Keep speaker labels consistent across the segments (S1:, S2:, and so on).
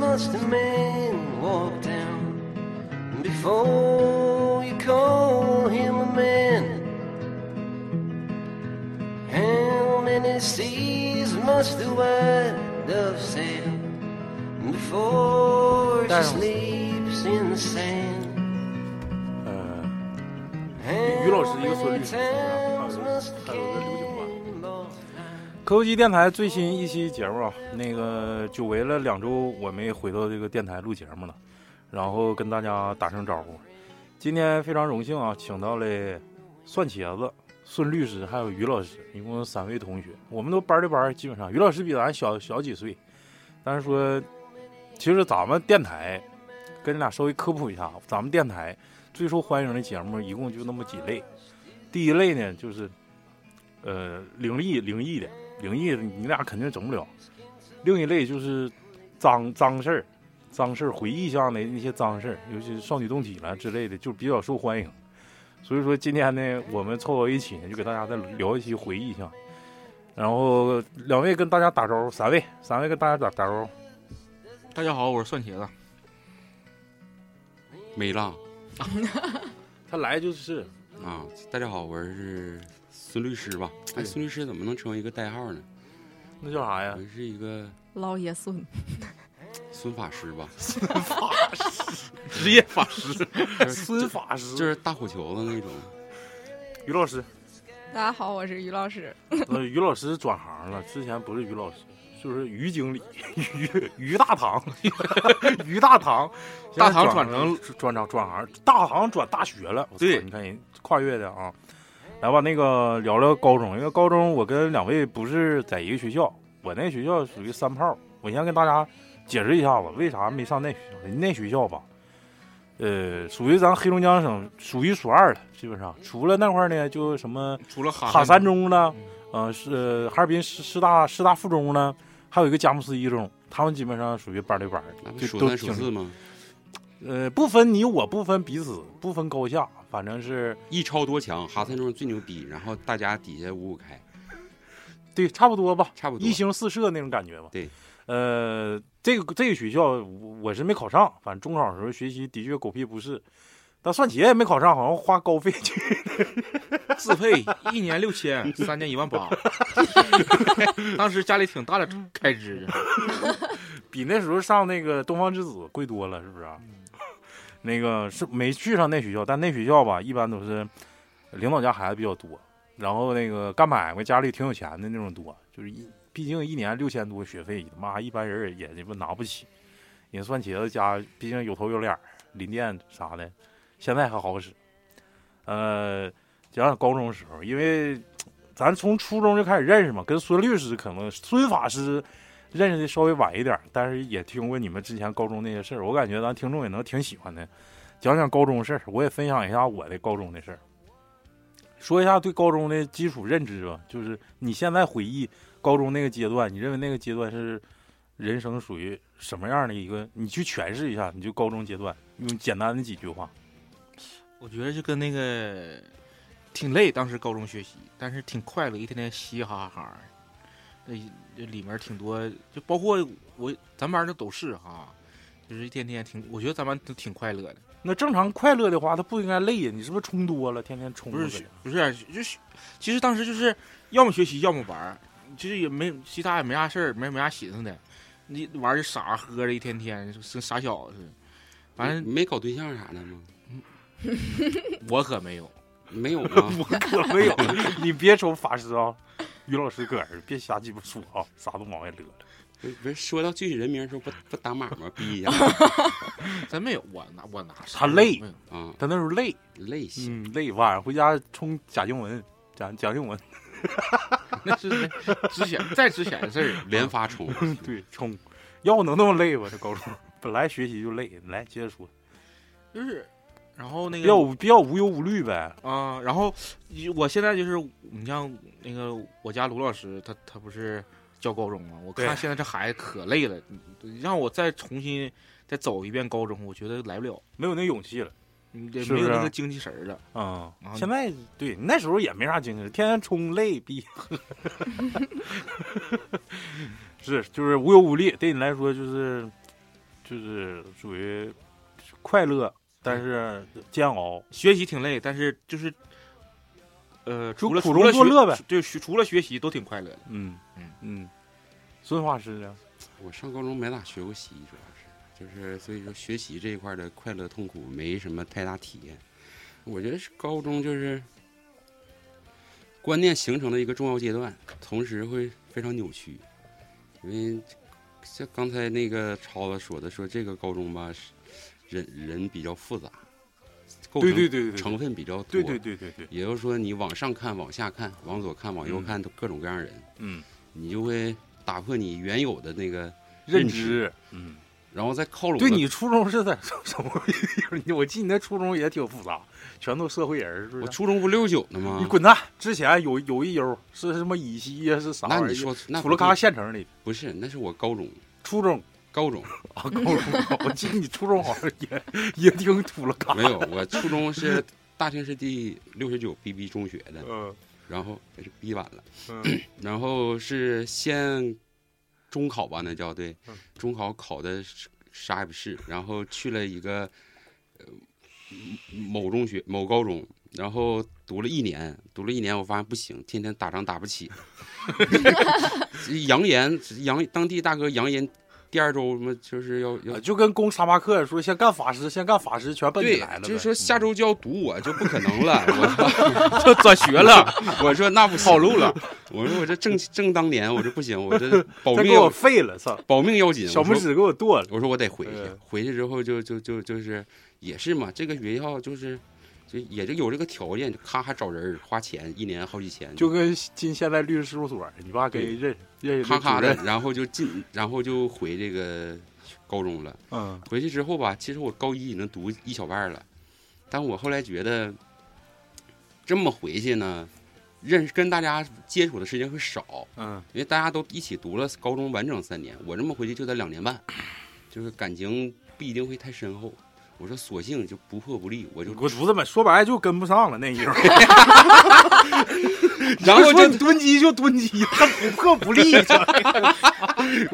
S1: Boston's man walk down. Before you call him a man, how many seas must the white dove sail before she
S2: Down.
S1: sleeps in the sand?
S3: 呃，
S1: How
S3: 于老师一个孙
S1: many
S3: 女，
S1: times
S3: 还有-
S1: must
S3: 还有个刘警官。
S1: cannonballs
S3: 科技电台最新一期节目啊，那个久违了两周，我没回到这个电台录节目了，然后跟大家打声招呼。今天非常荣幸啊，请到了蒜茄子、孙律师还有于老师，一共三位同学，我们都班对班，基本上于老师比咱小小几岁，但是说，其实咱们电台跟你俩稍微科普一下，咱们电台最受欢迎的节目一共就那么几类，第一类呢就是，呃，灵异灵异的。灵异你俩肯定整不了。另一类就是脏脏事儿、脏事儿、回忆向的那些脏事儿，尤其是少女动体了之类的，就比较受欢迎。所以说今天呢，我们凑到一起呢，就给大家再聊一期回忆向。然后两位跟大家打招呼，三位，三位跟大家打打招呼。
S2: 大家好，我是蒜茄子。
S4: 没浪
S3: 他来就是
S4: 啊！大家好，我是孙律师吧？哎，
S3: 对
S4: 孙律师怎么能成为一个代号呢？
S3: 那叫啥呀
S4: 我？是一个
S5: 老爷孙，
S4: 孙法师吧，
S3: 职业法师， 孙法师，
S4: 就是大火球子那种。
S3: 于老师。
S5: 大家好，我是于老师。
S3: 呃，于老师转行了，之前不是于老师，就是于经理，于于大堂， 于大堂，
S2: 大堂
S3: 转
S2: 转成
S3: 转转转行，大堂转大学了。我操
S2: 对
S3: 你看人跨越的啊。来吧，那个聊聊高中，因为高中我跟两位不是在一个学校，我那学校属于三炮。我先跟大家解释一下子，为啥没上那学校？那学校吧，呃，属于咱黑龙江省数一数二的，基本上除了那块儿呢，就什么。
S2: 除了哈
S3: 哈三
S2: 山
S3: 中呢，
S4: 嗯
S3: 呃是哈尔滨师师大师大附中呢，还有一个佳木斯一中，他们基本上属于班对班
S4: 那不
S3: 就
S4: 数
S3: 都
S4: 三数
S3: 挺
S4: 四吗？
S3: 呃不分你我不分彼此不分高下，反正是
S4: 一超多强，哈三中最牛逼，然后大家底下五五开，
S3: 对差不多吧，
S4: 差不多
S3: 一。星四射那种感觉吧。
S4: 对，
S3: 呃，这个这个学校我我是没考上，反正中考时候学习的确狗屁不是，但算茄也没考上，好像花高费去
S2: 自费，一年六 千，三年一万八。当时家里挺大的开支，
S3: 比那时候上那个东方之子贵多了，是不是啊？ 那个是没去上那学校，但那学校吧，一般都是领导家孩子比较多，然后那个干买卖家里挺有钱的那种多，就是一毕竟一年六千多学费，妈一般人也鸡巴拿不起。人蒜茄子家毕竟有头有脸儿，林甸啥的，现在还好使。呃，讲讲高中时候，因为咱从初中就开始认识嘛，跟孙律师可能孙法师认识的稍微晚一点儿，但是也听过你们之前高中那些事儿，我感觉咱听众也能挺喜欢的。讲讲高中事儿，我也分享一下我的高中的事儿，说一下对高中的基础认知吧。就是你现在回忆高中那个阶段，你认为那个阶段是人生属于什么样的一个？你去诠释一下，你就高中阶段用简单的几句话。
S2: 我觉得就跟那个挺累，当时高中学习，但是挺快乐，一天天嘻嘻哈哈。那这里面挺多，就包括我咱班的都是哈，就是一天天挺，我觉得咱班都挺快乐的。
S3: 那正常快乐的话，他不应该累呀，你是不是冲多了，天天冲
S2: 不
S3: 着搁
S2: 是
S3: 这
S2: 学
S3: 儿
S2: 不是，啊就是其实当时就是要么学习，要么玩儿，其实也没其他也没啥事儿，没没啥寻思的。你玩儿就傻喝着，一天天跟傻小子似的。反正
S4: 没搞对象啥的吗？
S2: 我可没有，
S4: 没有 吗？
S3: 我可没有，你别瞅法师啊，于老师搁这儿，别瞎鸡巴说啊， 啥都往外乐了。
S4: 不是不是说到具体人名的时候不不打码吗？逼一下
S2: 真没有，我拿我拿
S3: 他累
S2: 没有
S4: 啊，
S3: 他那时候累，
S4: 累死！
S3: 嗯，累，晚上回家冲贾静雯，贾贾静雯，
S2: 啊那是之前再之前的事 儿。
S4: 连发冲，
S3: 对，冲，要能那么累吗？这高中 本来学习就累，来接着说，
S2: 就是，然后那
S3: 比
S2: 个
S3: 较比较无忧无虑呗。
S2: 啊、然后一我现在就是你像那个我家卢老师，他他不是教高中吗？我
S3: 对
S2: 看现在这孩子可累了，你让我再重新再走一遍高中，我觉得来不了，
S3: 没有那勇气了，
S2: 你得
S3: 是不
S2: 没有
S3: 是
S2: 那个精气神儿了。
S3: 嗯
S2: 然，后
S3: 现在对那时候也没啥精神，天天冲累逼，是就是无忧无虑，对你来说就是就是属于快乐，但是煎熬。
S2: 学习挺累，但是就是，呃，除了
S3: 苦
S2: 除
S3: 中
S2: 了
S3: 作
S2: 学
S3: 乐呗，
S2: 对，学除了学习都挺快乐的。
S3: 嗯
S2: 嗯
S3: 嗯，孙画师呢？
S4: 我上高中没咋学过习，主要是就是所以说学习这一块的快乐痛苦没什么太大体验。我觉得是高中就是观念形成的一个重要阶段，同时会非常扭曲，因为像刚才那个超子说的，说这个高中吧，是人人比较复杂，构成
S3: 对
S4: 成分比较多，
S3: 对对对对对，
S4: 也就是说你往上看、往下看、往左看、往右看，都各种各样的人，
S3: 嗯，
S4: 你就会打破你原有的那个。
S3: 认
S4: 认知
S3: 知，嗯，
S4: 然后再靠拢
S3: 对
S4: 的
S3: 你初中是在 什么地方？你我记得你那初中也挺复杂，全都社会人儿，是不
S4: 我
S3: 是？
S4: 初中不六九的吗？
S3: 你滚蛋！之前有有一悠是什么乙烯呀，是啥
S4: 那
S3: 玩
S4: 你
S3: 意儿？
S4: 说那
S3: 除
S4: 不
S3: 了
S4: 对
S3: 咔县城里，
S4: 不是，那是我高中，
S3: 初中
S4: 高中
S3: 啊，高中， 我记得你初中好像也也挺土了嘎。
S4: 没有，我初中是大庆市第六十九 BB 中学的，
S3: 嗯
S4: 然后哎也是 B 完了，
S3: 嗯
S4: 然后是县中考吧，那叫对
S3: 嗯，
S4: 中考考的是啥也不是，然后去了一个呃某中学某高中，然后读了一年，读了一年，我发现不行，天天打仗打 不起，扬言扬当地大哥扬言。第二周什么就是要要
S3: 啊就跟攻杀马克说，先干法师，先干法师，全奔你
S4: 对
S3: 来，了呗。
S4: 就是说下周就要堵我，就不可能了。我说，
S2: 这转学 了，
S4: 我说那不跑路了。我说我这正正当年，我这不行，我这保
S3: 再
S4: 命啊
S3: 给我
S4: 要
S3: 废了，操！
S4: 保命要紧。
S3: 小拇
S4: 我说，
S3: 指给我剁了。
S4: 我说我得回去
S3: 嗯。
S4: 回去之后就就就就是也是嘛，这个学校就是就也就有这个条件，咔还找人儿花钱，一年好几千，
S3: 就跟进现在律师事务所，你爸给
S4: 对
S3: 认认识
S4: 咔咔的
S3: 主任，
S4: 然后就进，然后就回这个高中了。
S3: 嗯
S4: 回去之后吧，其实我高一已经读一小半儿了，但我后来觉得这么回去呢，认识跟大家接触的时间会少，
S3: 嗯
S4: 因为大家都一起读了高中完整三年，我这么回去就得两年半， 就是感情不一定会太深厚。我说索性就不破不立，我就
S3: 我犊子们说白了就跟不上了那一会儿，
S4: 然后
S3: 说
S4: 就
S3: 你蹲基就蹲基，他不破不立，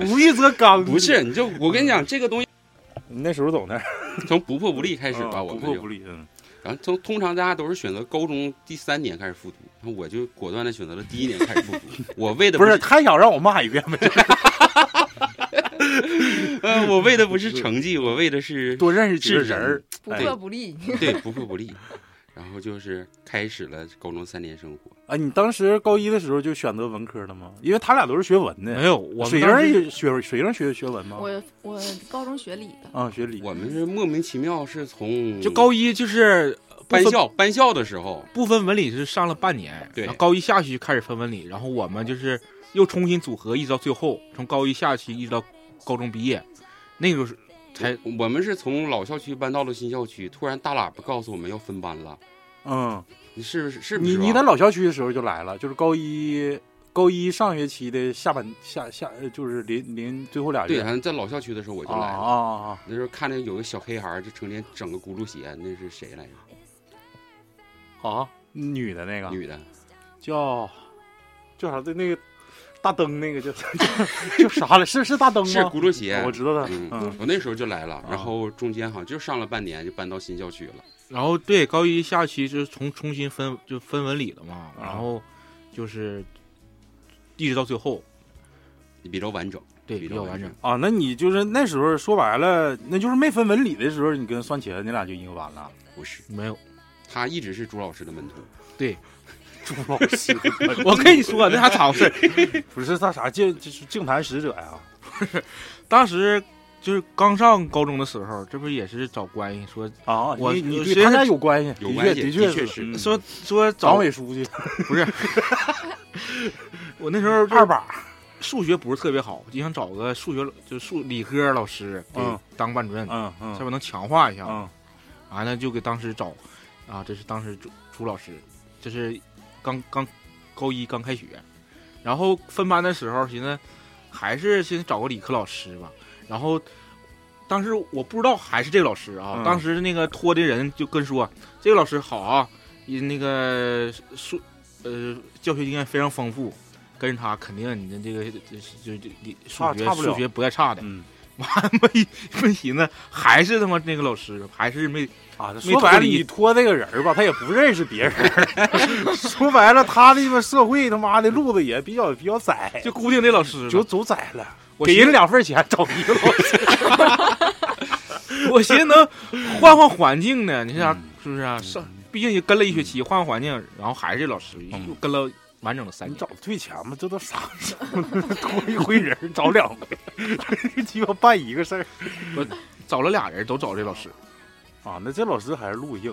S3: 无欲则刚。
S4: 不是，你就我跟你讲，这个东西
S3: 你那时候走那儿
S4: 从不啊破不立开
S3: 开
S4: 始吧，我
S3: 不
S4: 们
S3: 破
S4: 就
S3: 不立，嗯
S4: 然后通通常大家都是选择高中第三年开始复读，那我就果断的选择了第一年开始复 读。我为的
S3: 不
S4: 是
S3: 是还想让我骂一遍呗？
S4: 呃，我为的不是成绩，我为的是
S3: 多认识几个
S4: 是
S3: 人儿
S4: 人，
S5: 不
S3: 哎
S5: 破不立。
S4: 对不破不立。然后就是开始了高中三年生活，
S3: 啊，你当时高一的时候就选择文科了吗？因为他俩都是学文
S2: 没
S3: 的，
S2: 有，我们
S3: 水
S2: 当
S3: 英
S2: 时
S3: 也学水英学学文
S4: 哦
S3: 吗？
S5: 我我高中学理的，
S3: 啊，学理。
S4: 我们是莫名其妙是从
S2: 就高一就是呃
S4: 班
S2: 不分
S4: 校班校的时候，
S2: 不分文理是上了半年，
S4: 对
S2: 然后高一下去就开始分文理，然后我们就是又重新组合，一直到最后，从高一下去一直到高中毕业，那个时候才
S4: 我我们是从老校区搬到了新校区，突然大喇叭告诉我们要分班了，
S3: 嗯，
S4: 你是不是是不
S3: 你
S4: 是啊
S3: 你在
S4: 吧？
S3: 老校区的时候就来了，就是高一高一上学期的下半下下，呃就是临临最后俩
S4: 对，
S3: 月。
S4: 反正在老校区的时候我就
S3: 啊
S4: 来了。
S3: 啊啊！
S4: 那时候看着有个小黑孩儿，就成天整个轱辘鞋，那是谁来着？
S3: 啊，女的那个
S4: 女的，
S3: 叫叫啥的那个大灯那个叫叫啥了？是是大灯吗？
S4: 是轱辘鞋
S3: 啊。我知道他，
S4: 嗯
S3: 嗯，
S4: 我那时候就来了，然后中间好像就上了半年，就搬到新校区了。
S2: 然后对高一下期就是重重新分就分文理了嘛，
S3: 啊
S2: 然后就是一直到最后，
S4: 比较完整，
S2: 对
S4: 比
S2: 比
S4: 较
S2: 较
S4: 完
S2: 完
S4: 整
S2: 整。
S3: 啊，那你就是那时候说白了，那就是没分文理的时候，你跟蒜茄子你俩就一个班了。
S4: 不是，
S2: 没有，
S4: 他一直是朱老师的门徒。
S3: 朱老师，
S2: 我跟你说那还咋回事？
S3: 不是他啥净就是净坛使者呀？
S2: 当时就是刚上高中的时候，这不也是找关系说
S3: 啊，
S2: 我
S3: 你你
S2: 我
S3: 对
S2: 虽
S3: 他
S2: 然
S3: 俩有关系，
S4: 有
S3: 的
S4: 关
S3: 确
S4: 系
S3: 的
S4: 的
S3: 确是
S4: 确是
S3: 嗯
S2: 说说
S3: 党
S2: 找
S3: 委书记
S2: 不是？我那时候就是
S3: 二把，
S2: 数学不是特别好，就想找个数学老就数理科老师，
S3: 嗯，
S2: 当班主任，
S3: 嗯
S2: 这
S3: 嗯
S2: 边能强化一下。
S3: 嗯
S2: 完了啊就给当时找，啊，这是当时朱朱老师，这是刚刚高一刚开学，然后分班的时候寻思还是先找个理科老师吧，然后当时我不知道还是这个老师啊，
S3: 嗯
S2: 当时那个托的人就跟说这个老师好啊，也那个数呃教学经验非常丰富。跟着他，肯定你的这个这这这这数
S3: 差
S2: 学
S3: 差不了
S2: 数学不太差的，
S3: 嗯
S2: 完没没寻思，还是他妈那个老师，还是没
S3: 啊，说白了，你托这个人儿吧，他也不认识别人儿。 说白了，他的个社会他妈的路子也比较比较窄，
S2: 就固定这老师了，
S3: 就走窄了。
S2: 我
S3: 给
S2: 寻
S3: 人两份钱找一 个老师，
S2: 我寻思能换换环境呢，你想
S3: 嗯
S2: 是不是啊？上毕竟也跟了一学期，换换环境，然后还是这老师，
S3: 嗯
S2: 又跟了完整的三
S3: 哎你
S2: 年
S3: 找。对钱吗？这都啥时候 了？托一回人儿找两回， 这鸡巴办一个事儿
S2: 找了俩人都找这老师，
S3: 啊！那这老师还是路硬，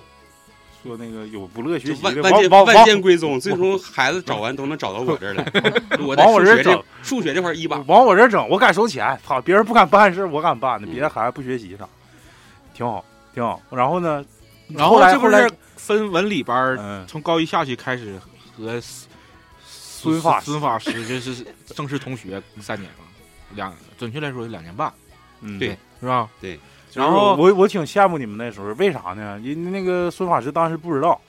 S3: 说那个有不乐学
S4: 就
S3: 习
S4: 万
S3: 的，
S4: 万
S3: 往
S4: 箭
S3: 往
S4: 万
S3: 往
S4: 箭归宗，最终孩子找完都能找到我这儿 来。我在
S3: 往我
S4: 数
S3: 这儿
S4: 学
S3: 整
S4: 这数学这块儿一把，
S3: 往我这儿整，我敢收钱，操，别人不敢办事儿，我敢办
S4: 嗯
S3: 的，别的孩子不学习啥，挺好，挺好。然后呢，
S2: 然后
S3: 来
S2: 这不
S3: 嗯后来
S2: 是分文理班儿，
S3: 嗯，
S2: 从高一下去开始和孙
S3: 孙法师
S2: 孙法师就是正式同学三年嘛，两准确来说是两年半，
S3: 嗯
S4: 对
S2: 是吧？
S4: 对。
S2: 然后
S3: 我我挺羡慕你们那时候，为啥呢？因那个孙法师当时不知道，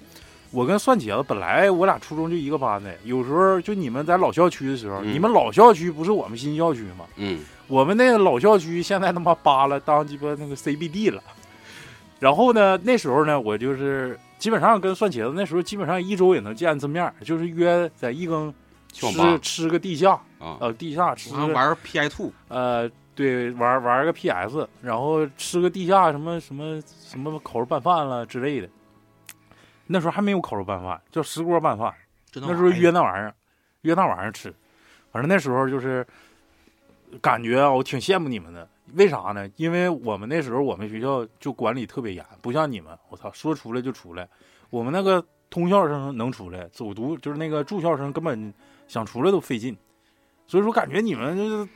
S3: 我跟蒜茄子本来我俩初中就一个班的，有时候就你们在老校区的时候，
S4: 嗯
S3: 你们老校区不是我们新校区吗？
S4: 嗯，
S3: 我们那个老校区现在他妈扒了当鸡巴那个 CBD 了。然后呢，那时候呢，我就是基本上跟蒜茄子那时候基本上一周也能见一次面，就是约在一更
S4: 去网
S3: 吃
S4: 吧
S3: 吃个地下，
S4: 啊，
S3: 呃，地下吃
S2: 我还玩 PI Two，
S3: 呃，对，玩玩个 PS，然后吃个地下什么什么什么烤肉拌饭了之类的。那时候还没有烤肉拌饭，叫石锅拌饭。
S2: 真的
S3: 那时候约那玩意儿，约那玩意儿吃。反正那时候就是感觉啊，我挺羡慕你们的。为啥呢？因为我们那时候我们学校就管理特别严，不像你们，我操，说出来就出来。我们那个通校生能出来，走读就是那个住校生根本想出来都费劲。所以说，感觉你们就是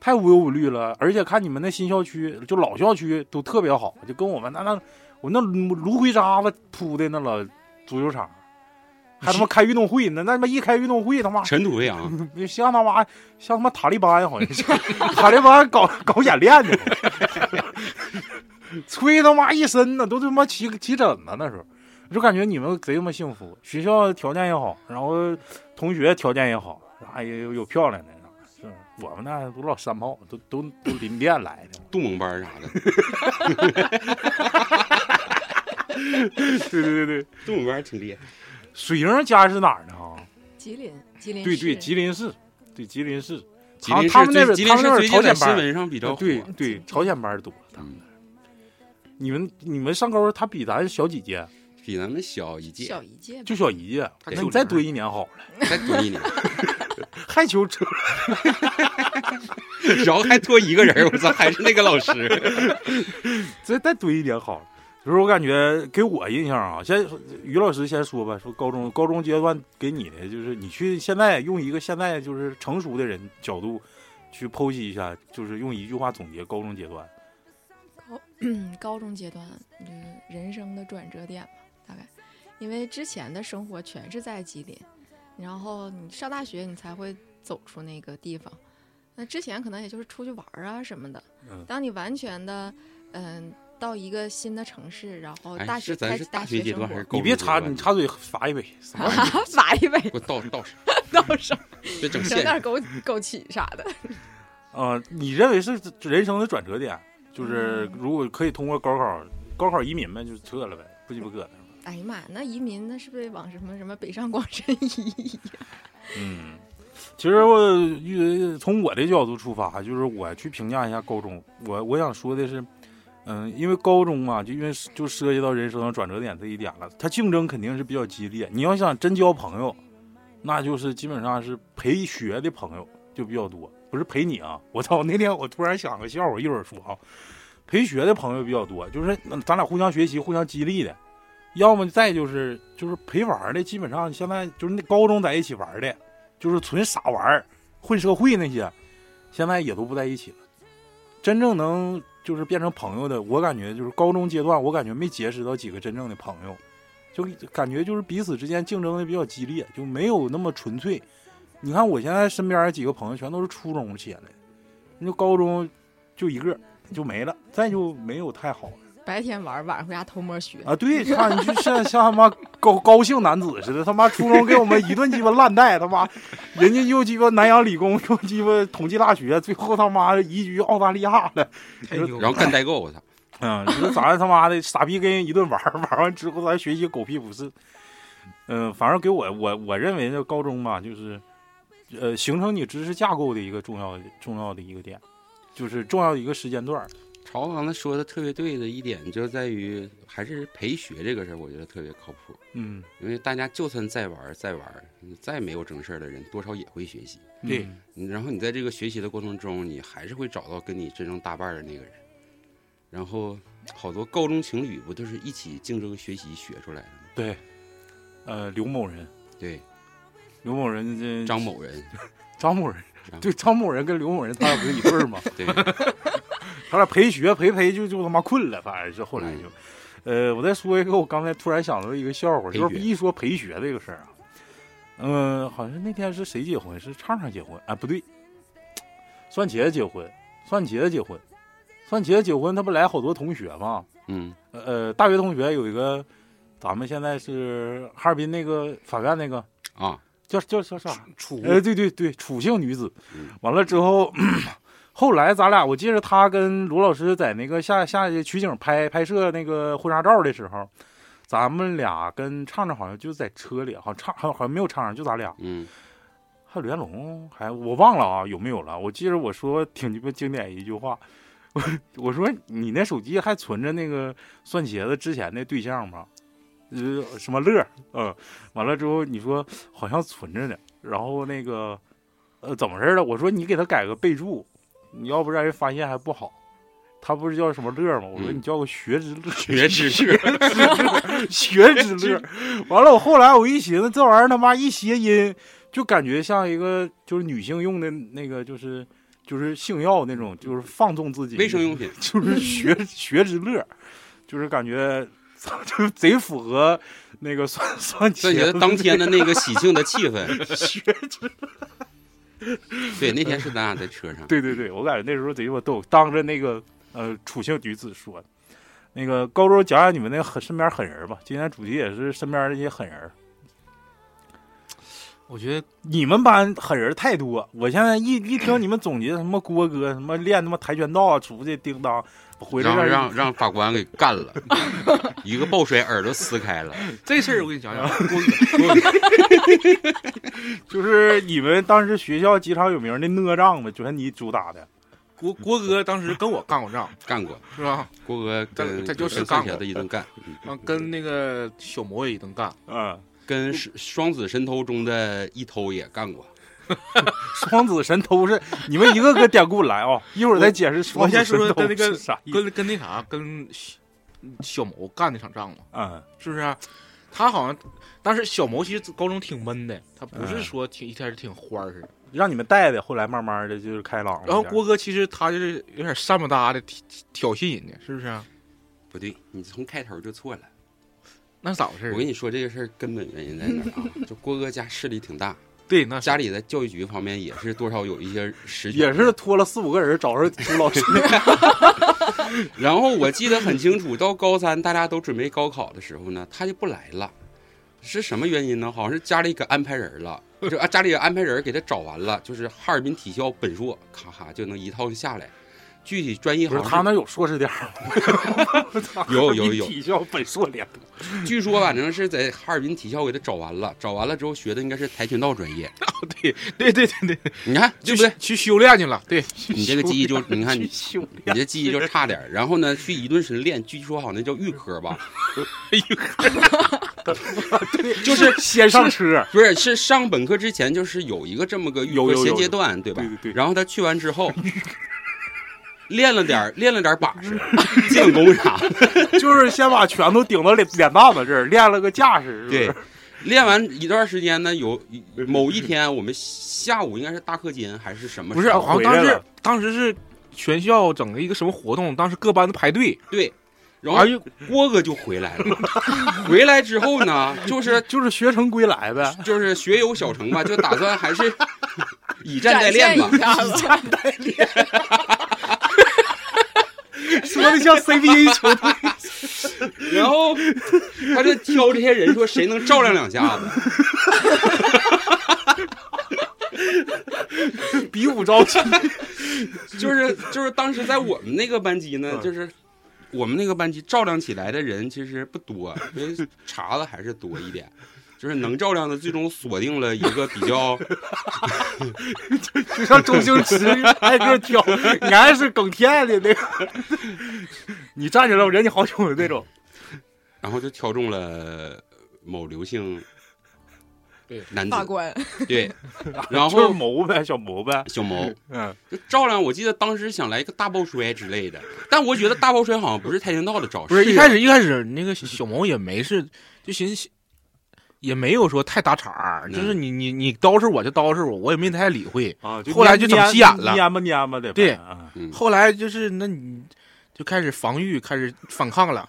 S3: 太无忧无虑了，而且看你们那新校区，就老校区都特别好，就跟我们那那我那芦芦灰渣子铺的那老足球场，还他妈开运动会呢，那他妈一开运动会，他妈
S4: 尘土飞扬，
S3: 像他妈像他妈塔利班好像是，塔利班搞搞演练去了， 吹他妈一身呢，都他妈起起疹子那时候，就感觉你们贼他妈幸福，学校条件也好，然后同学条件也好，啥也有有漂亮的啥，是吧我们那都老山炮，都都都林甸来的，
S4: 杜蒙班儿啥的，
S3: 对对对对，
S4: 杜蒙班儿挺厉害。
S3: 水营家是哪儿呢？啊，
S5: 吉林，吉林
S3: 对对，
S5: 市
S3: 吉林市，对吉林市，
S4: 吉林
S3: 他
S4: 市
S3: 们那边
S4: 最，吉
S3: 他
S4: 林
S3: 们
S4: 市
S3: 那边
S4: 最近
S3: 朝
S4: 在
S3: 鲜
S4: 新
S3: 班儿啊
S4: 闻上比较火嗯
S3: 对对，朝鲜班儿多。他们你们你们上高，他比咱小几届，
S4: 比咱们小一届，
S5: 小一届吧，
S3: 就小一届。
S2: 他
S3: 那
S2: 就
S3: 你再
S2: 零
S3: 蹲一年好 了，
S4: 还多一年，
S3: 还求这
S4: 然后还多一个人儿，我操，还是那个老师。
S3: 再再蹲一年好了。就是我感觉给我印象啊，先于老师先说吧，说高中高中阶段给你的就是你去现在用一个现在就是成熟的人角度去剖析一下，就是用一句话总结高中阶段。
S5: 嗯高 中阶段就是人生的转折点吧，大概，因为之前的生活全是在吉林，然后你上大学你才会走出那个地方，那之前可能也就是出去玩儿啊什么的
S3: 嗯，
S5: 当你完全的嗯。到一个新的城市，然后
S4: 哎
S5: 哦大
S4: 是
S5: 学
S4: 咱
S5: 开
S4: 是
S5: 始
S4: 大
S5: 学
S4: 阶
S5: 生活
S4: 段还，是高
S3: 你别
S4: 中
S3: 插，
S4: 阶段
S3: 你插嘴罚一杯，什么玩意儿
S5: 法一杯
S4: 给我倒倒上，
S5: 到手，
S4: 别 整
S5: 整
S4: 现
S5: 点枸枸杞啥的。
S3: 呃，你认为是人生的转折点，就是
S5: 嗯
S3: 如果可以通过高考，高考移民呗，就撤了呗，不鸡巴搁那。
S5: 哎呀妈，呀，那移民那是不是往什么什么北上广深移？
S3: 嗯，其实我遇从我的角度出发，就是我去评价一下高中，我我想说的是，嗯，因为高中嘛，就因为就涉及到人生的转折点这一点了，它竞争肯定是比较激烈。你要想真交朋友，那就是基本上是陪学的朋友就比较多，不是陪你啊！我操，那天我突然想个笑话，一会儿说啊，陪学的朋友比较多，就是嗯咱俩互相学习、互相激励的。要么再就是就是陪玩儿的，基本上现在就是那高中在一起玩儿的，就是纯傻玩儿、混社会那些，现在也都不在一起了。真正能就是变成朋友的，我感觉就是高中阶段，我感觉没结识到几个真正的朋友，就感觉就是彼此之间竞争的比较激烈，就没有那么纯粹。你看我现在身边几个朋友全都是初中写的，那就高中就一个就没了，再就没有太好了。
S5: 白天玩儿，晚上回家偷摸学。
S3: 啊，对，看你就像像他妈高高兴男子似的，他妈初中给我们一顿鸡巴烂带，他妈人家又鸡巴南洋理工，又鸡巴同济大学，最后他妈移居澳大利亚了。
S2: 太牛了！
S4: 然后干代购，我操！
S3: 嗯，你说咱他妈的傻逼跟人一顿玩儿，玩完之后咱学习狗屁不是。嗯、反正给我我我认为这高中吧，就是呃形成你知识架构的一个重要重要的一个点，就是重要的一个时间段儿。
S4: 朝刚才说的特别对的一点，就在于还是陪学这个事儿，我觉得特别靠谱。
S3: 嗯，
S4: 因为大家就算再玩儿再玩儿，你再没有正事儿的人，多少也会学习。
S3: 对，
S4: 你然后你在这个学习的过程中，你还是会找到跟你真正搭伴儿的那个人。然后好多高中情侣不就是一起竞争学习学出来的吗？
S3: 对，呃，刘某人，
S4: 对，
S3: 刘某人这
S4: 张某人，
S3: 张某人
S4: 张，
S3: 对，张某人跟刘某人他俩不是一对 儿吗？
S4: 对，
S3: 他俩陪学陪陪就就他妈困了，反正是后来就，呃，我再说一个，我刚才突然想到一个笑话，
S4: 嗯陪
S3: 就是
S4: 学
S3: 一说陪学这个事儿啊，嗯、好像那天是谁结婚？是畅畅结婚？啊，不对，蒜茄子结婚，蒜茄子结婚，蒜茄子结婚，他不来好多同学吗？
S4: 嗯，
S3: 呃，大学同学有一个，咱们现在是哈尔滨那个法院那个
S4: 啊，
S3: 叫叫叫啥？
S2: 楚
S3: 呃，对对对，楚姓女子
S4: 嗯。
S3: 完了之后， 后来咱俩，我记着他跟罗老师在那个下下去取景拍拍摄那个婚纱照的时候，咱们俩跟畅畅好像就在车里，好像畅好像没有畅畅，就咱俩，
S4: 嗯，
S3: 还有袁龙，还我忘了啊，有没有了？我记着我说 挺鸡巴经典一句话。我我说你那手机还存着那个蒜茄子之前的对象吗？呃，什么乐儿？嗯、完了之后你说好像存着呢，然后那个呃怎么事儿了？我说你给他改个备注，你要不让人发现还不好。他不是叫什么乐儿吗？我说
S4: 嗯
S3: 你叫个学之乐，
S4: 学知识，
S3: 学之乐。 完了，我后来我一寻思，这玩意儿他妈一谐音，就感觉像一个就是女性用的那个，就是就是性药那种，就是放纵自己
S4: 卫生用品，
S3: 就是学学之乐，就是感觉就贼符合那个算算
S4: 算起
S3: 茄
S4: 来
S3: 子
S4: 当天的那个喜庆的气 氛。
S3: 学。
S4: 对，那天是咱俩在车上，
S3: 对对对，我感觉那时候贼鸡巴逗，当着那个呃楚姓女子说的，那个高中讲讲你们那个狠身边狠人吧。今天主题也是身边这些狠人儿。
S2: 我觉得
S3: 你们班狠人太多，我现在一一听你们总结什么郭哥什么练他妈跆拳道啊，出去叮当，回来
S4: 然后
S3: 让
S4: 让让法官给 干了，一个抱摔耳朵撕开了，
S2: 这事儿我跟你讲讲，
S3: 嗯
S2: 郭
S3: 就是你们当时学校几场有名的哪吒嘛，就是你主打的，
S2: 郭郭哥当时跟我干过仗，
S4: 干过。
S2: 是吧？
S4: 郭哥跟
S2: 在在就是
S4: 跟
S2: 干
S4: 三
S2: 过
S4: 茄子一顿干，嗯
S2: 然后跟那个小魔也一顿干，
S3: 嗯，
S4: 跟是双子神偷中的一偷也干过。
S3: 双子神偷是你们一个个典故来 啊、一会儿再解释
S2: 我
S3: 双子
S2: 先
S3: 神
S2: 说
S3: 偷
S2: 跟那
S3: 是
S2: 个
S3: 啥意思。
S2: 跟跟那啥跟小小谋干那场仗嘛，
S3: 嗯
S2: 是不是、他好像当时小谋其实高中挺闷的，他不
S3: 嗯
S2: 是说挺一开始挺欢儿似的。
S3: 让你们带的，后来慢慢的就是开朗了一
S2: 然后
S3: 点。
S2: 郭哥其实他就是有点善不搭的挑挑衅人家，是不是、
S4: 不对，你从开头就错了。
S2: 那是咋回事儿？
S4: 我跟你说这个事儿根本原因在哪儿啊？ 就郭哥家势力挺大，
S2: 对，那是
S4: 家里在教育局方面也是多少有一些实权。
S3: 也是拖了四五个人找上朱老师，
S4: 然后我记得很清楚，到高三大家都准备高考的时候呢，他就不来了，是什么原因呢？好像是家里给安排人了，就啊家里给安排人给他找完了，就是哈尔滨体校本硕，咔咔就能一套下来。具体专业
S3: 不
S4: 好
S3: 是
S4: 像
S3: 他那有硕士点 儿吗
S4: 有有有
S3: 体校本硕连读。
S4: 据说反正是在哈尔滨体校给他找完了，找完了之后学的应该是跆拳道专业。
S2: 对对对对对，
S4: 你看对
S2: 去
S4: 不对？
S2: 去修炼去了，对，
S4: 你这个记忆就你看你
S3: 去修
S4: 你
S3: 炼
S4: 这记忆就差点儿。然后呢，去一顿神练，据说好像那叫预科吧，
S3: 对，就是先上车，
S4: 不是是上本科之前就是有一个这么个预
S3: 有
S4: 科
S3: 有有
S4: 衔接段，对吧？
S3: 对对对
S4: 然后他去完之后。 练了点儿，练了点儿把式，
S3: 嗯
S4: 基本功 啥的。
S3: 就是先把拳头顶到脸脸蛋子这儿，练了个架势，是不是
S4: 对，练完一段时间呢，有某一天我们下午应该是大课间还是什么
S2: 不
S4: 时
S2: 是，
S4: 候？
S2: 好像
S3: 回来
S2: 当时
S3: 了
S2: 当时是全校整了一个什么活动，当时各班都排队，
S4: 对，然后
S2: 哎呦，
S4: 郭哥就 回来了。回来之后呢，就是
S3: 就是学成归来 呗。
S4: 就是学友小成吧，就打算还是以战代练吧
S5: 展现。一下 子
S3: 说的像 CBA 球队
S4: 然后他就挑这些人说谁能照亮两下子，
S3: 比武招亲，
S4: 就是就是当时在我们那个班级呢
S3: 嗯，
S4: 就是我们那个班级照亮起来的人其实不多，因为茬子还是多一点。就是能照亮的，最终锁定了一个比 较，
S3: 就像周星 驰挨个挑，你还是耿天的那个， 你站起来我忍你好久的那种。
S4: 然后就挑中了某刘姓
S2: 对
S4: 男
S5: 法
S4: 子，
S5: 官，
S4: 对，然
S3: 就是
S4: 后
S3: 谋呗，小谋呗，
S4: 小毛
S3: 嗯，
S4: 就照亮，我记得当时想来一个大抱摔之类的，但我觉得大抱摔好像不是跆拳道的招式，
S2: 不是啊一开始一开始那个小毛也没是，就寻思也没有说太搭茬儿，
S4: 嗯
S2: 就是你你你叨饬我就叨饬我，我也没太理会。
S3: 啊，
S2: 后来就整急眼了
S3: 蔫吧蔫吧的呗。
S2: 对
S3: 啊
S4: 嗯
S2: 后来就是那你就开始防御，开始反抗了。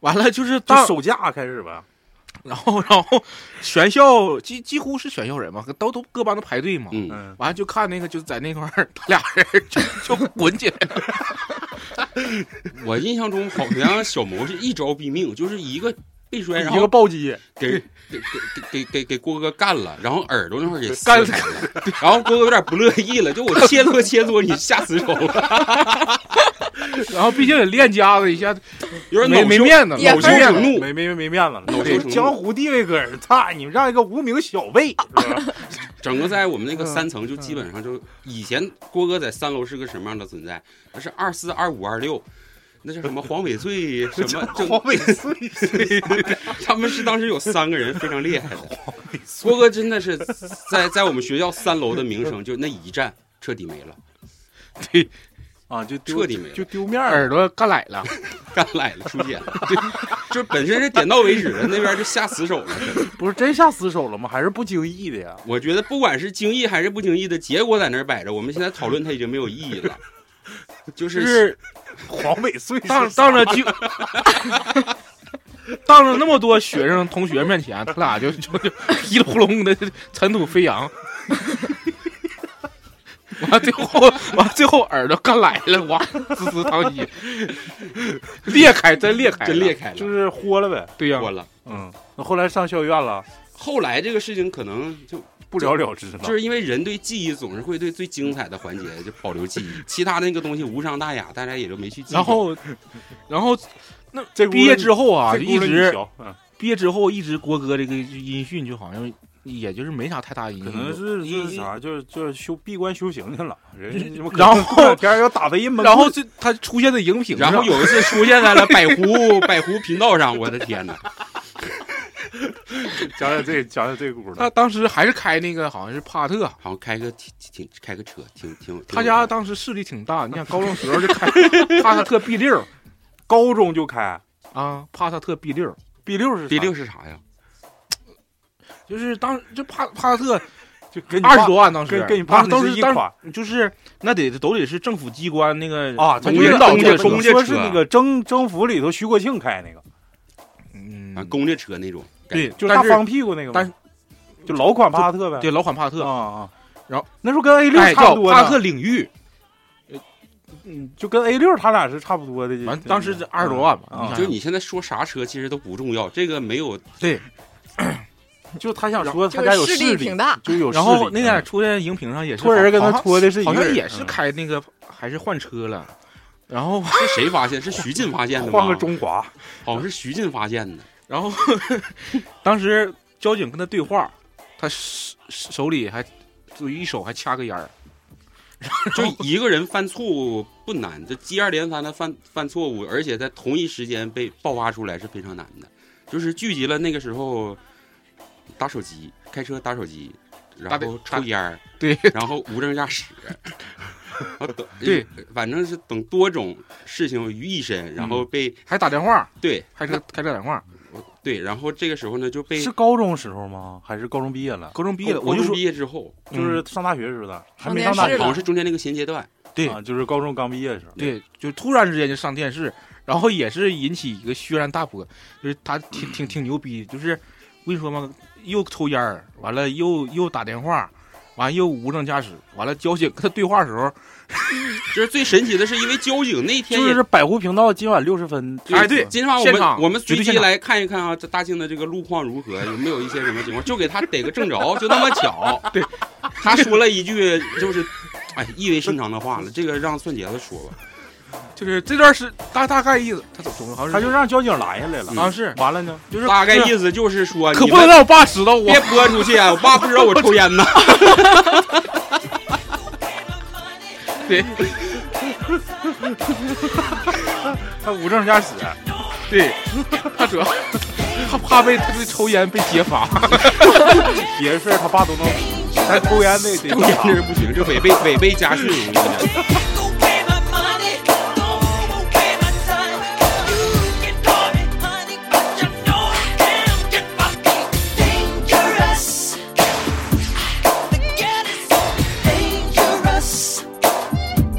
S2: 完了就是
S3: 就
S2: 到，
S3: 手架开始吧。
S2: 然后然后选校几几乎是选校人嘛，都都各班都排队嘛。
S4: 嗯，
S3: 嗯，
S2: 完了就看那个就在那块儿，他俩人就就滚起来了。
S4: 我印象中好像小毛是一招毙命，就是一个背摔，然
S3: 一个
S4: 后
S3: 暴击，
S4: 给给给给给给郭哥干了，然后耳朵那块儿给撕
S2: 干了
S4: 开了，然后郭哥有点不乐意了，就我切磋切磋你下死手了，
S2: 然后毕竟也练家子一下，
S4: 有点
S2: 没
S4: 恼
S2: 没
S4: 羞
S2: 面子，
S5: 也
S2: 没
S4: 恼羞
S5: 分
S2: 面
S4: 成
S2: 子。
S4: 怒，
S3: 没没没面子了。
S4: 恼羞成怒
S3: 江湖地位个人，操你们让一个无名小辈，是 吧
S4: 整个在我们那
S2: 嗯
S4: 个三层就基本上就以前郭哥在三楼是个什么样的存在？那是二四二五二六，那叫什么黄翡翠什么？
S3: 黄
S4: 就
S3: 翡 翠，
S4: 他们是当时有三个人非常厉害的。郭哥真的是在在我们学校三楼的名声就那一战彻底没了，
S2: 对，
S3: 啊，就丢
S4: 彻底没了
S3: 就丢面儿。
S2: 耳朵干来了。
S4: 干来了出血了，对，就本身是点到为止的，那边就下死手了。真的
S3: 不是真下死手了吗？还是不经意的呀？
S4: 我觉得不管是精益还是不经意的结果在那儿摆着，我们现在讨论它已经没有意义了。就是
S2: 就是
S3: 黄翡翠是
S2: 当
S3: 啥
S2: 当着就 当着那么多学生同学面前，他俩就就就噼里扑隆的尘土飞扬。 完了最后，完了最后耳朵刚来了，哇，滋滋淌 血，裂开，真裂开，
S4: 真裂，开了，
S3: 就是豁了呗。
S2: 对呀、
S4: 过了。
S3: 嗯，那后来上校院了，
S4: 后来这个事情可能就
S3: 不了了之了。
S4: 就是因为人对记忆总是会对最精彩的环节就保留记忆，其他那个东西无伤大雅，大家也就没去记。
S2: 然后，然后
S3: 这
S2: 毕业之后啊，
S3: 后
S2: 就一直
S3: 嗯，
S2: 毕业之后一直郭哥这个音讯就好像也就是没啥太大音
S3: 可
S2: 讯，
S3: 能是
S2: 一
S3: 是啥，就是就是修闭关修行去了，人什么
S2: 然后
S3: 过两 天要打回门，
S2: 然后这他出现在荧屏上，
S4: 然后有一次出现在了百湖百湖频道上，我的天哪！
S3: 讲讲这讲讲这股
S2: 他
S3: 的，
S2: 当时还是开那个好像是帕萨特，
S4: 好像开个挺挺开个车，挺挺
S2: 他家
S4: 当
S2: 当时势力挺大， 你想高中时候就开帕萨特 B 六
S3: 高中就开
S2: 啊，帕萨特 B 六
S3: B 六是啥
S4: B 六是啥呀？
S2: 就是当就帕帕萨特
S3: 就跟你
S2: 二
S3: 爸
S2: 十多万，当时
S3: 跟跟你
S2: 当
S3: 爸
S2: 时都
S3: 那是
S2: 是
S3: 一
S2: 当
S3: 款
S2: 时就是那得都得是政府机关那个
S3: 啊，他
S2: 从
S3: 就是
S2: 领导
S3: 公
S2: 这
S3: 家
S2: 个
S4: 公
S2: 车
S4: 家
S3: 说
S4: 车
S3: 是那个征征服里头徐国庆开那个，
S2: 嗯
S4: 啊，公家车那种。
S2: 对，
S3: 就是大
S2: 但
S3: 方
S2: 是
S3: 屁股那个嘛，
S2: 但是
S3: 就老款帕萨特呗，
S2: 对老款帕萨
S3: 啊
S2: 特，
S3: 啊，
S2: 然后
S3: 那时候跟 A 六
S2: 哎
S3: 差
S2: 叫
S3: 不多
S2: 帕萨特
S3: 呢，
S2: 领域，
S3: 就跟 A 六他俩是差不多的，
S2: 完当时这二十多万吧
S3: 嗯
S2: 你
S4: 就
S2: 想
S4: 你现在说啥车其实都不重要，这个没有
S2: 对，
S3: 就他想说他
S5: 就
S3: 家有
S5: 是势力挺大，
S3: 就有势力，
S2: 然后那
S3: 嗯
S2: 天出现荧屏上也是
S3: 托人跟他
S2: 好像
S3: 拖的是一
S2: 好
S3: 个
S2: 像
S3: 人，
S2: 也是
S3: 嗯
S2: 开那个还是换车了，然后
S4: 是谁发现？是徐进发现的吗？
S3: 换个，中华，
S4: 好像是徐进发现的。
S2: 然后 当时交警跟他对话，他手手里还就一手还掐个烟儿，
S4: 就一个人犯错误不难，就接二连三的犯犯错误，而且在同一时间被爆发出来是非常难的。就是聚集了那个时候，打手机、开车打手机，然
S2: 打
S4: 后
S2: 打
S4: 抽烟儿，
S2: 对，
S4: 然后无证驾驶，然后等
S2: 对，
S4: 反正是等多种事情于一身，然
S2: 嗯
S4: 后被、
S2: 还打电话，
S4: 对
S2: 还是开车打电话。
S4: 对，然后这个时候呢就被
S3: 是高中时候吗？还是高中毕业了？
S2: 高中毕业了，
S4: 高
S2: 我就
S4: 中
S2: 说
S4: 毕业之后，
S3: 就是上大学时候的，还没上
S5: 上
S3: 大
S5: 电
S4: 好
S5: 视
S3: 学
S4: 像
S5: 了
S4: 是中间那个衔接段，
S2: 对
S3: 啊，就是高中刚毕业的时候。
S2: 对，就突然之间就上电视，然后也是引起一个轩然大波，就是他挺挺挺牛逼，就是我跟你说嘛，又抽烟儿，完了又又打电话，完又无证驾驶，完了交警跟他对话的时候，
S4: 就是最神奇的是，因为交警那天
S3: 就
S4: 也
S3: 是百狐频道今晚六十分。
S2: 哎对
S4: 今天晚上
S2: 现
S4: 我
S2: 场
S4: 们我们
S2: 绝
S4: 随
S2: 对
S4: 机
S2: 现场
S4: 来看一看啊，这大庆的这个路况如何，有没有一些什么情况？就给他逮个正着，就那么巧。
S2: 对，
S4: 他说了一句就是，哎，意味深长的话了。这个让蒜杰子说吧。
S2: 就是这段是大大概意思，他总总好像
S3: 他
S2: 是
S3: 就让交警拦下来了
S4: 嗯。
S2: 好
S5: 啊
S2: 像是
S3: 完了呢，
S2: 就是
S4: 大概
S2: 思，
S4: 意思就是说，
S2: 可
S4: 你
S2: 不能
S4: 们
S2: 让我爸知道我
S4: 别播出去啊！我爸不知道我抽烟呢。
S2: 对
S3: 他无证驾驶，
S2: 对，他主要他怕被他这抽烟被揭 发，
S3: 别的事儿他爸都能，但抽烟得得
S4: 抽烟这是不行，这违背违背家训。我跟你讲
S6: Don't pay my money, don't pay my time. You can call me honey, but you know I can't get fucking dangerous. The cat is so dangerous. Don't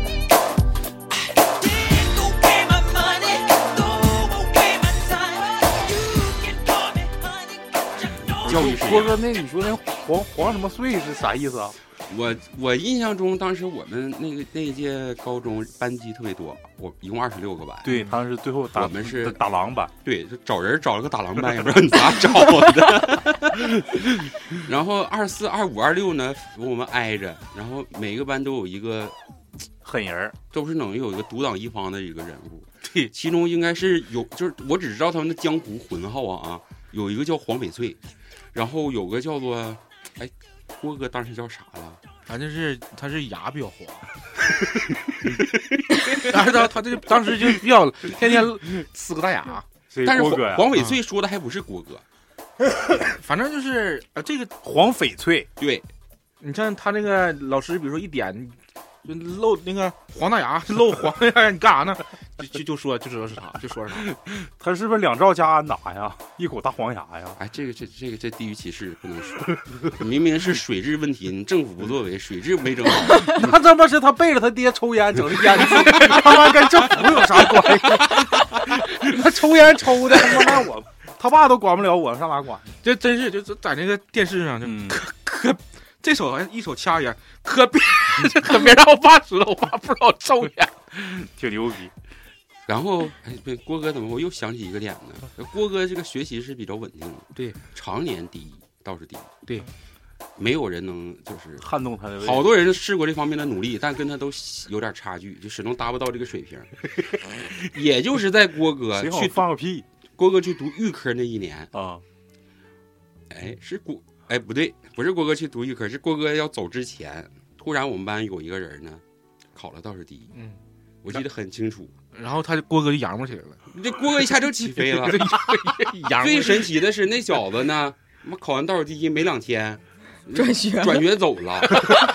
S6: pay my money, don't pay my time. You can call me honey, but you know
S4: 教育
S3: 你
S4: 水
S3: 说
S4: 平。
S3: 说那你说那黄黄什么岁是啥意思啊？
S4: 我我印象中，当时我们那个那一届高中班级特别多，我一共二十六个班。
S3: 对，他是最后打
S4: 我们是
S3: 打狼版，
S4: 对，就找人找了个打狼班，也不知道你咋找的。 然后二四、二五、二六呢，我们挨着，然后每个班都有一个，
S3: 狠人儿。
S4: 都是能有一个独当一方的一个人物。
S2: 对
S4: 其中应该是有，就是我只知道他们的江湖混号啊啊，有一个叫黄翡翠，然后有个叫做，哎，郭哥当时叫啥了？
S2: 反正是他是牙比较黄，但是他他这当时就比较天天呲个大牙，
S3: 所以
S4: 但是
S3: 郭
S4: 黄
S3: 哥呀，嗯
S4: 黄翡翠说的还不是郭哥，
S2: 反正就是呃这个
S3: 黄翡翠，
S4: 对，
S2: 你看他那个老师，比如说一点就露那个黄大牙，露黄大牙，你干啥呢？就就就说就知道是他，就说是他。
S3: 他是不是两兆加安达呀？ 一口大黄牙 呀？
S4: 哎，这个这这个这地域歧视不能说，明明是水质问题，你政府不作为，水质没整好。
S3: 那他妈是他背着他爹抽烟整的烟刺， 他妈跟政府有啥关系？ 他抽烟抽的，他妈我他爸都管不了我，上哪管？
S2: 这真是就是在那个电视上就
S3: 嗯，
S2: 可这手还一手掐烟，可别可别让我爸知道，我爸不知道我抽烟。
S3: 挺牛逼。
S4: 然后，哎，对，郭哥怎么我又想起一个点呢？郭哥这个学习是比较稳定的，
S2: 对，
S4: 常年第一，倒数第一，
S2: 对，
S4: 没有人能就是。
S3: 撼动他的胃
S4: 好多人试过这方面的努力，但跟他都有点差距，就始终达不到这 个水平。也就是在郭哥
S3: 谁好
S4: 去
S3: 放个屁
S4: 郭哥去读预科那一年，
S3: 啊！
S4: 哎，是郭，哎，不对，不是郭哥去读预科，是郭哥要走之前，突然我们班有一个人呢，考了倒数第一，
S2: 嗯，
S4: 我记得很清楚。
S2: 然后他就郭哥就扬巴起来了，
S4: 这郭哥一下就起飞了，
S2: 扬
S4: 最
S2: 巴
S4: 神奇的是那小子呢，妈考完倒数第一没两天，
S5: 转学了
S4: 转学走了，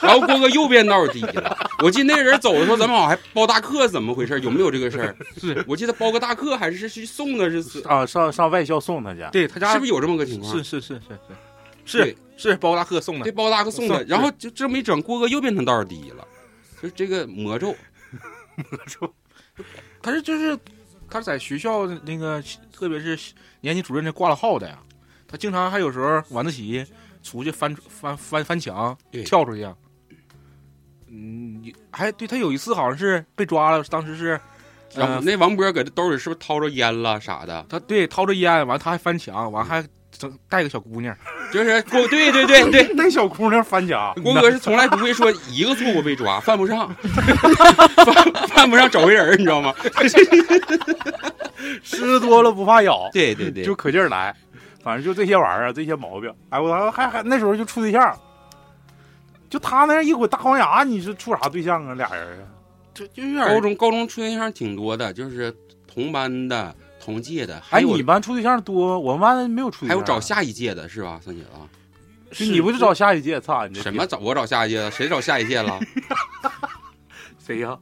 S4: 然后郭哥又变倒数第一了。我记得那人走的时候，咱们好像还包大课，怎么回事？有没有这个事儿？
S2: 是
S4: 我记得包个大课还是去送的，是是
S3: 啊，上上外校送他去，
S2: 对他家
S4: 不是有这么个情况？
S2: 是是是是是是
S4: 对
S2: 是包大客送的
S4: 对，，包大课送的。
S2: 送
S4: 然后就这么一整，郭哥又变成倒数第一了，就是这个魔咒。
S2: 他是就是他在学校那个，特别是年级主任那挂了号的呀，他经常还有时候晚自习出去翻翻翻翻墙
S4: 对
S2: 跳出去。嗯，还对他有一次好像是被抓了，当时是
S4: 然后
S2: 呃
S4: 那王波搁这兜里是不是掏着烟了啥的？
S2: 他对掏着烟，完他还翻墙，完还整带个小姑娘，
S4: 就是郭，对对对对，
S3: 那小姑娘翻家，
S4: 郭哥是从来不会说一个错误被抓，犯不上， 犯犯不上找回人儿，你知道吗？
S3: 吃多了不怕咬，
S4: 对对对，
S3: 就可劲儿来。反正就这些玩意儿，这些毛病。哎，我操，还还那时候就处对象，就他那一股大黄牙，你是处啥对象啊？俩人啊？
S2: 就就有点
S4: 高中高中处对象挺多的，就是同班的、同届的，还
S3: 哎，
S4: 有、
S3: 你啊班处对象多，我们班没有处对
S4: 还
S3: 象。
S4: 有找下一届的是吧，三姐啊？
S3: 就你不是找下一届？操，你这
S4: 什么找我找下一届的？谁找下一届了？
S3: 谁呀？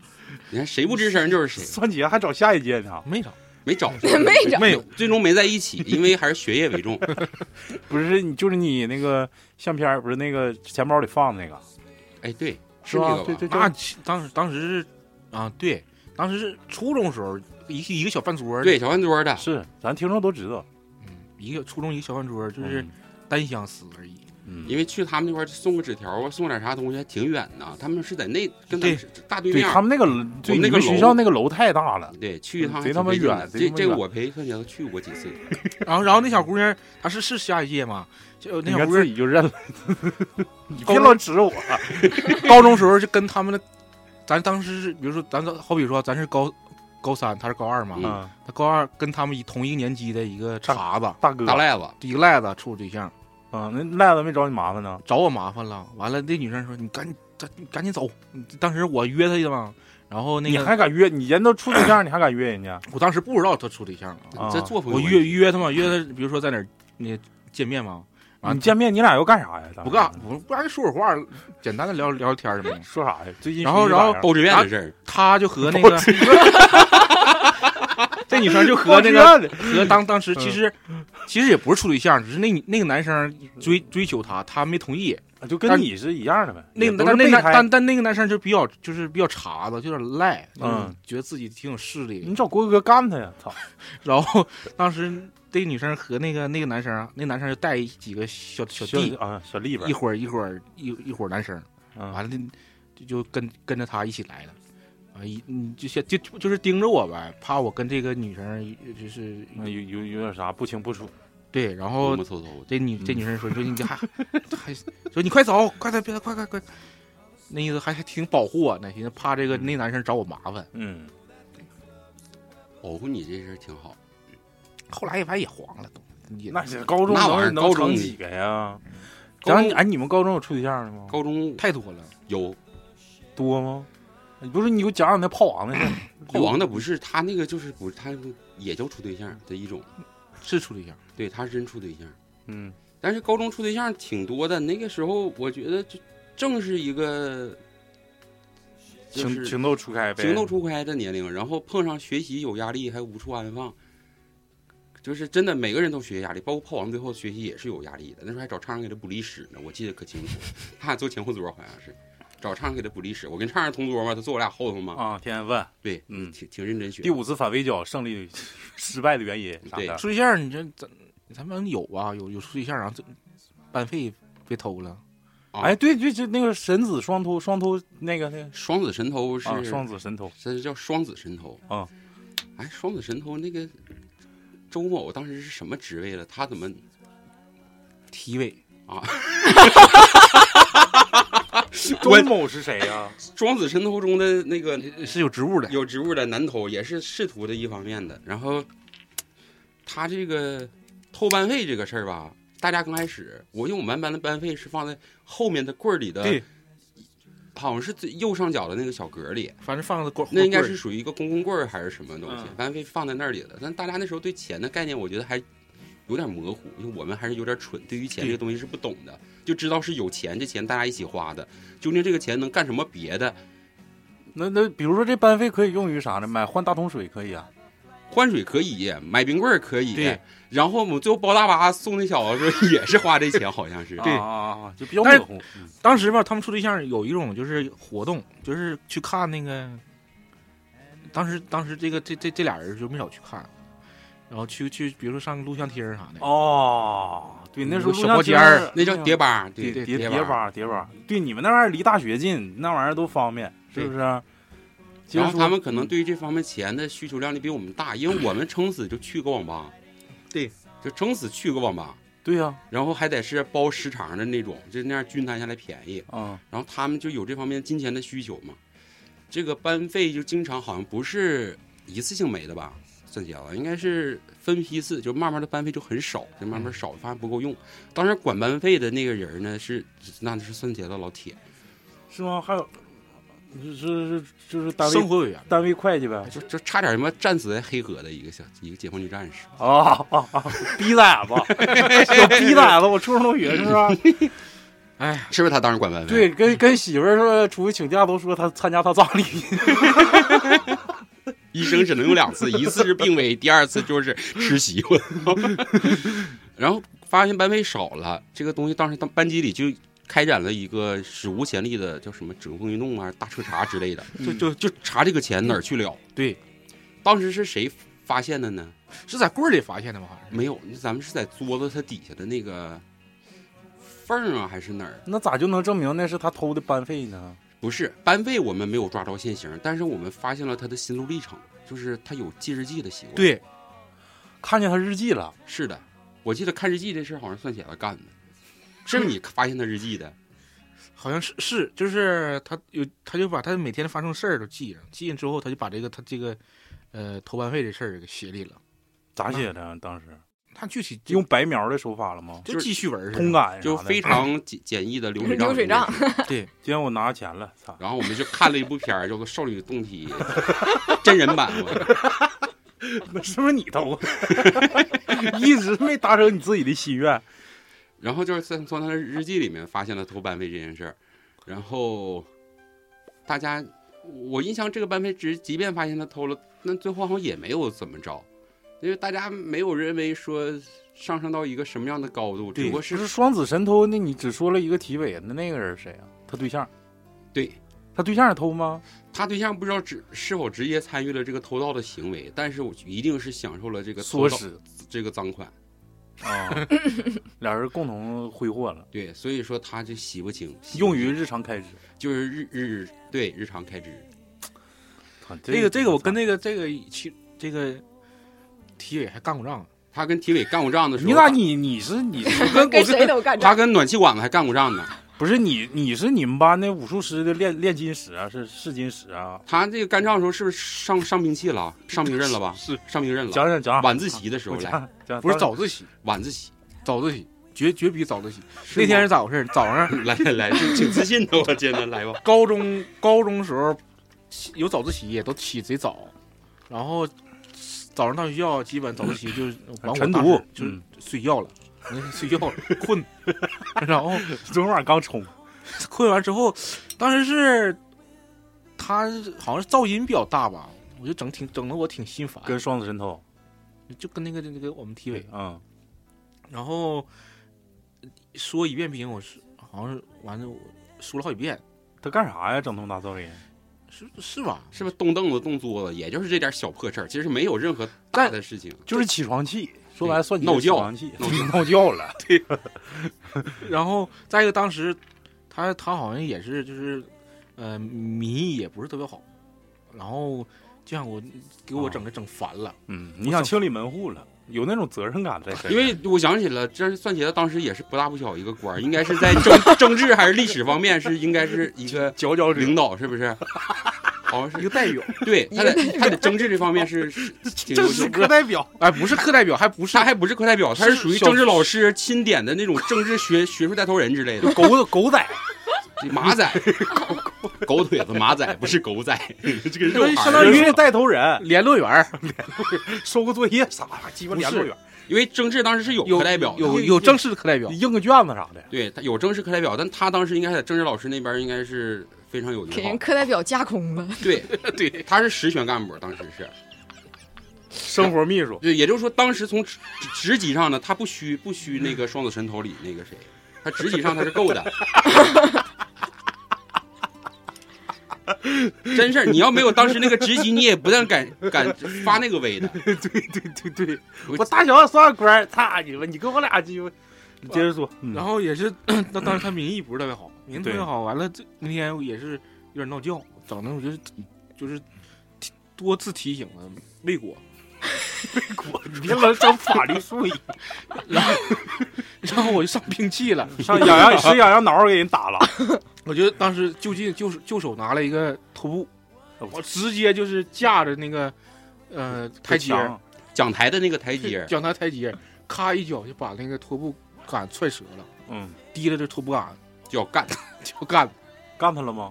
S4: 你看谁不吱声就是谁，
S3: 算姐还找下一届呢？
S2: 没找
S4: 没找
S5: 没找
S2: 没有，
S4: 最终没在一起，因为还是学业为重。
S3: 不是你，就是你那个相片儿，不是那个钱包里放的那个，
S4: 哎，对，
S3: 是
S4: 是那
S3: 吧
S4: 个？吧？
S3: 对对
S2: 那
S3: 对，
S2: 其当时当时是啊，对，当时是初中时候一个一个小饭桌儿，
S4: 对小饭桌的，
S3: 是咱听众都知道，
S2: 嗯，一个初中一个小饭桌儿，就是
S3: 嗯
S2: 单相思而已。
S3: 嗯，
S4: 因为去他们那块儿送个纸条啊，送点啥东西还挺远呢。他们是在那跟咱
S2: 对
S4: 们是大对
S3: 对
S4: 面儿，
S3: 他们那个对
S4: 嗯我们那
S3: 你
S4: 个
S3: 们学
S4: 楼
S3: 校那个楼太大了，
S4: 对去一趟
S3: 贼
S4: 挺
S3: 他妈
S4: 费劲
S3: 远
S4: 的
S3: 贼
S4: 这
S3: 他妈
S4: 这个
S3: 远
S4: 我陪范姐都去过几次，
S2: 然后然后那小姑娘她是是下一届嘛，就那
S3: 你
S2: 小
S3: 看
S2: 姑娘
S3: 自己就认了，你
S2: 高
S3: 别
S2: 中
S3: 老指我，啊
S2: 高中时候就跟他们的，咱当时是比如说咱好比说咱是高高三，她是高二嘛，
S4: 嗯
S3: 啊，
S2: 她高二跟他们一同一个年级的一个茬子，
S3: 大哥
S4: 大
S3: 啊，
S4: 赖子，
S2: 一个赖子处对象，
S3: 那赖子没找你麻烦呢，
S2: 找我麻烦了。完了那女生说你赶紧咱你赶紧走，当时我约她的嘛，然后那
S3: 你
S2: 个
S3: 还敢约？你人都处对象，你还敢约人家？
S2: 我当时不知道她处对象啊，
S3: 啊
S4: 这作风
S2: 我
S4: 有
S2: 约
S4: 问题
S2: 约她嘛，约她比如说在哪儿那见面嘛，完
S3: 你
S2: 了
S3: 见面你俩要干啥呀？
S2: 啊不干不不然说会儿话，简单的聊聊天儿什么的。
S3: 说啥呀？最近
S2: 然后
S3: 学习咋样
S2: 然后
S4: 包志愿的事儿，
S2: 她就和那个， 这女生就和那个
S3: 包志愿的
S2: 和当当时
S3: 嗯
S2: 其实其实也不是处对象，只是那那个男生追追求她，她没同意。
S3: 啊就跟你是一样的呗，
S2: 那
S3: 也
S2: 个
S3: 都
S2: 但
S3: 是
S2: 那
S3: 备
S2: 男
S3: 胎
S2: 但但那个男生就比较就是比较茬子，就有点赖，
S3: 嗯，
S2: 觉得自己挺有势力。
S3: 你找郭哥干他呀！操，
S2: 然后当时这女生和那个那个男生，啊那男生就带几个小小弟，
S3: 啊，小丽吧
S2: 一，会儿一会儿一一会儿男生，
S3: 嗯
S2: 完了就就跟跟着他一起来了。啊，一嗯就先就就是盯着我呗，怕我跟这个女生就是
S3: 嗯有有有点啥不清不楚，
S2: 对，然后
S4: 磨磨凑凑的，
S2: 这女
S3: 嗯
S2: 这女生说说你还还说你快走，快点别快快快，那意思还还挺保护我呢，寻思怕这个那男生找我麻烦。
S3: 嗯，
S4: 保护你这事儿挺好。
S2: 后来也反正也黄了都，也
S3: 那是高中
S4: 那玩意儿
S3: 能能
S4: 高中
S3: 成几个呀？
S2: 嗯
S4: 高
S3: 咱
S4: 中
S3: 哎，你们高中有处对象的吗？
S4: 高中
S2: 太多了。
S4: 有
S3: 多吗？你不是你给我讲讲那炮王的事儿，
S4: 炮王的不是他那个就是不是他也叫处对象的一种，
S2: 是处对象，
S3: 啊
S4: 对他是真处对象。
S3: 嗯
S4: 但是高中处对象挺多的，那个时候我觉得就正是一个就
S3: 情
S4: 是
S3: 情窦初开呗，
S4: 情窦初开的年龄，然后碰上学习有压力还无处安放，就是真的每个人都学习压力，包括炮王最后学习也是有压力的。那时候还找畅畅给他补历史呢，我记得可清楚，他俩坐前后桌好像是。找畅畅给他补历史，我跟畅畅同桌嘛，他坐我俩后头嘛，
S3: 啊！天天问
S4: 对，
S3: 嗯
S4: 挺挺认真学。
S3: 第五次反围剿胜利失败的原因啥
S4: 对
S3: 的，
S2: 处对象你这咱咱们有啊，有有处对象，然后这班费被偷了，
S4: 啊
S3: 哎，对对，就那个神子双突双突那个那个
S4: 双子神偷是、
S3: 啊，双子神偷
S4: 这叫双子神偷
S3: 啊！
S4: 哎，双子神偷那个周某当时是什么职位了？他怎么啊
S2: 体委
S3: 周
S4: 我
S3: 某是谁呀？
S4: 双子神偷中的那个
S2: 呃是有职务的，
S4: 有职务的男偷，也是仕途的一方面的。然后他这个偷班费这个事儿吧，大家刚开始，我因为我们班的班费是放在后面的柜儿里的，
S2: 对，
S4: 好像是最右上角的那个小格里，
S2: 反正放在锅
S4: 那应该
S2: 锅
S4: 是属于一个公共柜儿还是什么东西
S3: 嗯，
S4: 班费放在那里的。但大家那时候对钱的概念，我觉得还有点模糊，因为我们还是有点蠢，对于钱
S2: 对
S4: 这个东西是不懂的，就知道是有钱，这钱大家一起花的，究竟这个钱能干什么别的？
S3: 那那比如说这班费可以用于啥呢？买换大桶水可以啊，
S4: 换水可以，买冰棍儿可以
S2: 对，
S4: 然后我们最后包大巴送那小子说也是花这钱，好 像是
S2: 对
S3: 啊啊啊啊，就比较
S2: 但是
S3: 模糊。嗯
S2: 当时吧，他们处对象有一种就是活动，就是去看那个。当时当时这个这这这俩人就没少去看，然后去去比如说上录像厅啥的。
S3: 哦，对，
S4: 嗯
S3: 那时候
S2: 有
S3: 录
S2: 个小
S3: 像
S2: 包间
S3: 厅
S2: 儿
S3: 是
S4: 那叫
S3: 样
S4: 叠吧，
S3: 叠
S4: 对
S3: 叠
S4: 吧。
S3: 吧叠吧，对，你们那玩意儿离大学近，那玩意儿都方便，是不是？接
S4: 然后
S3: 触
S4: 他们可能对于这方面钱的需求量就比我们大，因为我们撑死就去个网吧，
S2: 对，
S4: 就撑死去个网吧，
S3: 对呀、
S4: 然后还得是包时长的那种，就那样均摊下来便宜。
S3: 嗯，
S4: 然后他们就有这方面金钱的需求嘛。这个班费就经常好像不是一次性没的吧，算起来啊了应该是分批次，就慢慢的班费就很少，就慢慢少，发现不够用。当时管班费的那个人呢是那是算起来的老铁，
S3: 是吗？还有是是是就是单
S2: 生
S3: 位
S2: 活委员，
S3: 单位会计呗？
S4: 就就差点什么战死在黑河的一个小一个解放军战士。
S3: 啊啊啊！逼 崽子，小逼崽子，我初中同学是不是？
S2: 哎，
S4: 是不是他当时管班费？ 啊
S3: 对，，跟跟媳妇儿说出去请假都说他参加他葬礼，
S4: 一生只能有两次，一次是病危，第二次就是吃席。 我操！然后发现班费少了，这个东西当时当班级里就开展了一个史无前例的叫什么整风运动啊、大彻查之类的，
S2: 就就
S4: 就查这个钱哪儿去了。
S2: 对，
S4: 当时是谁发现的呢？哦
S2: 是在柜儿里发现的吧？好像是
S4: 没有，咱们是在桌子它底下的那个缝儿啊，还是哪儿？
S3: 那咋就能证明那是他偷的班费呢？
S4: 不是班费，我们没有抓着现行，但是我们发现了他的心路历程，就是他有记日记的习惯。，
S2: 对，
S3: 看见他日记了，
S4: 是的，我记得看日记这事儿好像算起来 干的，是不是你发现他日记的？
S2: 好像是是，就是他有，他就把他每天发生事儿都记上，记上之后，他就把这个他这个，呃，投班费这事儿给写里了。
S3: 咋写的啊？当时
S2: 他具体就
S3: 用白描的手法了吗？
S2: 就
S4: 就是
S2: 记叙文儿似的
S3: 通感
S4: 就
S3: 啥的
S4: 非常简 简易的流水账。
S5: 哎流水账。
S2: 对，
S3: 今天我拿钱了，操！
S4: 然后我们就看了一部片儿，叫做《少女动体》 真人版。我
S3: 那是不是你偷？ 一直没达成你自己的心愿。
S4: 然后就是在从他的日记里面发现了偷班费这件事儿，然后大家，我印象这个班费只即便发现他偷了，那最后好像也没有怎么着，因为大家没有认为说上升到一个什么样的高度，只不过
S3: 是
S4: 是
S3: 是双子神偷，那你只说了一个体委，那那个人是谁啊？他对象？
S4: 对，
S3: 他对象也偷吗？
S4: 他对象不知道直是否直接参与了这个偷盗的行为，但是我一定是享受了这个偷
S3: 唆
S4: 盗
S3: 使
S4: 这个赃款。
S3: 啊，俩人共同挥霍了，
S4: 对，所以说他就洗不清，洗不
S3: 用于
S4: 清
S3: 日常开支。
S4: 就是日日对日常开支。
S3: 操
S2: 这个这个我跟
S3: 那
S2: 那个这个其这个体委还干过仗，
S4: 他跟体委干过仗的时候，
S3: 你咋你你是你是跟
S5: 跟谁都干
S4: 他
S5: 仗。
S4: 跟暖气管子还干过仗呢。
S3: 不是你你是你们班那武术师的炼炼金石啊，是试金石啊？
S4: 他这个干仗的时候是不是上上兵器了？上兵刃了吧？
S2: 是
S4: 上兵刃了。
S3: 讲讲讲，
S4: 晚自习的时候
S3: 我
S4: 来，
S3: 讲讲
S2: 不是早自习？
S4: 晚自习
S2: 早自习绝绝逼早自习。
S4: 是
S2: 那天是
S4: 吗
S2: 咋回事？早上
S4: 来来来，请请自信的，我天呐，来吧。
S2: 高中高中时候起有早自习，都起贼早，然后早上到学校基本早自习 就是完我
S3: 晨
S2: 大
S3: 读
S2: 事就是
S3: 嗯
S2: 睡觉了，嗯睡觉了困， 然后
S3: 昨晚刚冲，
S2: 困完之后，当时是他好像是噪音比较大吧，我就整挺整的我挺心烦，
S3: 跟双子神偷，
S2: 就跟那个那个我们体委，
S3: 嗯，
S2: 然后说一遍不行，我是好像是完了我说了好几遍，
S3: 他干啥呀？整那么大噪音？
S2: 是是吧？
S4: 是不是动凳子动桌子，也就是这点小破事儿，其实没有任何大的事情。啊
S3: 就是起床气，说白了算你
S4: 闹
S3: 起
S4: 觉
S3: 床气，
S4: 闹觉
S3: 闹觉了。
S2: 然后再一个当时他他好像也是就是呃民意也不是特别好，然后就像我给我整的整烦了，
S3: 嗯，你想清理门户了，有那种责任感在身上。
S4: 因为我想起了，这是算起来当时也是不大不小一个 官儿，应该是在政政治还是历史方面是应该是一个
S3: 佼佼者
S4: 领导，是不是？好像
S2: 一
S4: 是
S2: 个代表，
S4: 对他在他在政治这方面 是是挺优秀的。
S3: 代表，
S2: 哎，不是课代表，还 不是
S4: 他还不是课代表，他
S2: 是
S4: 是属于
S2: 小
S4: 政治老师钦点的那种政治学学术带头人之 类的
S3: 狗子狗仔，
S4: 马仔，狗腿子马仔不是狗 仔，这个肉
S2: 那就
S4: 孩
S2: 相当
S4: 儿
S2: 于
S3: 是带头 人，
S2: 联络员儿
S3: 收个作业啥的，鸡巴
S2: 不是
S3: 联络员，
S4: 因为政治当时是有
S2: 有
S4: 课代表的，
S2: 有有正式的课代表
S3: 你，印个卷子啥的。
S4: 对他有正式课代表，但他当时应该在政治老师那边应该是非常有
S5: 给
S4: 一
S5: 人
S4: 号，
S5: 课代表架空了，
S4: 对对，他是实权干部，当时是。
S3: 生活秘书，
S4: 对，也就是说，当时从职职级上呢，他不虚不虚那个双子神偷里那个谁，他职级上他是够的。 真事儿，你要没有当时那个职级，你也不但敢敢发那个威的。
S3: 对对对对，
S4: 我
S3: 我大小也算官，操你们，你跟我俩鸡巴，你接着说，嗯然
S2: 然
S3: 后
S2: 后也是， 那当时他民意不是特别好，民意特别好，完了这那天也是有点闹觉，整的我就是就是提多次提醒了未果，
S3: 你别老整法律术语，
S2: 然后然后我就上兵器了，
S3: 上痒痒使痒痒挠给人打了，
S2: 我就当时就近就手就手拿了一个拖布， 我直接就是架着那个呃台阶儿，
S4: 讲台的那个台阶儿，
S2: 讲台台阶儿，咔一脚就把那个拖布杆踹折了，
S3: 嗯，
S2: 提了这拖布杆
S4: 就要干
S2: 就干
S3: 干他了吗？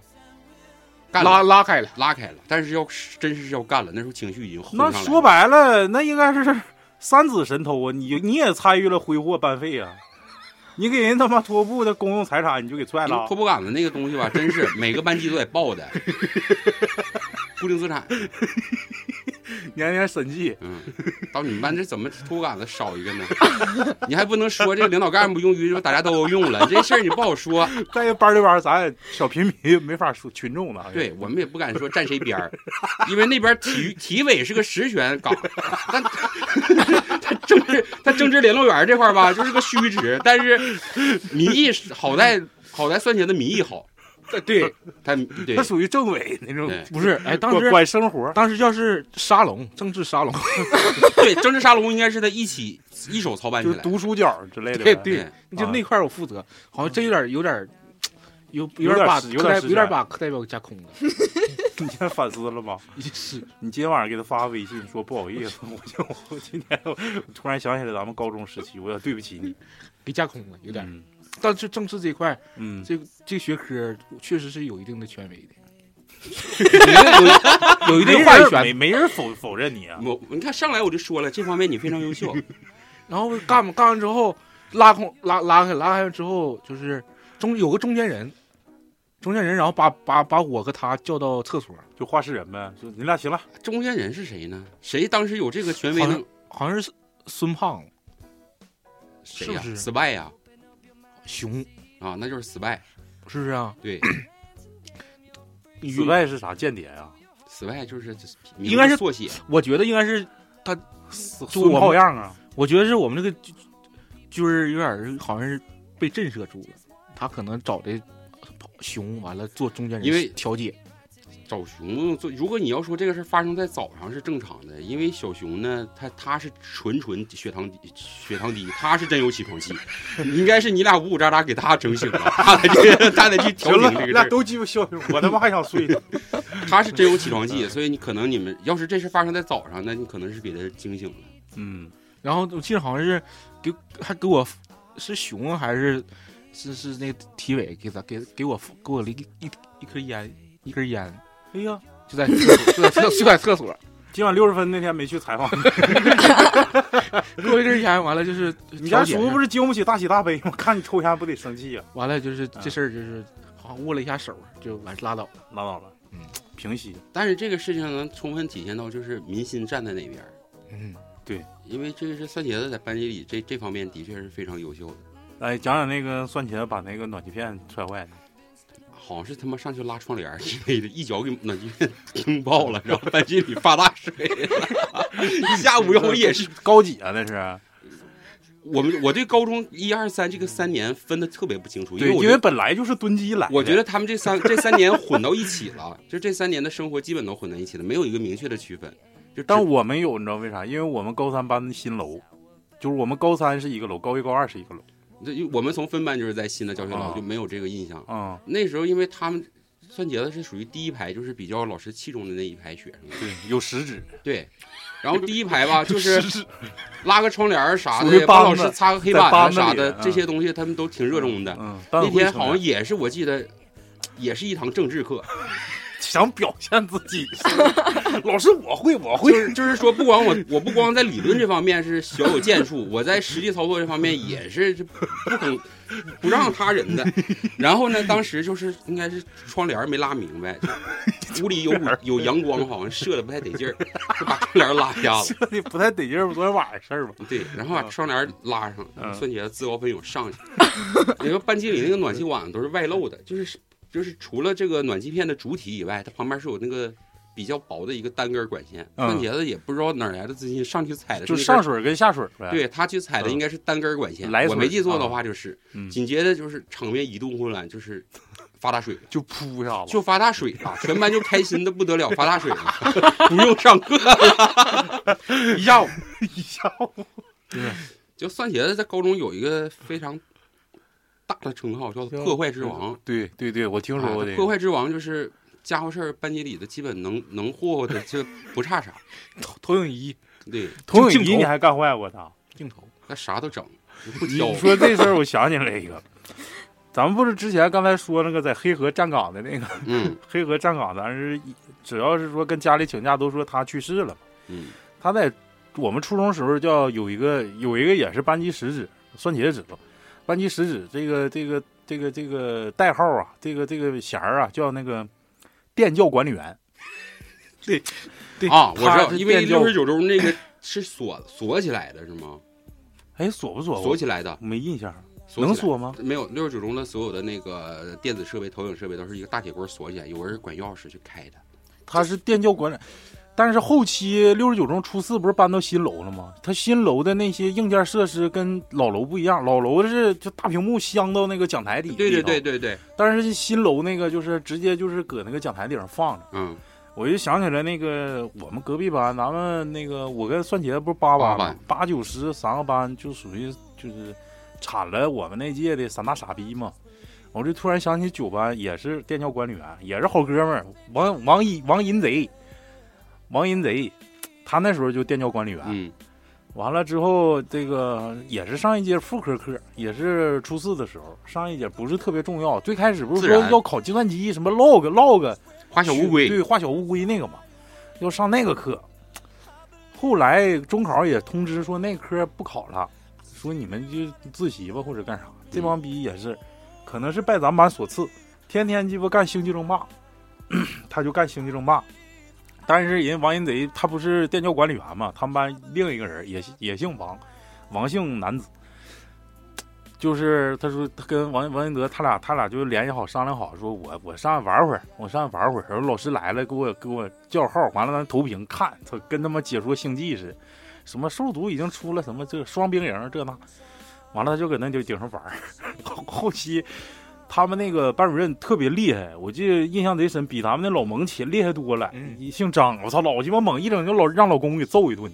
S4: 干
S2: 拉
S4: 了
S2: 拉开了。
S4: 拉开了，但是要真是要干了，那时候情绪已经轰
S3: 那
S4: 上来了。
S3: 说白了，那应该是三子神偷啊！你你也参与了挥霍班费啊！你给人他妈拖布的公用财产，你就给踹
S4: 因为
S3: 了
S4: 拖，布杆子那个东西吧，真是每个班级都得报的，固定资产。
S3: 年年审计，
S4: 嗯，到你们班这怎么拖杆子少一个呢？ 你还不能说这个领导干部用于说大家都用了，这事儿你不好 说。
S2: 哎
S3: 再一个班儿对班儿，咱也小平民没法说群众哎呢。
S4: 对我们也不敢说 站谁边儿，因为那边体育体委是个实权岗，但它政治它政治联络员这块儿吧，就是个虚职，但是民意是好在好在算钱的民意好，
S2: 呃对，
S4: 它对
S3: 他属于政委那种，
S4: 对
S2: 不是，哎，当
S3: 管
S2: 时
S3: 管生活，
S2: 当时要是沙龙，政治沙龙，
S4: 对政治沙龙应该是他一起一手操办起
S3: 就是
S4: 来。
S3: 读书角之类的呗。
S2: 对
S4: 对
S2: 对，啊就那块儿我负责，好像这有点有点有
S3: 有
S2: 有
S3: 点
S2: 把
S3: 是
S2: 课
S3: 有点
S2: 代
S3: 是
S2: 有
S3: 这样
S2: 点把课代表给架空了，
S3: 你现在反思了吗？
S2: 是
S3: 你今天晚上给他发微信说不好意思，我就我今天我突然想起来咱们高中时期，我也对不起你。
S2: 给架空了，有点。
S3: 嗯
S2: 但是政治这一块，
S3: 嗯，
S2: 这个这个学科确实是有一定的权威 的，
S3: 有
S2: 一定话语权
S3: 没没人否否认你啊。
S4: 我你看上来我就说了，这方面你非常优秀，
S2: 然后干干完之后拉空拉拉开拉开之后，就是中有个中间人，中间人然后把把把我和他叫到厕所，
S3: 就话事人呗，就你俩行了，
S4: 中间人是谁呢？谁当时有这个权威
S2: 好
S4: 呢
S2: 像？好像是孙胖子
S4: 谁呀、
S2: 是不是
S4: s p y 呀、
S2: 熊，
S4: 啊，那就是 spy。
S2: 是不是啊？
S4: 对
S3: 紫外是啥间谍啊？
S4: ，spy 就是就是
S2: 应该是
S4: 缩写，
S2: 我觉得应该是，就
S3: 孙
S2: 我们
S3: 炮样啊，
S2: 我觉得是我们这个就就是有点儿好像是被震慑住了，他可能找的熊完了做中间人，
S4: 因为
S2: 调解
S4: 找熊做。如果你要说这个事儿发生在早上是正常的，因为小熊呢，他他是纯纯血糖低，血糖低，他是真有起床气，应该是你俩呜呜喳喳给他整醒了，他得去他得去调
S3: 行了，
S4: 停这
S3: 你
S4: 个
S3: 俩
S4: 事
S3: 都鸡巴笑，我他妈还想睡呢。
S4: 儿。他是真有起床气，所以你可能你们要是这事发生在早上，那你可能是给他惊醒了。
S3: 嗯，
S2: 然后我记得好像是给还给我是熊啊还是是是那个体委给咱给给我给我了一一一颗烟一根烟，
S3: 哎呀，
S2: 就在厕所就 在厕就在厕所
S3: 今晚六十分那天没去采访，
S2: 给我一根烟，完了就是
S3: 你家
S2: 调解
S3: 叔不
S2: 是
S3: 是经不起大喜大悲吗？看你抽烟不得生气啊呀、
S2: 完了就是这事儿就是好像握了一下手就完拉倒了，
S3: 拉倒吧，
S2: 嗯，
S3: 平息。
S4: 但是这个事情能充分体现到就是民心站在那边儿，
S2: 嗯，
S4: 因为这个是三茄子在班级里这这方面的确是非常优秀的。
S3: 来哎讲讲那个蒜茄把那个暖气片踹坏的，
S4: 好像是他妈上去拉窗帘儿之类的，一脚给暖气片撑爆了，然后班级里发大水了。一下午要也是，
S3: 高几啊？那是
S4: 我们我对高中一二三这个三年分的特别不清楚，因
S3: 对，
S4: 为
S3: 因
S4: 我觉
S3: 为
S4: 得
S3: 本来就是蹲基来的。
S4: 我觉得他们这三这三年混到一起了，就这三年的生活基本都混到一起了，没有一个明确的区分。就
S3: 但
S4: 只
S3: 我们有，你知道为啥？因为我们高三搬的新楼，就是我们高三是一个楼，高一高二是一个楼。
S4: 就我们从分班就是在新的教学楼
S3: 啊
S4: 就没有这个印象。
S3: 嗯，
S4: 那时候因为他们算茄子是属于第一排，就是比较老师器重的那一排学生。
S3: 对，有食指，
S4: 对，然后第一排吧， 就是 拉个窗帘儿啥
S3: 属于
S4: 的，
S3: 帮
S4: 帮老
S3: 子
S4: 师擦个黑板
S3: 在
S4: 啊
S3: 帮
S4: 啥
S3: 子里
S4: 的
S3: 嗯，
S4: 这些东西他们都挺热衷的。
S3: 嗯，班
S4: 那
S3: 委会
S4: 天
S3: 成
S4: 好像
S3: 员
S4: 也是我记得，也是一堂政治课，
S3: 想表现自己， 老师我会，我会
S4: 就。是就是说，不光我我不光在理论这方面是小有建树，我在实际操作这方面也是就不肯不让他人的。然后呢，当时就是应该是窗帘儿没拉明白，屋里有有阳光，好像射的不太得劲儿，就把窗帘儿拉瞎了。
S3: 这不太得劲儿，昨天晚上事儿吧？
S4: 对，然后把窗帘拉上
S3: 嗯，
S4: 孙姐自告奋勇上去。 你说班级里那个暖气管都是外露的，就是就是除了这个暖气片的主体以外，它旁边是有那个比较薄的一个单根管线。
S3: 嗯
S4: 孙姐子也不知道哪儿来的自信，上去踩的
S3: 就是
S4: 那
S3: 上
S4: 根
S3: 水跟下水呗。，
S4: 对他去踩的
S3: 嗯
S4: 应该是单根管线
S3: 来，水
S4: 我没记错的话就是
S3: 嗯。
S4: 紧接着就是场面一度混乱，就是 发大水了，
S3: 就扑一下子。
S4: 就发大水了，全班就开心的不得了，发大水了， 不用上课了。
S2: 一下午
S3: 一下 午。
S4: 就蒜茄子在高中有一个非常大的称号，叫做破坏之王。
S3: 对对对，我听说过
S4: 啊
S3: 这
S4: 他
S3: 个。
S4: 破坏之王就是家伙事儿，班级里的基本能能霍霍的就不差啥。
S2: 投投影仪
S4: 对，
S3: 投影
S2: 镜
S3: 仪
S2: 头
S3: 你还干坏过他？
S2: 镜头，
S4: 那啥都整，不挑
S3: 你。 说这事儿，我想起来一个，咱们不是之前刚才说那个在黑河站岗的那个
S4: 嗯
S3: 黑河站岗，咱是一只要是说跟家里请假，都说他去世了嘛。
S4: 嗯，
S3: 他在我们初中时候叫有一个有一个也是班级食指，算茄子指头，班级食指这个这个这个这个代号啊，这个这个衔儿啊，叫那个电教管理员。
S2: 对
S4: 啊，我知
S3: 他
S4: 道，
S3: 是
S4: 因为
S3: 电教
S4: 六十九中那个是锁锁起来的是吗？
S3: 哎，锁不锁？
S4: 锁起来的，
S3: 没印象，
S4: 锁起来
S3: 能锁吗？
S4: 没有，六十九中的所有的那个电子设备、投影设备都是一个大铁锅锁起来，有人管钥匙去开的。
S3: 他是电教管理，但是后期六十九中初四不是搬到新楼了吗？它新楼的那些硬件设施跟老楼不一样，老楼是就大屏幕镶到那个讲台底
S4: 对对
S3: 里头
S4: 对对对，
S3: 但是新楼那个就是直接就是搁那个讲台顶上放着，
S4: 嗯，
S3: 我就想起来那个我们隔壁班，咱们那个我跟蒜茄子不是八
S4: 八
S3: 班吗
S4: 班？
S3: 八九十三个班就属于就是产了我们那届的三大傻逼嘛。我就突然想起九班也是电教管理员，也是好哥们儿，王王一王淫贼，王淫贼，他那时候就电教管理员。
S4: 嗯
S3: 完了之后，这个也是上一节副科课，也是初四的时候，上一节不是特别重要。最开始不是
S4: 自
S3: 说
S4: 然
S3: 要考计算机，什么 log log，
S4: 画小乌龟，
S3: 对，画小乌龟那个嘛，要上那个课。后来中考也通知说那科不考了，说你们就自习吧或者干啥。
S4: 嗯
S3: 这帮逼也是，可能是拜咱班所赐，天天鸡巴干星际争霸， 他就干星际争霸。但是人王淫贼他不是电教管理员嘛，他们班另一个人也姓也姓王，王姓男子，就是他说他跟王王银德他俩他俩就联系好商量好，说我我上玩会儿，我上玩会儿，然后老师来了给我给我叫号，完了咱投屏看，他跟他妈解说星际似的，什么兽族已经出了什么这双兵营这那，完了他就搁那就顶上玩儿， 后后期。他们那个班主任特别厉害，我记得印象贼深，比咱们那老蒙起厉害多了。
S2: 嗯
S3: 姓张，我操，老鸡巴猛，一整就老让老公给揍一顿。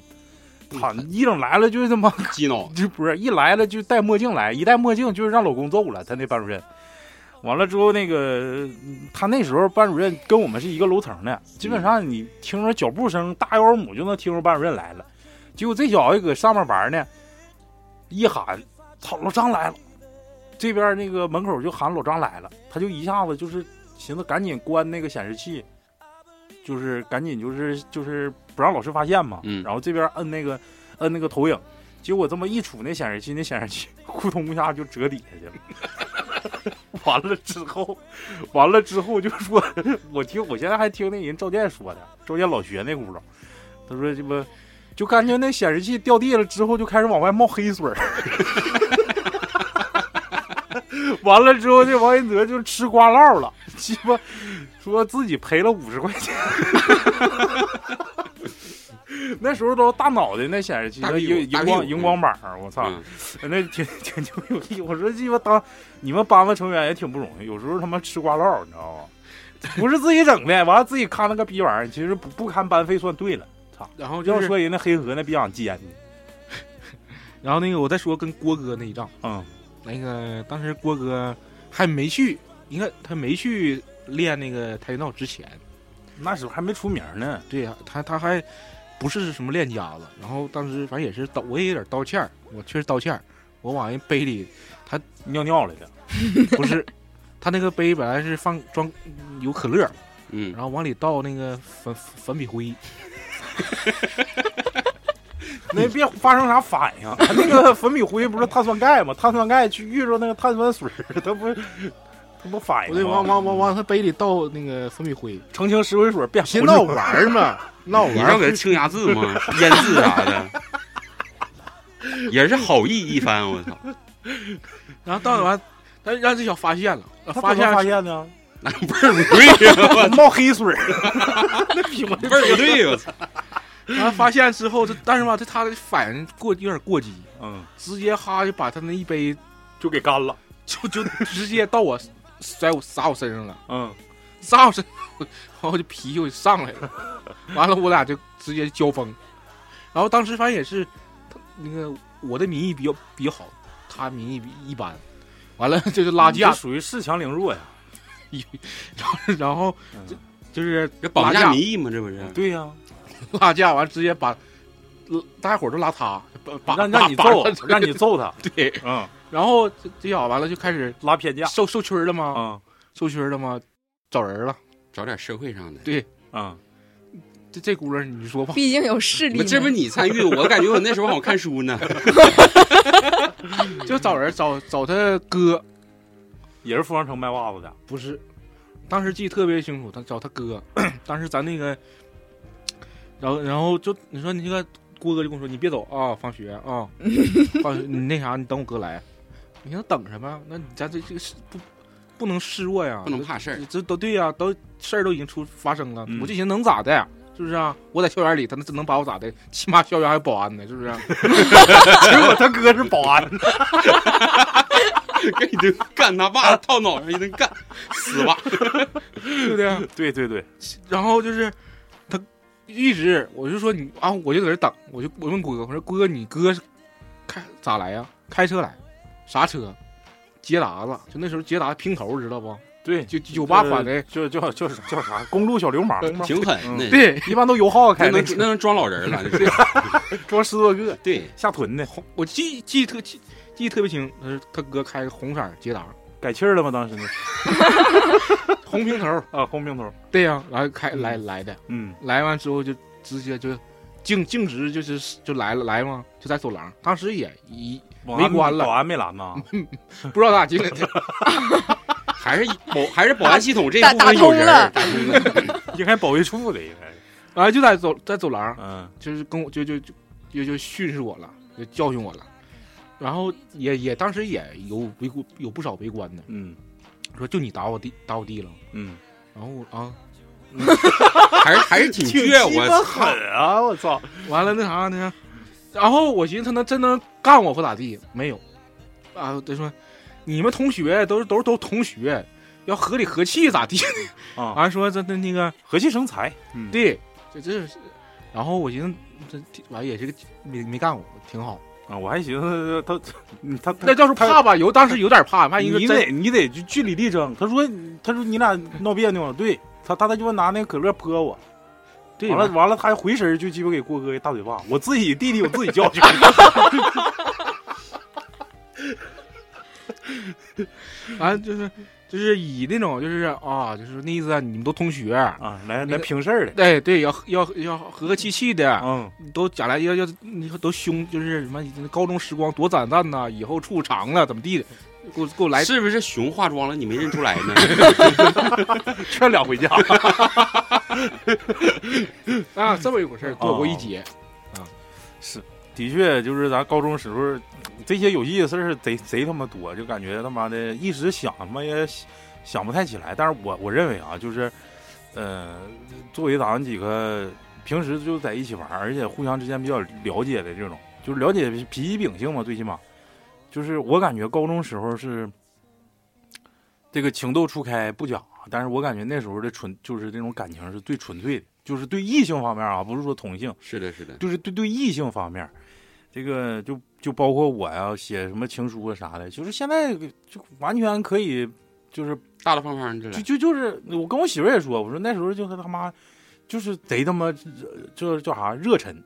S3: 他一整来了就他妈
S4: 激脑，
S3: 直播一来了就戴墨镜来，一戴墨镜就是让老公揍了他那班主任。完了之后，那个嗯他那时候班主任跟我们是一个楼层的，基本上你听着脚步声，大幺母就能听着班主任来了。结果这小子搁上面玩呢，一喊“操，老张来了”，这边那个门口就喊“老张来了”，他就一下子就是寻思赶紧关那个显示器，就是赶紧就是就是不让老师发现嘛。
S4: 嗯
S3: 然后这边摁那个摁那个投影，结果这么一杵那显示器，那显示器 咕咚一下就折底下去了。完了 之后，完了之后就说，我听我现在还听那人赵健说的，赵健老学那轱辘，他说这不就感觉那显示器掉地了之后就开始往外冒黑水儿。 完了之后，这王一泽就吃瓜烙了，鸡巴说自己赔了五十块钱。 那时候都大脑袋那显示器，
S4: 大
S3: 那
S4: 屁股
S3: 荧
S4: 大
S3: 荧
S4: 屁股
S3: 光荧光板儿，我操！
S4: 嗯，
S3: 那挺挺挺牛逼。我说鸡巴当你们班子成员也挺不容易，有时候他妈吃瓜烙，你知 道吗？不是自己整的，完了自己看那个逼玩意儿，其实不不堪班费算对了。
S2: 然后就
S3: 要
S2: 是，
S3: 说人那黑河那逼想奸你，
S2: 然后那个我再说跟郭哥那一仗，
S3: 嗯
S2: 那个当时郭哥还没去，应该他没去练那个跆拳道之前，
S3: 那时候还没出名呢。
S2: 对呀、他他还不是什么练家子，然后当时反正也是刀，我也有点刀欠儿，我确实刀欠儿，我往人杯里
S3: 尿尿来的，
S2: 不是，他那个杯本来是放装有可乐，
S4: 嗯，
S2: 然后往里倒那个粉粉笔灰，
S3: 那别发生啥反应。啊那个粉笔灰不是碳酸钙吗？碳酸钙去遇着那个碳酸水儿，它不它不反
S2: 我
S3: 应
S2: 得
S3: 吗
S2: 往往往往他杯里倒那个粉笔灰，
S3: 澄清石灰水变
S2: 寻思闹玩儿嘛，闹
S4: 你
S2: 玩
S4: 让
S2: 儿。
S4: 给他清牙字吗？腌字啥的，也是好意一番，我操，
S2: 然后倒完，他让这小发现了，
S3: 发
S2: 发
S3: 现
S2: 现
S3: 发现 呢？
S4: 那味儿不对呀，
S3: 冒黑水儿，那屁股
S4: 味儿不对，我操，
S2: 然后发现之后，这但是吧，这他的反应过有点过激，
S3: 嗯，
S2: 直接哈就把他那一杯
S3: 就给干了。
S2: 就就直接到我甩我撒我身上了。
S3: 嗯，
S2: 撒我身， 然后就脾气我就上来了，完了我俩就直接交锋，然后当时反正也是，那个我的民意比较比较好，他民意比一般，完了这就拉
S3: 这
S2: 架，
S3: 属于恃强凌弱呀。
S2: 然后就就是
S4: 这绑
S2: 拉
S4: 架
S2: 架
S4: 民意嘛，这不是？
S3: 对 呀、
S2: 拉架完直接把，呃大家伙儿都拉他，把
S3: 让让你揍，让你揍 他。
S2: 对，
S3: 嗯，
S2: 然后这这小子完了就开始
S3: 拉偏架。
S2: 受受屈儿了吗？
S3: 嗯
S2: 受屈儿了吗？找人了，
S4: 找点社会上的。
S3: 嗯，
S2: 这这轱辘你说吧，
S5: 毕竟有势力
S4: 不，
S5: 嘛。
S4: 这不是你参与，我感觉我那时候好像看书呢。
S3: 嗯
S2: 就找人找找他哥，
S3: 也是富阳城卖袜子的。
S2: 不是，当时记得特别清楚，他找他哥， 当时咱那个，然后然后就你说你这个郭哥就跟我说，你别走啊、放学啊， 放学你那啥，你等我哥来。你说等什么？那你咱这这个是不不能示弱呀，
S4: 不能怕事儿
S2: 这这都对呀、都事儿都已经出发生了，
S3: 嗯
S2: 我就寻思能咋的？是不是啊？我在校园里，他能能把我咋的？起码校园还有保安呢，是不是、啊？
S3: 结果他哥是保安，
S4: 给你这干他爸套脑上一顿干，死吧！
S2: 对不对啊？
S3: 对对对，
S2: 然后就是他一直，我就说你啊，我就在这等，我就我问郭哥，我说郭哥，你哥是开咋来呀、开车来，啥车？捷达子，就那时候捷达平头，知道不？
S3: 对，呃
S2: 就九八款的，
S3: 就就就是叫啥公路小流氓嘛，
S4: 挺狠的，
S2: 对，
S3: 一般都油耗
S4: 嗯那
S3: 开
S4: 能
S3: 那
S4: 那能装老人了，这是
S3: 装十多个
S4: 对，
S3: 下屯的，
S2: 我记记特记记忆特别清，他是他哥开个红色儿捷达，
S3: 改气儿了吗？当时那
S2: 红平头，
S3: 啊，红平头，
S2: 对呀、然后开来来的，
S3: 嗯，
S2: 来完之后就直接就径径直就是就来了来嘛，就在走廊，当时也一
S3: 保安
S2: 围观了
S3: 保安没拦 呐，
S2: 不知道咋进来的，
S4: 还是保还是保安系统这一
S5: 打
S4: 部分
S5: 打
S4: 有
S5: 通
S4: 人
S5: 了
S4: 儿，打通了，
S3: 应该保卫处的应该是，
S2: 完啊了就在走在走廊，
S3: 嗯
S2: 就是跟我就就就就就训斥我了，就教训我了，然后也也当时也有围观有不少围观的，
S3: 嗯
S2: 说就你打我弟打我弟了，
S3: 嗯，
S2: 然后我啊
S4: 还是还是挺倔，
S3: 鸡巴
S4: 我
S3: 狠
S4: 操！
S3: 啊！我操，
S2: 完了那啥呢，然后我寻思他能真能干我或咋地，没有，啊他说你们同学都是都是都同学，要和理和气咋地，
S3: 啊
S2: 完、说这这那个
S3: 和气生财，嗯，
S2: 对这这是，然后我寻思这这完也是个没没干我挺好，
S3: 啊，我还寻思他他嗯他
S2: 那要是
S3: 他
S2: 怕吧，有当时有点怕，万一说
S3: 你
S2: 真
S3: 得你得据据理力争。他说他说你俩闹别扭，对他他他就拿那个可乐泼我，
S2: 对
S3: 完了
S2: 吧
S3: 完了他还回身就鸡巴给郭哥一大嘴巴，我自己弟弟我自己教训。
S2: 完了就是就是以那种就是啊，就是那意思啊，你们都同学，
S3: 啊，来来
S2: 那个
S3: 平事儿的，
S2: 哎对，要要要和和气气的，
S3: 嗯，
S2: 都讲来要要你说都凶，就是什么高中时光多短暂呐，以后处长了怎么地的，给我给我来
S4: 是不是熊化妆了你没认出来呢？
S3: 劝俩回家。
S2: 啊这么一回
S3: 哦
S2: 事儿，躲过一劫。
S3: 的确，就是咱高中时候这些有意思的事儿贼贼他妈多，就感觉他妈的一时想他妈也想不太起来。但是我我认为啊，就是，呃，作为咱们几个平时就在一起玩儿，而且互相之间比较了解的这种，就是了解脾气秉性嘛，最起码，就是我感觉高中时候是这个情窦初开不讲，但是我感觉那时候的纯就是这种感情是最纯粹的，就是对异性方面啊，不是说同性。
S4: 是的，是的，
S3: 就是对对异性方面儿，这个就就包括我呀，写什么情书啊啥的，就是现在就完全可以，就是
S4: 大大方方
S3: 就
S4: 这来，
S3: 就就是我跟我媳妇儿也说，我说那时候就是他妈就是贼他妈热这叫啥热忱，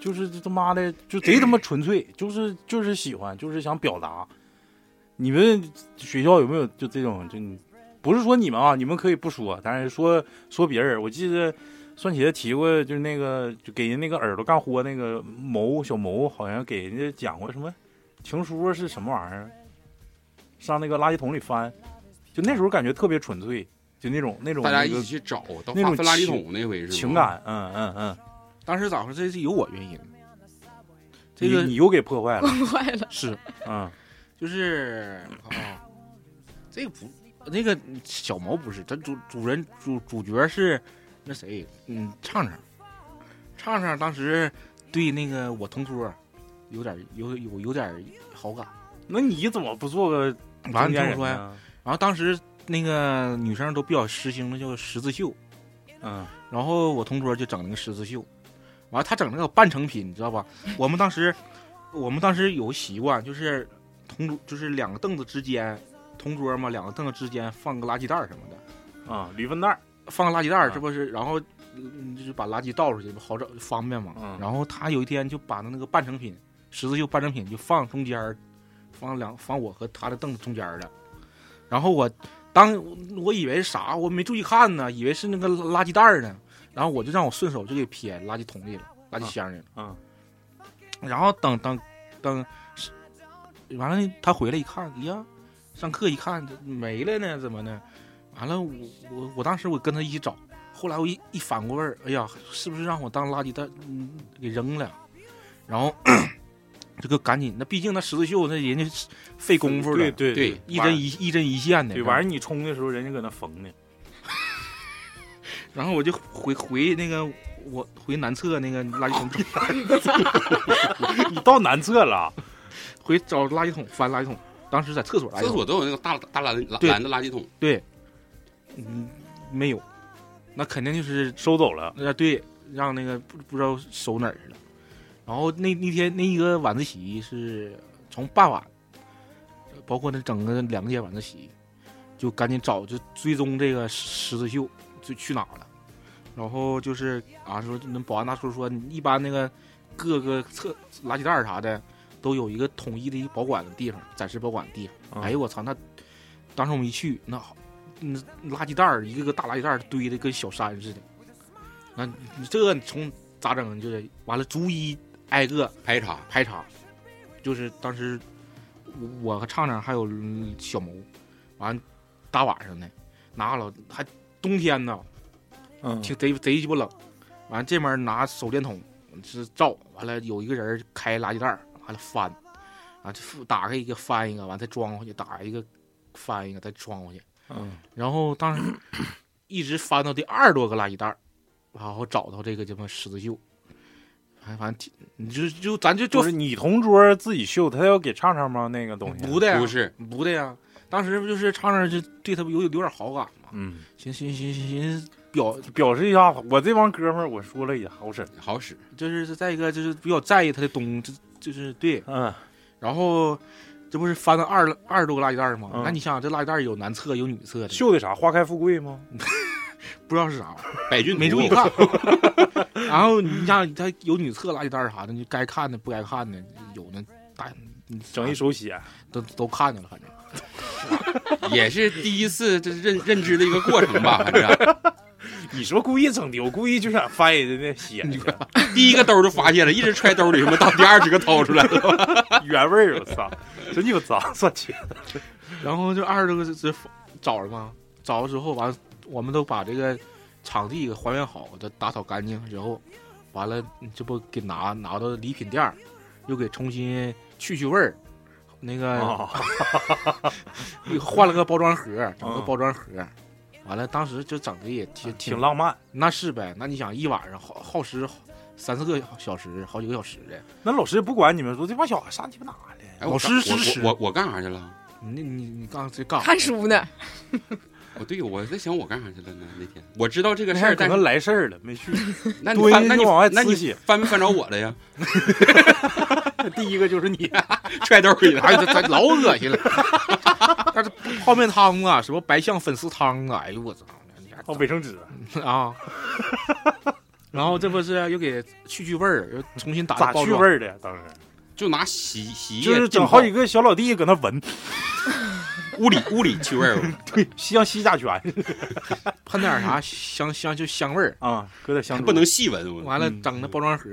S3: 就是这他妈的就贼他妈纯粹，就是就是喜欢，就是想表达。你们学校有没有就这种就你不是说你们啊，你们可以不说，但是说说别人。我记得蒜茄提过，就是那个就给人那个耳朵干豁那个谋小谋，好像给人家讲过什么情书是什么玩意儿，上那个垃圾桶里翻，就那时候感觉特别纯粹，就那种那种
S4: 大家
S3: 那
S4: 一
S3: 个
S4: 起去找到
S3: 那
S4: 发
S3: 种
S4: 分垃圾
S3: 情
S4: 桶那回是吗
S3: 情。感，嗯嗯嗯，
S2: 当时咋回事？这是有我原因，这
S3: 你
S2: 个
S3: 你又给破坏了，
S5: 坏了，
S2: 是
S3: 嗯
S2: 就是啊，这个不那个小毛不是，咱主主人主主角是那谁，嗯，畅畅，畅畅当时对那个我同桌有点有有有点好感，
S3: 那你怎么不做个
S2: 完了啊
S3: 中
S2: 你
S3: 间人
S2: 听我
S3: 啊
S2: 说呀，
S3: 呢？
S2: 嗯然后当时那个女生都比较实行的叫十字绣，
S3: 嗯，
S2: 然后我同桌就整那个十字绣，完了他整那个半成品，你知道吧？ 我们当时我们当时有个习惯，就是同桌就是两个凳子之间，同桌嘛，两个凳子之间放个垃圾袋儿什么的，
S3: 啊，驴粪蛋儿，
S2: 放个垃圾袋儿，
S3: 啊
S2: 这不是然后。嗯就是把垃圾倒出去，好找方便嘛。
S3: 嗯
S2: 然后他有一天就把那个半成品十字绣半成品就放中间儿，放两放我和他的凳子中间儿了。然后我当我以为是啥，我没注意看呢，以为是那个垃圾袋儿呢。然后我就让我顺手就给撇垃圾桶里了，垃圾箱里了。
S3: 嗯
S2: 然后等等等，完了他回来一看，呀，上课一看没了呢，怎么呢？完了，我我我当时我跟他一起找，后来我一一反过味儿，哎呀，是不是让我当垃圾袋嗯给扔了？然后 这个赶紧，那毕竟那十字绣那人家是费功夫
S3: 对
S2: 的，
S3: 对
S4: 对，
S2: 一针一一针一线的，
S3: 对，完事儿你冲的时候，人家搁那缝呢，
S2: 然后我就回回那个我回南侧那个垃圾桶找
S3: 你到南侧了，
S2: 回找垃圾桶翻垃圾桶，当时在厕所垃圾
S4: 厕
S2: 桶
S4: 所都有那个大大篮篮
S2: 对
S4: 篮子垃圾桶，
S2: 对，嗯，没有，那肯定就是
S3: 收走了。
S2: 呃，对，让那个不不知道收哪儿去了。然后那那天那一个晚自习是从傍晚，包括那整个两个节晚自习，就赶紧找就追踪这个十字绣就去哪儿了。然后就是啊，说那保安大叔说，一般那个各个厕垃圾袋儿啥的都有一个统一的一保管的地方，暂时保管的地方。哎呦我操！那当时我们一去，那好，那垃圾袋儿一个个大垃圾袋儿堆的跟小山似的。那你这你从咋整？就得完了，逐一挨个
S4: 排查
S2: 排查。就是当时我我和畅畅还有嗯小谋，完大晚上的，拿老还冬天呢，
S3: 嗯，
S2: 挺贼贼鸡巴冷。完这面拿手电筒是照，完了有一个人开垃圾袋儿，完了翻，啊，就打开一个翻一个，完再装回去，打一个翻一个，再装回去。
S3: 嗯，
S2: 然后当时一直翻到第二十多个垃圾袋儿，然后找到这个什么十字绣，哎反反正挺你就就咱就就
S3: 就是你同桌自己绣，他要给畅畅吗？那个东西
S2: 不的呀，
S4: 不是
S2: 不的呀。当时不就是畅畅就对他有有点好感嘛，
S3: 嗯，
S2: 寻寻寻寻寻思表
S3: 表示一下，我这帮哥们儿，我说了也好使。
S4: 好使，
S2: 就是再一个就是比较在意他的东，就就是对。
S3: 嗯，
S2: 然后这不是翻到二二十多个垃圾袋儿吗？
S3: 嗯
S2: 那你想想这垃圾袋儿有男厕有女厕的，
S3: 绣的啥？花开富贵吗？
S2: 不知道是啥玩意儿。
S4: 百 俊
S2: 没注意
S4: 图
S2: 看。 然后你像他有女厕垃圾袋儿啥的，你该看的不该看的，有那大
S3: 整一手血，
S2: 都都看见了，反正
S4: 也是第一次这认认知的一个过程吧，反正
S3: 你说故意整的，我故意就想翻人家那血去，
S4: 第一个兜就发现了，一直揣兜里什么，到第二十个掏出来了。
S3: 原味儿，我操，真有脏算钱。
S2: 然后就二十多个这找着嘛，找着之后完，我们都把这个场地给还原好，都打扫干净之后，完了这不给拿拿到礼品店儿，又给重新去去味儿，那个、
S3: 啊，
S2: 又换了个包装盒，整个
S3: 嗯
S2: 包装盒，完了当时就整的也挺
S3: 挺浪漫。
S2: 那是呗，那你想一晚上耗耗时三四个小时，好几个小时的，
S3: 那老师也不管你们，说这帮小孩上鸡巴哪儿了？
S4: 哎我
S2: 老师
S4: 干
S2: 支持
S4: 我我我干啥去了？
S2: 你你你干这
S4: 啊
S2: 干啥
S5: 看书 呢，
S4: 哦，对，我在想我干啥去了呢？那天我知道这个
S3: 那
S4: 事儿，
S3: 可
S4: 但
S3: 能
S4: 是
S3: 来事儿了，没去。
S4: 那你
S3: 蹲
S4: 翻
S3: 下
S4: 那
S3: 就
S4: 你
S3: 往外
S4: 那
S3: 呲
S4: 你
S3: 血
S4: 翻没翻着我了呀？
S3: 第一个就是你，
S4: 揣兜里了，
S2: 哎，这这老恶心了。 但是泡面汤啊，什么白象粉丝汤啊，哎呦我操，
S3: 哦，卫生纸
S2: 啊！然后这不是又给去去味儿，又重新打
S3: 咋
S2: 的包
S3: 去味
S2: 装，
S3: 儿的呀？当时
S4: 就拿洗洗衣液
S3: 就是整好几个小老弟搁那闻，
S4: 浸泡屋里屋里去 味儿，
S3: 对，像吸甲醛
S2: 喷点啥香香就香味儿。
S3: 啊，搁点香
S4: 还
S3: 烛
S4: 不能细闻。我
S2: 完了
S3: 嗯
S2: 整那包装盒，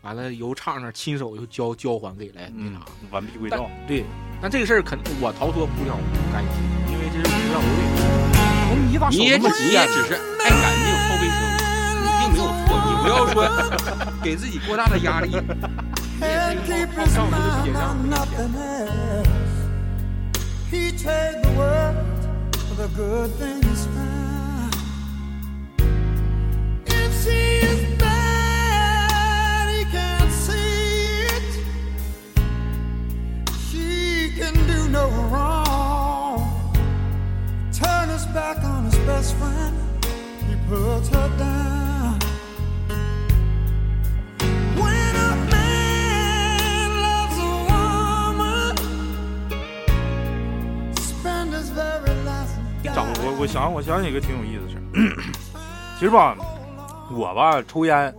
S2: 完了由畅畅亲手又交交还给了那
S3: 嗯
S2: 啥。，
S3: 完璧归赵。
S2: 对，但这个事儿肯我逃脱不了干系，因为这是我让我有
S3: 你咋手
S4: 你也
S3: 那么
S4: 你
S3: 急
S4: 也
S3: 呀？
S4: 只是爱干净好卫生，你并没有错，你不要说给自己过大的压 力。
S7: and keep his mind on nothing else. He trade the world for the good things found. If she is bad, he can't see it. She can do no wrong. Turn his back on his best friend. He puts her down. When a man loves a woman, spend his very last
S3: 找我，我想我想起一个挺有意思的事儿。其实吧，我吧抽烟，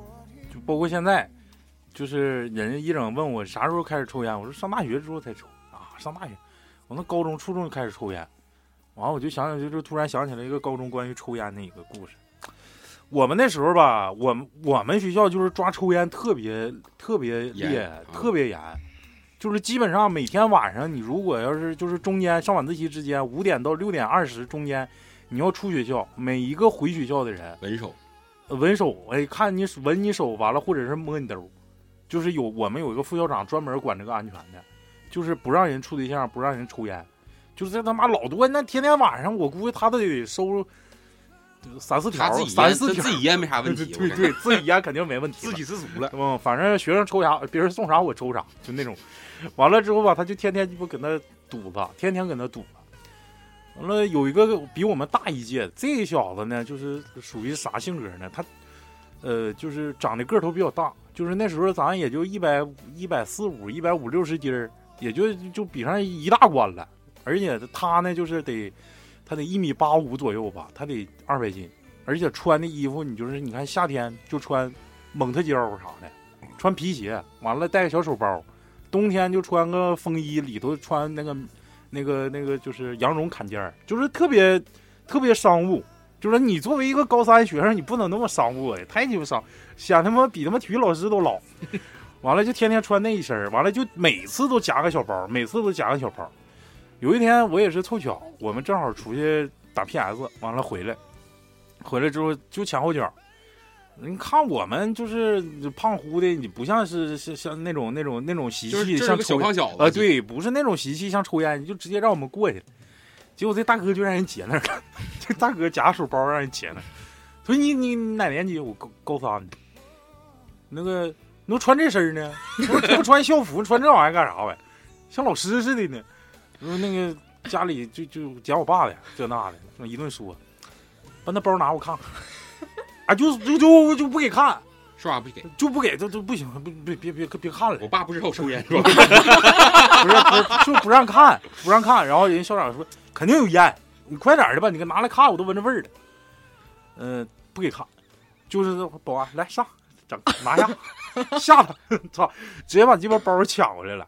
S3: 就包括现在，就是人家一整问我啥时候开始抽烟，我说上大学之后才抽啊，上大学，我那高中、初中就开始抽烟，完了我就想想，就就突然想起来一个高中关于抽烟的一个故事。我们那时候吧，我们我们学校就是抓抽烟特别特别厉
S4: 严
S3: 害，
S4: 啊
S3: 特别严，就是基本上每天晚上，你如果要是就是中间上晚自习之间五点到六点二十中间，你要出学校，每一个回学校的人
S4: 闻手，
S3: 闻手，哎，看你手闻你手完了，或者是摸你兜，就是有我们有一个副校长专门管这个安全的，就是不让人处对象，不让人抽烟，就是这他妈老多，那天天晚上我估计他都得收三四
S4: 他
S3: 条
S4: 自，己
S3: 三
S4: 腌，
S3: 四
S4: 他
S3: 条
S4: 自己腌没啥问
S3: 对
S4: 题
S3: 对，对
S4: 我感觉
S3: 对，自己腌肯定没问题了。
S2: 自给自足了。
S3: 嗯，反正学生抽啥，别人送啥我抽啥，就那种。完了之后吧，他就天天鸡巴搁那堵吧，天天搁那堵吧。完了有一个比我们大一届，这小子呢，就是属于啥性格呢？他，呃，就是长得个头比较大，就是那时候咱也就一百一百四五、一百五六十斤儿，也就就比上一大关了。而且他呢，就是得他得一米八五左右吧，他得二百斤，而且穿的衣服，你就是你看夏天就穿蒙特胶啥的，穿皮鞋，完了带个小手包，冬天就穿个风衣，里头穿那个那个那个就是羊绒坎肩儿，就是特别特别商务。就是你作为一个高三学生，你不能那么商务哎，太鸡巴商，显他妈比他妈体育老师都 老。完了就天天穿那一身儿，完了就每次都夹个小包，每次都夹个小包。有一天我也是凑巧，我们正好出去打 PS，完了回来，回来之后就前后脚，你看我们就是胖乎的，你不像是像像那种那种那种习
S4: 就是
S3: 气，
S4: 就是
S3: 像
S4: 个小
S3: 抽
S4: 胖小子
S3: 啊，，对，不是那种习气，像抽烟，你就直接让我们过去了。结果这大哥就让人截那儿了， 这大哥夹手包让人截那儿。说你你你哪年级？我高高三的。那个你都穿这身儿呢？你不你不穿校服，穿这玩意儿干啥玩意儿？像老师似的呢。说那个家里就就捡我爸的这那的，说一顿说，把那包拿我看看。 啊，就就就就不给看，
S4: 说啥不给。
S3: 就不给，就就不行，不别别别别看了
S4: 我。爸不知道我抽烟是吧？
S3: 不是不是，就不让看，不让看。然后人校长说肯定有烟，你快点儿的吧，你给拿来看，我都闻着味儿了。嗯、不给看，就是保安来上，整拿下，吓他， 操，直接把鸡巴包抢回来了。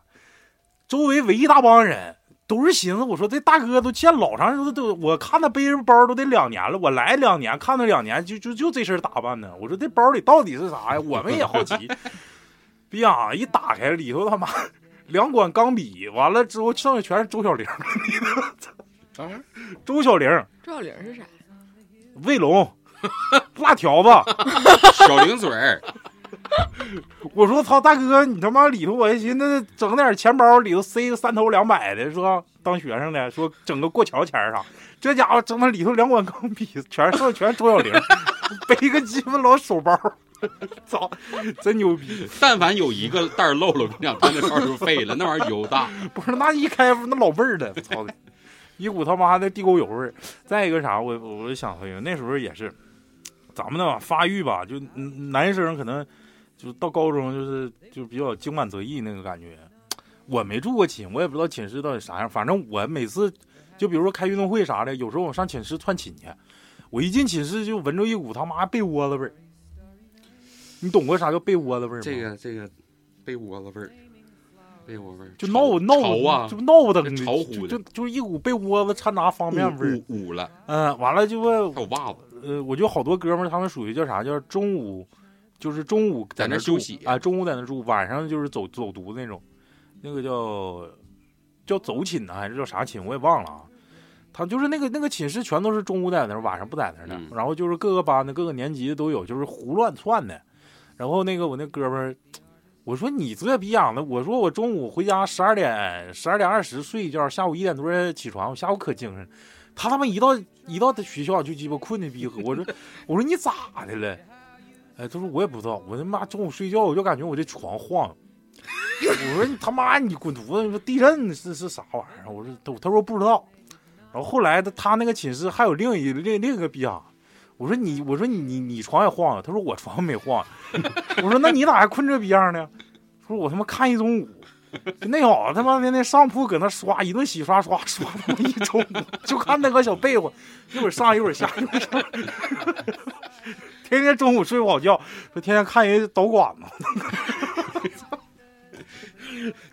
S3: 周围围一大帮人，都是寻思我说这大哥都见老长时间都都，我看他背着包都得两年了，我来两年看他两年，就就就这身打扮呢。我说这包里到底是啥呀？我们也好奇。 逼呀！一打开里头他妈两管钢笔，完了之后剩下全是周小玲，
S4: 啊，
S3: 周小玲、
S5: 周小玲是啥？
S3: 卫龙、辣条子。
S4: 小零嘴儿，
S3: 我说操，大哥，你他妈里头，我还寻思整点钱包里头塞个三头两百的，说当学生的，说整个过桥钱儿啥，这家伙整那里头两管钢笔，全剩全是周小玲，背个鸡巴老手包，操，真牛逼！
S4: 但凡有一个袋儿漏了，我跟你讲，他那包就废了，那玩意儿油大。
S3: 不是，那一开那老味儿了，我操，一股他妈的地沟油味儿。再一个啥，我我就想回应，那时候也是，咱们那发育吧，就嗯男生可能就到高中就是就比较精满则溢那个感觉。我没住过寝，我也不知道寝室到底啥样，反正我每次就比如说开运动会啥的，有时候我上寝室串寝去，我一进寝室就闻着一股他妈被窝子味儿。你懂过啥叫被窝子味儿吗？
S4: 这个这个被窝子味儿，被窝味儿
S3: 就
S4: 潮
S3: 闹闹
S4: 潮啊
S3: 就，闹腾的，
S4: 潮乎的
S3: 就就就一股被窝子掺杂方便味儿。
S4: 捂捂捂了，
S3: 嗯，完了就问
S4: 还有袜子，
S3: 呃，我就好多哥们儿，他们属于叫啥？叫中午，就是中午
S4: 在那
S3: 那
S4: 休
S3: 住
S4: 息
S3: 啊，中午在那住，晚上就是走走读那种，那个叫叫走寝呢，还是叫啥寝？我也忘了啊。他就是那个那个寝室全都是中午在那儿，晚上不在那儿的。
S4: 嗯
S3: 然后就是各个班的、各个年级的都有，就是胡乱窜的。然后那个我那哥们儿，我说你这逼样的，我说我中午回家十二点十二点二十睡一觉，下午一点多起床，我下午可精神了。他他妈一到一到学校就鸡巴困的逼喝，我说 我说你咋的了？哎，他说我也不知道，我他妈中午睡觉我就感觉我这床晃。我说你他妈你滚犊子！你说地震是是啥玩意儿？啊我说他他说不知道。然后后来他他那个寝室还有另一另另一个逼样，我说你我说你你你床也晃了，他说我床没晃。 我说那你咋还困这逼样呢？他说我他妈看一中午。那小子他妈的那上铺搁那刷一顿洗刷刷刷他妈一中午，就看那个小被窝，一会儿上一会儿下，一会儿上 天天中午睡不好觉，说天天看人家导管子，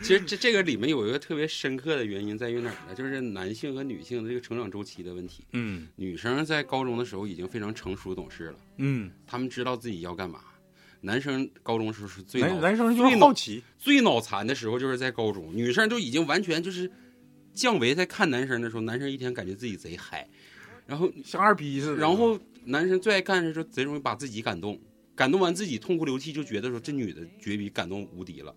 S4: 其实这这个里面有一个特别深刻的原因在于哪儿呢？就是男性和女性的这个成长周期的问题。
S3: 嗯
S4: 女生在高中的时候已经非常成熟懂事了，
S3: 嗯，
S4: 他们知道自己要干嘛。男生高中时候是最
S3: 男
S4: 脑
S3: 男生就是好奇，
S4: 最脑残的时候，就是在高中。女生就已经完全就是降维在看男生的时候，男生一天感觉自己贼嗨，然后
S3: 像二逼似的。
S4: 然后男生最爱干的时候，贼容易把自己感动，感动完自己痛哭流涕，就觉得说这女的绝逼感动无敌了，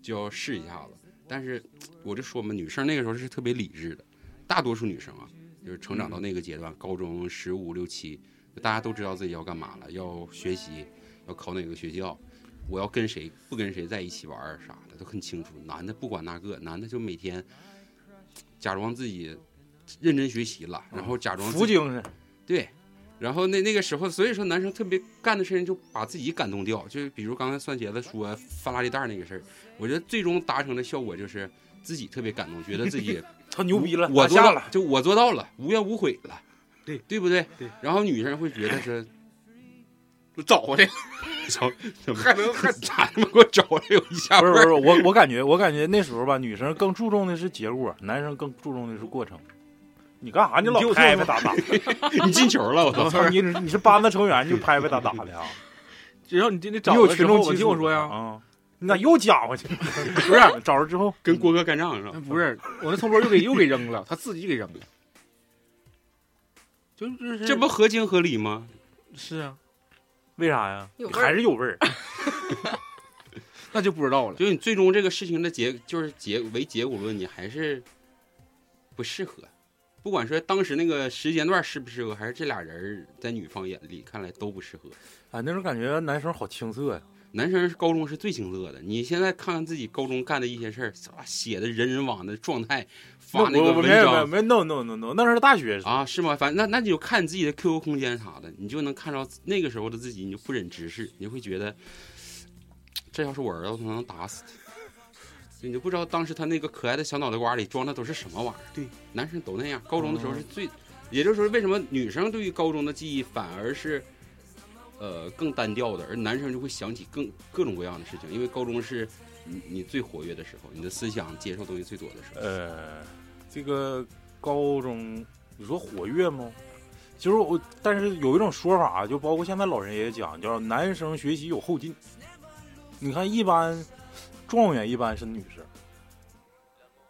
S4: 就要试一下子。但是我就说嘛，女生那个时候是特别理智的，大多数女生啊，就是成长到那个阶段，高中十五六七大家都知道自己要干嘛了，要学习，要考哪个学校，我要跟谁不跟谁在一起玩儿啥的都很清楚。男的不管那个，男的就每天假装自己认真学习了，然后假装自己
S3: 服精神，
S4: 对，然后那那个时候，所以说男生特别干的事情就把自己感动掉，就比如刚才蒜茄子说发垃圾袋儿那个事儿，我觉得最终达成的效果就是自己特别感动，觉得 自己
S3: 他牛逼了，
S4: 我
S3: 打
S4: 做
S3: 架
S4: 到
S3: 了，，
S4: 就我做到了，无怨无悔了，
S2: 对
S4: 对不对？
S2: 对
S4: 然后女生会觉得是
S2: 就 找回来了，
S4: 找怎么
S2: 还能还
S4: 咋他妈给我找来有一下
S3: 不
S4: 味
S3: 是不是，
S4: 儿？
S3: 我我感觉我感觉那时候吧，女生更注重的是结果，男生更注重的是过程。你干啥？你老
S2: 你就
S3: 拍拍
S2: 这么
S3: 打打，
S4: 你进球了，我
S3: 我
S4: 操！
S3: 操你你是班子成员你就拍拍打打 的啊？
S2: 只要你这你
S3: 你
S2: 找
S3: 有
S2: 了
S3: 群
S2: 之后，
S3: 众
S2: 我
S3: 基
S2: 听
S3: 础
S2: 我说呀，
S3: 啊，你咋又加回去？ 不是，找着之后
S4: 跟郭哥干仗是吧？
S2: 那不是我那铜锣又给又给扔了，他自己给扔了，就就是
S4: 这不合情合理吗？
S2: 是啊，
S3: 为啥呀
S5: 有？味儿
S3: 还是有 味儿。
S2: 那就不知道了。
S4: 就是你最终这个事情的结，就是结为结果论，你还是不适合。不管说当时那个时间段适不适合，还是这俩人儿在女方眼里看来都不适合。
S3: 啊，那时候感觉男生好青涩呀，
S4: 男生是高中是最青涩的，你现在看看自己高中干的一些事儿，啊写的人人网的状态，发那个
S3: 我
S4: 文
S3: 没有没有
S4: 章
S3: 没有 no no no no，那是大学时候
S4: 啊，是吗？反正那那你就看你自己的 QQ 空间啥的，你就能看到那个时候的自己，你就不忍直视，你会觉得这要是我儿子，我他妈能打死他。你就不知道当时他那个可爱的小脑袋瓜里装的都是什么玩意儿。对，男生都那样，高中的时
S3: 哦
S4: 候是最，也就是说，为什么女生对于高中的记忆反而是，呃，更单调的，而男生就会想起更各种各样的事情，因为高中是你你最活跃的时候，你的思想接受东西最多的时候。
S3: 呃，这个高中，你说活跃吗？就是我，但是有一种说法，就包括现在老人也讲，叫男生学习有后劲。你看，一般状元一般是女生，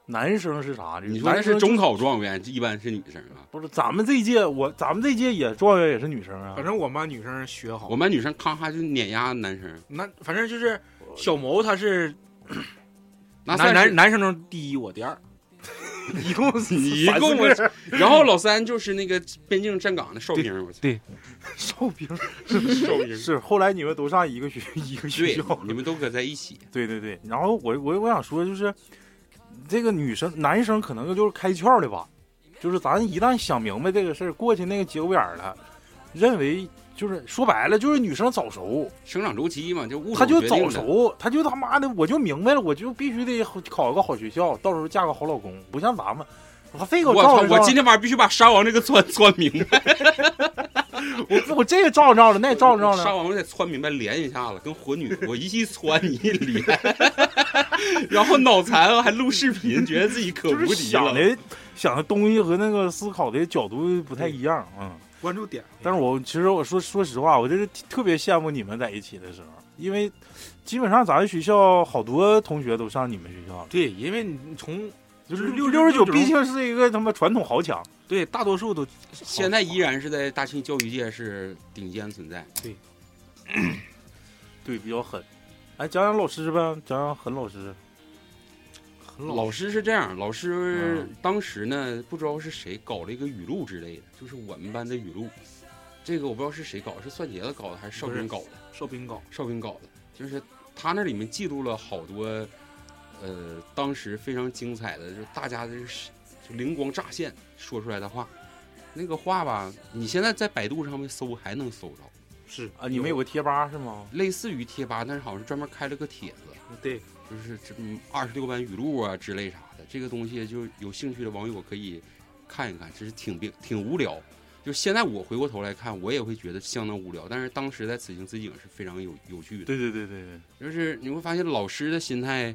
S3: 男生是啥？
S4: 你说那
S3: 男
S4: 是
S3: 生就
S4: 中考状元，一般是女生啊。
S3: 不是咱们这一届，我咱们这一届也状元也是女生啊。
S2: 反正我们班女生学好
S4: 我，们班女生咔咔就碾压男生，
S2: 那反正就是小毛他是
S4: 那
S2: 男
S4: 算
S2: 男
S4: 是。
S2: 男生中第一，我第 二，
S3: 一 共
S4: 一
S3: 三四
S4: 共
S3: 个
S4: 然后老三就是那个边境站岗的哨兵，我操，
S3: 少兵
S4: 哨兵。
S3: 是后来你们都上一个学一个学
S4: 对
S3: 校，，
S4: 你们都搁在一起，
S3: 对对对，然后我我我想说就是，这个女生男生可能就是开窍的吧，就是咱一旦想明白这个事儿，过去那个节骨眼儿了，认为就是说白了就是女生早熟，
S4: 生长周期嘛，就物
S3: 她
S4: 种
S3: 就
S4: 决
S3: 早
S4: 定的。
S3: 熟，她就他妈的我就明白了，我就必须得考个好学校，到时候嫁个好老公，不像咱们，我非给
S4: 我
S3: 我照
S4: 操！
S3: 着
S4: 我
S3: 照
S4: 今
S3: 着，
S4: 天晚上必须把沙王这个窜窜明白，
S3: 我我这个照着照着，那也哎照着照
S4: 沙
S3: 着，
S4: 王我得窜明白，连一下子，跟火女我一起窜你一连， 然后脑残啊还录视频，觉得自己可
S3: 就是
S4: 无敌了
S3: 想。的想的东西和那个思考的角度不太一样，嗯。
S2: 关注点。
S3: 但是我其实我说说实话，我就是特别羡慕你们在一起的时候，因为基本上咱学校好多同学都上你们学校了，
S2: 对，因为你从
S3: 就是
S2: 就是
S3: 六
S2: 六
S3: 六十九
S2: 六九
S3: 毕竟是一个他妈传统豪强，
S2: 对大多数都
S4: 现在依然是在大庆教育界是顶尖存在。
S3: 对，比较狠。哎，讲讲老师呗，讲讲狠老师。
S2: 很老
S4: 老师是这样，老师
S3: 嗯
S4: 当时呢，不知道是谁搞了一个语录之类的，就是我们班的语录。这个我不知道是谁搞，是蒜茄子搞的还是邵
S2: 不
S4: 兵
S2: 是
S4: 搞的？
S2: 烧饼糕，
S4: 邵兵搞的，就是他那里面记录了好多，呃，当时非常精彩的，就是大家的是就灵光乍现说出来的话。那个话吧，你现在在百度上面搜还能搜着，
S2: 是
S3: 啊，你们有个贴吧是吗？
S4: 类似于贴吧，但是好像是专门开了个帖子。
S2: 对
S4: 就是这二十六班语录啊之类啥的，这个东西就有兴趣的网友可以看一看，其实挺别挺无聊。就现在我回过头来看，我也会觉得相当无聊，但是当时在此情此景是非常有有趣的。
S3: 对对对对
S4: 哎
S3: 对，
S4: 就是你会发现老师的心态，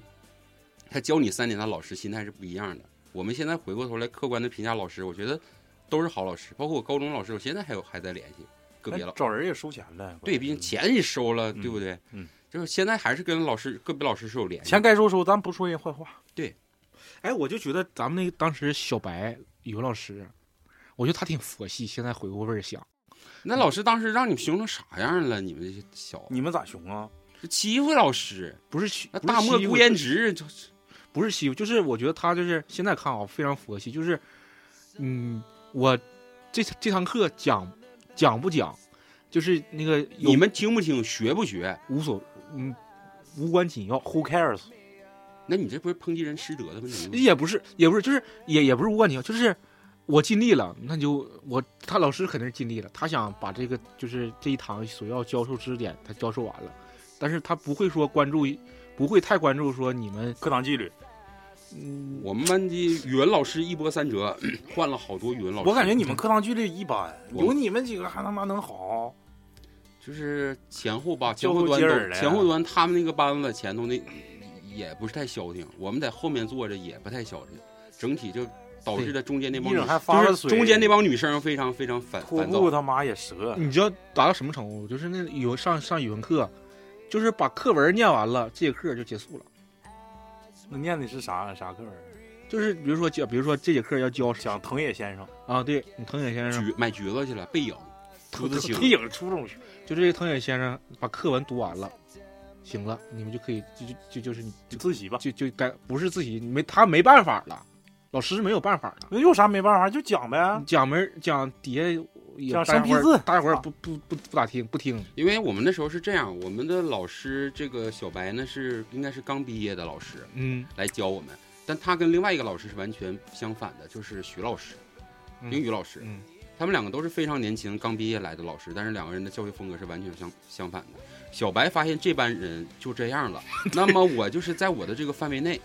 S4: 他教你三年的老师心态是不一样的。我们现在回过头来客观的评价老师，我觉得都是好老师，包括我高中老师，我现在还有还在联系个别
S3: 哎
S4: 老
S3: 找人也收钱了，
S4: 对，毕竟钱也收了，对不对？
S3: 嗯
S4: 就是现在还是跟老师个别老师是有联系的。
S3: 钱该收收，咱不说人坏话。
S2: 哎，我就觉得咱们那个当时小白语文老师，我觉得他挺佛系，现在回过味儿想，
S4: 那老师当时让你们熊成啥样了？你们这些小子
S3: 你们咋熊啊？
S4: 就欺负老师，
S2: 不是欺
S4: 那
S2: 不是
S4: 大漠
S2: 欺负
S4: 孤烟直，就是
S2: 不是欺负，就是我觉得他就是现在看啊，非常佛系，就是，嗯，我这这堂课讲讲不讲，就是那个有
S4: 你们听不听，学不学？
S2: 无所嗯无关紧要，
S3: Who cares？
S4: 那你这不是抨击人师德的问
S3: 哎
S4: 题吗？
S2: 也不是也不是，就是也也不是无关紧要，就是我尽力了，那就我他老师肯定是尽力了，他想把这个就是这一堂所要教授知识点他教授完了，但是他不会说关注，不会太关注说你们
S3: 课堂纪律。
S2: 嗯
S4: 我们班级语文老师一波三折， 换了好多语文老师。嗯
S3: 我感觉你们课堂纪律一般，
S4: 我
S3: 有你们几个还他妈能好？
S4: 就是前后吧，前
S3: 交
S4: 后
S3: 头
S4: 端
S3: 接
S4: 都
S3: 耳的
S4: 前后端他们那个班子前头那也不是太消停，我们在后面坐着也不太消停，整体就导致了中间那
S3: 一
S4: 帮女
S3: 整还发了
S4: 就是
S3: 水，
S4: 中间那帮女生非常非常烦
S3: 拖
S4: 烦
S3: 布
S4: 躁。
S3: 他妈也折，
S2: 你知道达到什么程度？就是那语文上上语文课，就是把课文念完了，这节课就结束了。
S3: 那念的是啥啥课文？啊
S2: 就是比如说讲，比如说这节课要教啥
S3: 讲藤野先生，
S2: 啊？对，藤野先生，
S4: 橘买橘子去了，背影，朱自清
S3: 背影初中学，
S2: 就这个藤野先生把课文读完了，行了，你们就可以就就就就是你就
S3: 自习吧。
S2: 就就该不是自己没他没办法了，老师没有办法了。
S3: 那有啥没办法就讲呗。
S2: 讲没讲底下也
S3: 讲
S2: 大
S3: 啊生
S2: 家伙
S3: 僻
S2: 儿
S3: 字
S2: 大家伙儿
S3: 啊
S2: 不不不不打听不听，
S4: 因为我们那时候是这样，我们的老师这个小白呢是应该是刚毕业的老师，
S2: 嗯，
S4: 来教我们，但他跟另外一个老师是完全相反的，就是徐老师，
S2: 嗯
S4: 英语老师，
S2: 嗯
S4: 他们两个都是非常年轻、刚毕业来的老师，但是两个人的教学风格是完全相相反的。小白发现这班人就这样了，那么我就是在我的这个范围内，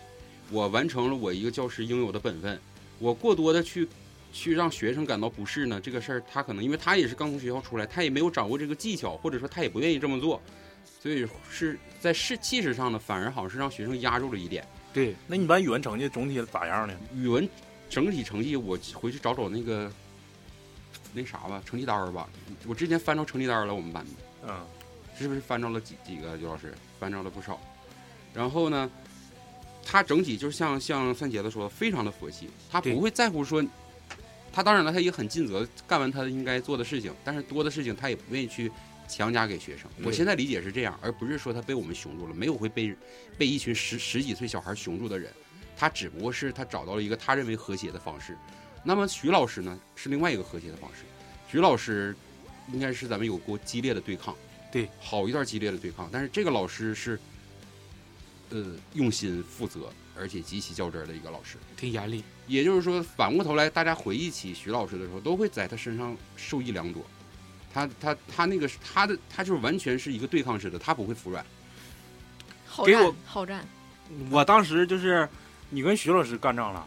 S4: 我完成了我一个教师应有的本分，我过多的去。去让学生感到不适呢？这个事儿他可能因为他也是刚从学校出来，他也没有掌握这个技巧，或者说他也不愿意这么做，所以是在士气势上呢，反而好像是让学生压住了一点。
S2: 对，
S3: 那你班语文成绩总体咋样呢？
S4: 语文整体成绩，我回去找找那个那啥吧，成绩单儿吧。我之前翻着成绩单儿了，我们班的
S3: 嗯，
S4: 是不是翻着了几几个？刘老师翻着了不少。然后呢，他整体就像像三杰子说的，非常的佛系，他
S2: 对
S4: 不会在乎说。他当然了，他也很尽责，干完他应该做的事情，但是多的事情他也不愿意去强加给学生。我
S2: 对
S4: 现在理解是这样，而不是说他被我们熊住了，没有会被被一群十十几岁小孩熊住的人。他只不过是他找到了一个他认为和谐的方式。那么徐老师呢，是另外一个和谐的方式。徐老师应该是咱们有过激烈的对抗，
S2: 对，
S4: 好一段激烈的对抗。但是这个老师是，呃，用心负责，而且极其较真儿的一个老师。
S2: 挺严厉，
S4: 也就是说，反过头来，大家回忆起徐老师的时候，都会在他身上受益良多。他他他那个他的他就是完全是一个对抗式的，他不会服软。
S5: 好
S2: 给
S5: 战
S2: 我，
S5: 好战，
S2: 我当时就是
S3: 你跟徐老师干仗了，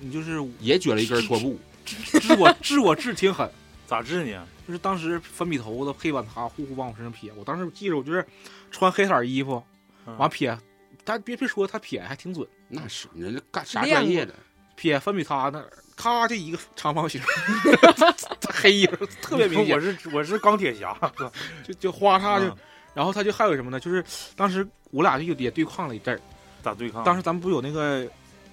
S2: 你就是
S4: 也撅了一根拖布，
S2: 治我治我治挺狠，
S3: 咋治啊呢？
S2: 就是当时粉笔头子黑板擦呼呼往我身上撇，我当时记着我就是穿黑色衣服
S3: 嗯
S2: 完撇，他别别说他撇还挺准，
S4: 那是人家干啥
S5: 练
S4: 专业的？
S2: 撇粉笔擦那儿咔就一个长方形， 黑影儿特别明
S3: 我
S2: 显，
S3: 是我是钢铁侠，
S2: 就就哗嚓就
S3: 嗯
S2: 然后他就还有什么呢？就是当时我俩就也也对抗了一阵儿。
S3: 咋对抗？啊
S2: 当时咱们不有那个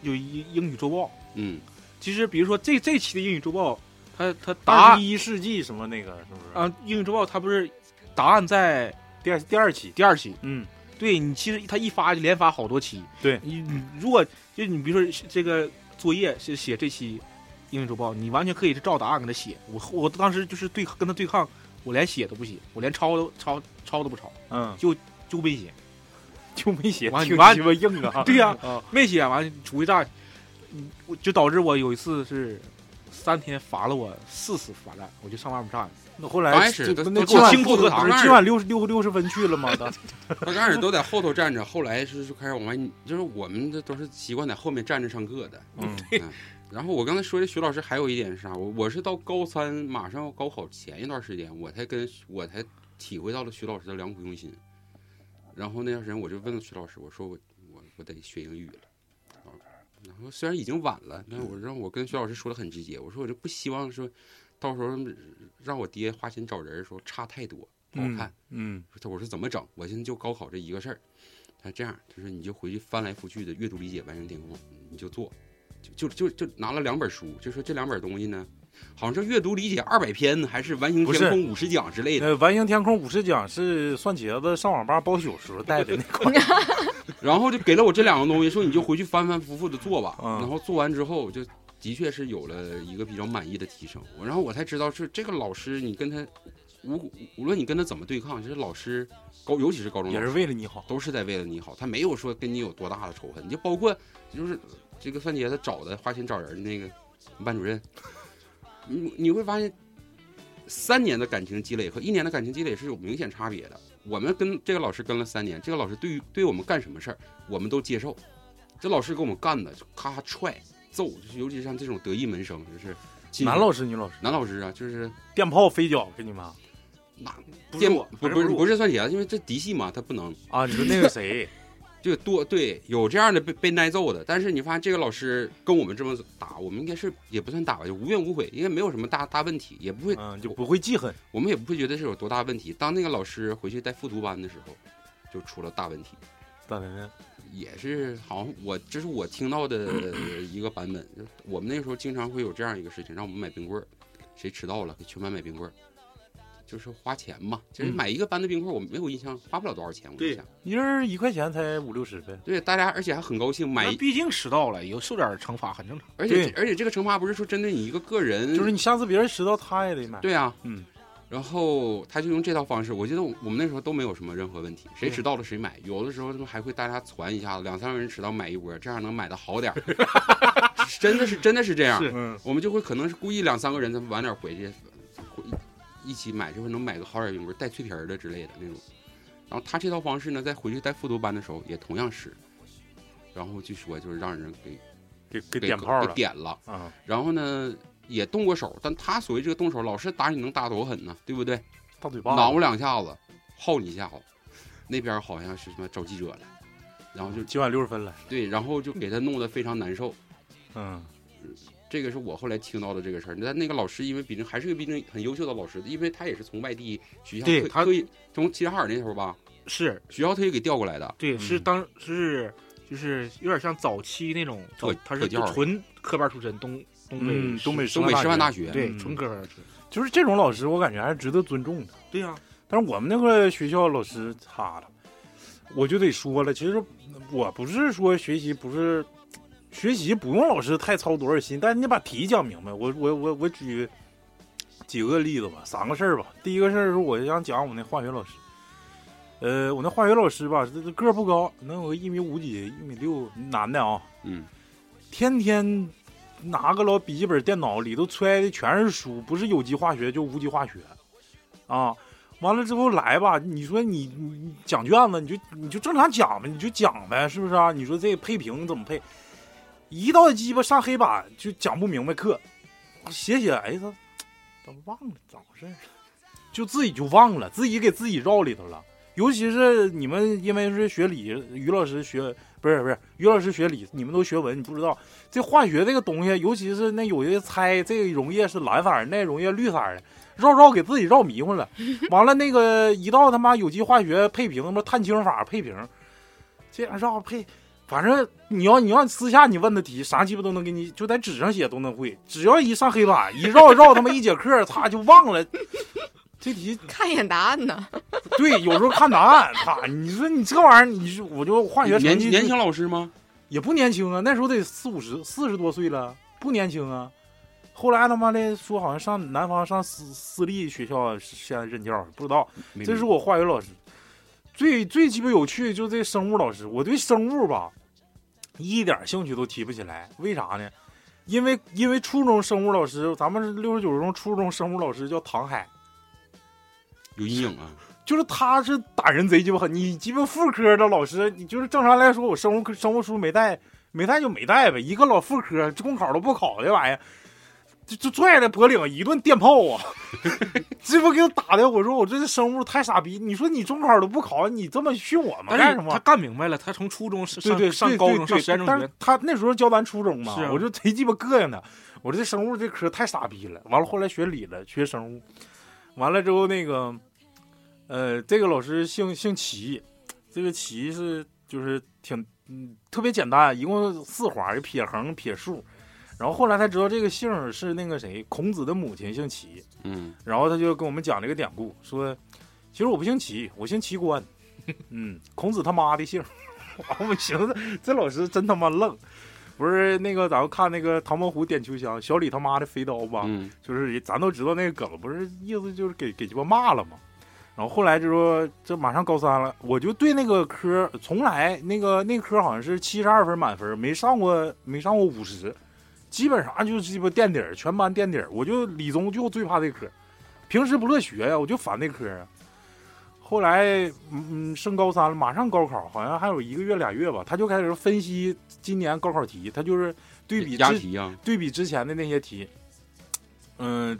S2: 有英英语周报？
S4: 嗯，
S2: 其实比如说这这期的英语周报，它它答
S3: 二
S2: 案
S3: 十一世纪什么那个是不是？
S2: 啊，英语周报它不是答案在
S3: 第二第二期，
S2: 第二期。
S3: 嗯，
S2: 对你其实它一发就连发好多期。
S3: 对
S2: 你，你如果就你比如说这个作业是写这期英语周报，你完全可以是照答案给他写。我我当时就是对跟他对抗，我连写都不写，我连抄都抄抄都不抄，
S3: 嗯，
S2: 就没写。
S3: 就没写，
S2: 完
S3: 挺
S2: 完
S3: 鸡巴硬啊！
S2: 对呀
S3: 啊，
S2: 没写完出去站，嗯我就导致我有一次是三天罚了我四次罚站，我就上外面站。
S3: 那后
S4: 刚开
S3: 来
S4: 始
S3: 就
S4: 都
S3: 那
S4: 都
S3: 今晚
S2: 清不喝
S3: 不
S2: 糖
S3: 是
S4: 那儿
S3: 今晚六十六六十分去了吗？ 当时
S4: 他刚开始都在后头站着，后来是就开始往外，就是我们这都是习惯在后面站着上课的。
S3: 嗯，
S4: 然后我刚才说这徐老师还有一点是啥？我我是到高三马上要高考前一段时间，我才跟我才体会到了徐老师的良苦用心。然后那段时间我就问了徐老师，我说我我我得学英语了。啊然后虽然已经晚了，但我让我跟徐老师说的很直接，我说我就不希望说到时候让我爹花钱找人说差太多不好看。
S3: 嗯，
S4: 他我说怎么整？我现在就高考这一个事儿。他这样，他说你就回去翻来覆去的阅读理解完成填空，你就做，就就就就拿了两本书，就说这两本东西呢，好像叫阅读理解二百篇呢，还是完形
S3: 不是
S4: 填空五十讲之类的。
S3: 那呃完形天空五十讲是蒜茄子上网吧包宿时候带的那 款，
S4: 然后就给了我这两个东西，说你就回去反反复复的做吧。
S3: 嗯
S4: 然后做完之后，我就的确是有了一个比较满意的提升。我然后我才知道是这个老师，你跟他无无论你跟他怎么对抗，就是老师高，尤其是高中
S3: 也
S4: 老
S3: 是
S4: 师，
S3: 为了你好。
S4: 都是在为了你好，他没有说跟你有多大的仇恨。你就包括就是这个范杰他找的花钱找人那个班主任，你你会发现。三年的感情积累和一年的感情积累是有明显差别的。我们跟这个老师跟了三年，这个老师对于对我们干什么事儿，我们都接受。这老师给我们干的，咔踹揍，就是尤其像这种得意门生，就是
S3: 男老师、女老师，
S4: 男老师啊，就是
S3: 电炮飞脚给你们啊
S4: 那
S3: 不
S4: 电
S3: 是我，
S4: 不
S3: 反正
S4: 不
S3: 是
S4: 是
S3: 我
S4: 不是算茄子，因为这嫡系嘛，他不能
S3: 啊！你说那个谁，
S4: 就多对有这样的被被挨揍的，但是你发现这个老师跟我们这么打，我们应该是也不算打吧，就无怨无悔，应该没有什么大大问题，也不会
S3: 嗯，就不会记恨。
S4: 我们也不会觉得是有多大问题。当那个老师回去带复读班的时候，就出了大问题。
S3: 咋的呢？
S4: 也是好像 我这是我听到的一个版本。就我们那时候经常会有这样一个事情，让我们买冰棍儿，谁迟到了给全班买冰棍儿，就是花钱嘛。其实
S3: 嗯
S4: 买一个班的冰棍儿，我没有印象，花不了多少钱。我
S2: 对
S4: 印象
S3: 一人一块钱才五六十呗。
S4: 对大家，而且还很高兴
S3: 啊
S4: 买
S2: 那，毕竟迟到了，有受点惩罚很正常。
S4: 而且
S3: 对
S4: 而且这个惩罚不是说针对你一个个人，
S3: 就是你下次别人迟到，他也得买。
S4: 对啊，
S3: 嗯。
S4: 然后他就用这套方式，我觉得我们那时候都没有什么任何问题，谁迟到了谁买。有的时候他们还会大家传一下子，两三个人迟到买一波，这样能买的好点儿。 真的是真的是这样，
S3: 嗯，
S4: 我们就会可能是故意两三个人，咱们晚点回去，回一起买，这回能买个好点冰棍，带脆皮儿的之类的那种。然后他这套方式呢，在回去带复读班的时候也同样是，然后据说就是让人给
S3: 给给
S4: 给
S3: 点炮
S4: 给
S3: 了
S4: 点了。
S3: 啊！
S4: 然后呢，也动过手，但他所谓这个动手，老师打你能打多狠呢？对不对？
S3: 大嘴巴子
S4: 挠了两下子，耗你一下子，那边好像是什么找记者了，然后就
S3: 今晚六十分了。
S4: 对，然后就给他弄得非常难受。
S3: 嗯，
S4: 这个是我后来听到的这个事儿。但那个老师因为毕竟还是个毕竟很优秀的老师，因为他也是从外地学校
S2: 对
S4: 特
S2: 他
S4: 特意从齐齐哈尔那头吧，
S2: 是
S4: 学校特意给调过来的。
S2: 对，是
S3: 嗯
S2: 当是就是有点像早期那种
S4: 特
S2: 早，他
S4: 特
S2: 是
S4: 教
S2: 就纯科班出身，东东北
S3: 嗯
S2: 师
S3: 东北
S4: 东北师范大
S3: 学，
S4: 学，
S2: 对
S3: 嗯
S2: 纯科班出身。
S3: 就是这种老师，我感觉还是值得尊重的。
S2: 对呀，
S3: 但是我们那个学校老师差了，我就得说了，其实我不是说学习不是学习不用老师太操多少心，但是你把题讲明白。我我我我举几个例子吧，三个事儿吧。第一个事儿是我想讲我那化学老师，呃，我那化学老师吧，这这个儿不高，能有个一米五几、一米六，男的啊、
S4: 嗯，
S3: 天天拿个老笔记本电脑里头揣的全是书，不是有机化学就无机化学，啊，完了之后来吧，你说你你你讲卷子，你就你就正常讲呗，你就讲呗，是不是啊？你说这配平怎么配？一到鸡巴上黑板就讲不明白课，写写，哎他怎么忘了咋回事儿？就自己就忘了，自己给自己绕里头了。尤其是你们，因为是学理，于老师学不是不是，于老师学理，你们都学文，你不知道这化学这个东西，尤其是那有些猜这个溶液是蓝色儿，那溶液绿色儿的，绕绕给自己绕迷糊了。完了那个一到他妈有机化学配平，他妈碳氢法配平，这样绕配，反正你要你要私下你问他题，啥鸡巴都能给你，就在纸上写都能会，只要一上黑板一绕绕他妈一节课，他就忘了这题
S4: 嗯
S5: 看一眼答案
S4: 啊
S5: 呢，
S3: 对，有时候看答案，他你说你这玩意儿，你是我就化学
S4: 年
S3: 成绩
S4: 年轻老师吗？
S3: 也不年轻啊，那时候得四五十、四十多岁了，不年轻啊。后来他妈的说好像上南方上私私立学校现在任教，不知道。
S4: 没
S3: 这是我化学老师，最最鸡巴有趣就这生物老师，我对生物吧一点兴趣都提不起来，为啥呢？因为因为初中生物老师，咱们六十九中初中生物老师叫唐海，
S4: 有阴影啊。
S3: 就是他是打人贼鸡巴狠，你鸡巴副科的老师，你就是正常来说，我生物课生物书没带，没带就没带呗。一个老副科，公考都不考这玩意儿，就就拽着脖领一顿电炮啊！ 这不给我打的，我说我这生物太傻逼。你说你中考都不考，你这么训我吗？
S2: 但
S3: 干
S2: 是
S3: 什么
S2: 他？干啊明白了，他从初中上
S3: 对对，
S2: 上
S3: 对
S2: 上高
S3: 对
S2: 中
S3: 对
S2: 上实验中
S3: 但
S2: 学
S3: 是，他那时候教咱初中嘛，
S2: 是啊
S3: 我就贼鸡巴膈应他，我说这生物这科太傻逼了。完了后来学理了，学生物，完了之后那个，呃，这个老师姓姓齐，这个齐是就是挺嗯特别简单，一共四划，一撇横撇竖。然后后来才知道这个姓儿是那个谁，孔子的母亲姓齐，
S4: 嗯，
S3: 然后他就跟我们讲了一个典故，说其实我不姓齐，我姓齐观， 嗯，孔子他妈的姓。我寻思这老师真他妈愣。不是那个咱们看那个《唐伯虎点秋香》，小李他妈的飞刀吧，
S4: 嗯，
S3: 就是咱都知道那个梗，不是意思就是给给鸡巴骂了嘛。然后后来就说这马上高三了，我就对那个科从来那个那科好像是七十二分满分，没上过没上过五十，基本上就是鸡巴垫底儿，全班垫底儿。我就理综就最怕这科，平时不乐学呀，我就烦那科啊。后来嗯嗯升高三了，马上高考，好像还有一个月俩月吧，他就开始分析今年高考题，他就是对比
S4: 押
S3: 之
S4: 题啊，
S3: 对比之前的那些题，嗯，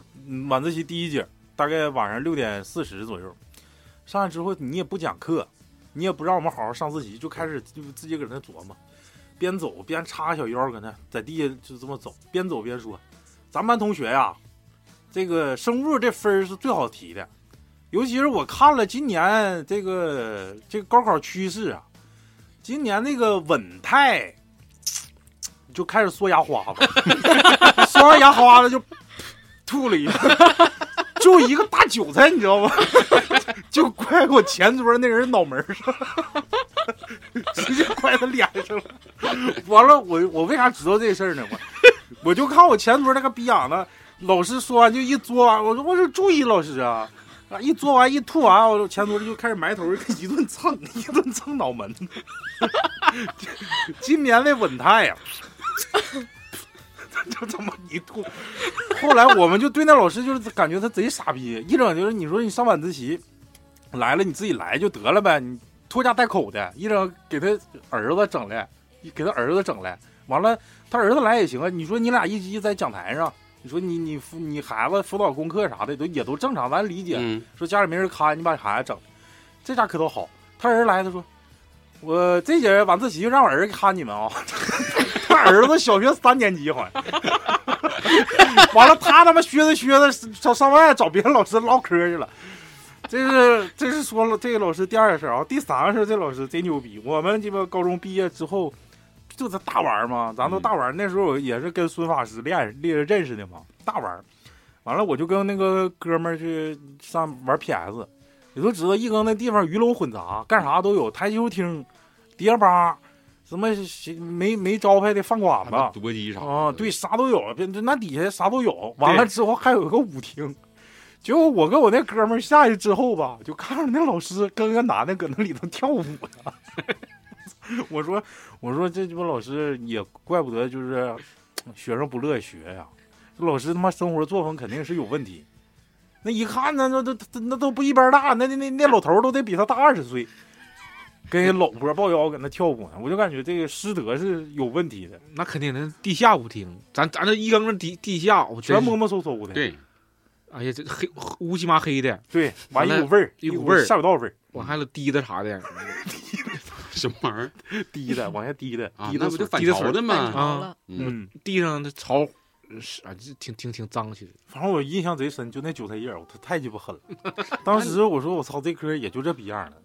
S3: 晚自习第一节大概晚上六点四十左右，上来之后你也不讲课，你也不让我们好好上自习，就开始就自己搁那琢磨，边走边叉小腰搁那在地下就这么走，边走边说，咱班同学呀、这个生物这分儿是最好提的，尤其是我看了今年这个这个高考趋势啊，今年那个稳态。就开始缩牙花子， 缩完牙花子就吐了一个，就一个大韭菜，你知道吗？ 就快我前桌那人脑门上， 直接快他脸上了。完了，我我为啥知道这事儿呢？我我就看我前桌那个逼样子，老师说完就一作完，我说我说注意老师啊。啊！一作完一吐完，我前桌就开始埋头 一顿蹭，一顿蹭脑门。 今年的稳态呀、 就这么一吐。后来我们就对那老师就是感觉他贼傻逼，一整就是你说你上晚自习来了，你自己来就得了呗，你拖家带口的，一整给他儿子整来，给他儿子整来，完了他儿子来也行啊。你说你俩一起在讲台上，你说你你辅你孩子辅导功课啥的都也都正常，咱理解。
S4: 嗯，
S3: 说家里没人看，你把孩子整，这家可倒好。他儿子来，他说我这节晚自习让我儿子看你们啊、 他儿子小学三年级好像。 完了，他他妈学着学着上上外找别的老师唠嗑去了。这是这是说了这个老师第二个事儿啊，第三个事儿这老师贼牛逼。我们鸡巴高中毕业之后，就在大玩儿嘛，咱都大玩儿。那时候我也是跟孙法师练练认识的嘛，大玩儿。完了，我就跟那个哥们儿去上玩 PS，你都知道一更那地方鱼龙混杂，干啥都有，台球厅、迪吧，什么没没招牌的饭馆子，
S4: 啊，多鸡啥
S3: 啊，对，，啥都有，别那底下啥都有。完了之后还有一个舞厅，结果我跟我那哥们儿下去之后吧，就看着那老师跟个男的搁那里头跳舞呢。 我说我说这鸡巴老师也怪不得就是学生不乐意学呀、这老师他妈生活作风肯定是有问题。那一看呢，那都那都不一般大，那那那那老头儿都得比他大二十岁，跟老婆抱腰搁那跳舞呢，我就感觉这个师德是有问题的。
S2: 那肯定的，地下舞厅，咱咱这一gang子地地下，我
S3: 全
S2: 真是
S3: 摸，摸搜搜的。
S4: 对，
S2: 哎呀，这黑乌漆嘛黑的，
S3: 对，完
S2: 完了
S3: 一股味儿，
S2: 一股
S3: 股
S2: 味儿
S3: 下水道味儿，
S4: 嗯
S2: 我还有滴的啥的，
S4: 什么玩意儿
S3: 滴的往下滴的，
S4: 啊？
S3: 滴
S4: 那
S3: 的
S4: 不
S3: 水
S4: 就反
S2: 滴的
S4: 潮
S2: 水
S4: 的
S5: 反
S4: 吗？
S5: 潮了，
S3: 嗯，
S2: 地上的潮是啊，这挺挺挺脏，其实
S3: 反正我印象贼深，就那韭菜叶儿，我他太鸡巴 狠了。当时我说我操，这科也就这逼样儿了，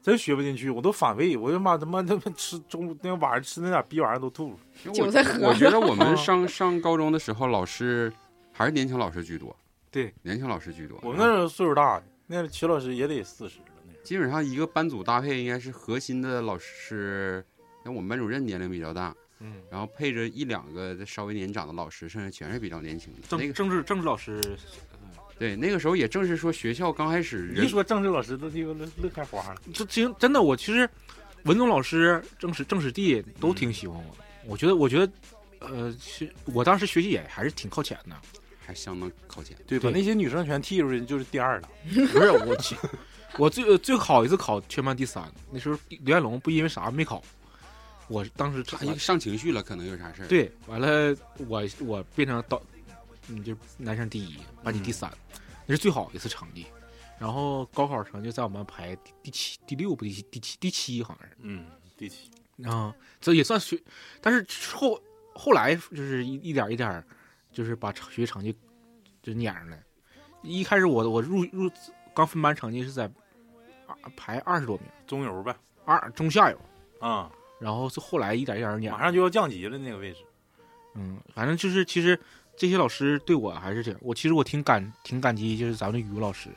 S3: 真学不进去，我都反胃，我就妈他妈他妈吃中午那晚上吃那点逼玩意儿都吐了。
S4: 我
S5: 韭菜盒
S4: 我觉得
S5: 子
S4: 我
S3: 嗯
S4: 们上上高中的时候，老师还是年轻老师居多，
S3: 对，
S4: 年轻老师居多。啊
S3: 我们那时候岁数大，那齐老师也得四十了，那时
S4: 基本上一个班组搭配应该是核心的老师，那我们班主任年龄比较大，
S2: 嗯，
S4: 然后配着一两个稍微年长的老师，剩下全是比较年轻的。
S2: 政、
S4: 那个
S2: 政治政治老师
S4: 对，那个时候也正是说学校刚开始
S3: 候一
S4: 人
S3: 说政治老师都鸡巴乐乐开花了。
S2: 这挺真的，我其实文综老师、政史政史地都挺喜欢我。我觉得，我觉得，呃，是我当时学习也还是挺靠前的。
S4: 还相当靠前，
S3: 对，把
S2: 对
S3: 那些女生全踢出去就是第二了。
S2: 不是我去，我最最好一次考全班第三，那时候刘彦龙不因为啥没考，我当时
S4: 哎上情绪了，可能有啥事儿。，
S2: 对，完了我我变成导，你就男生第一，班级第三，那是最好一次成绩。然后高考成绩在我们班排第第七、第六不第七、第七、第七好像是。
S3: 嗯，第七，
S2: 啊、这也算学，但是后后来就是一一点儿一点儿，就是把成学习成绩就撵上来。一开始我我入入刚分班成绩是在啊排二十多名，
S3: 中游呗。
S2: 二中下游，
S3: 啊、
S2: 然后是后来一点儿一点儿撵上
S3: 马
S2: 来。
S3: 上就要降级了那个位置。
S2: 嗯，反正就是其实这些老师对我还是挺，我其实我挺感挺感激，就是咱们的语文老师，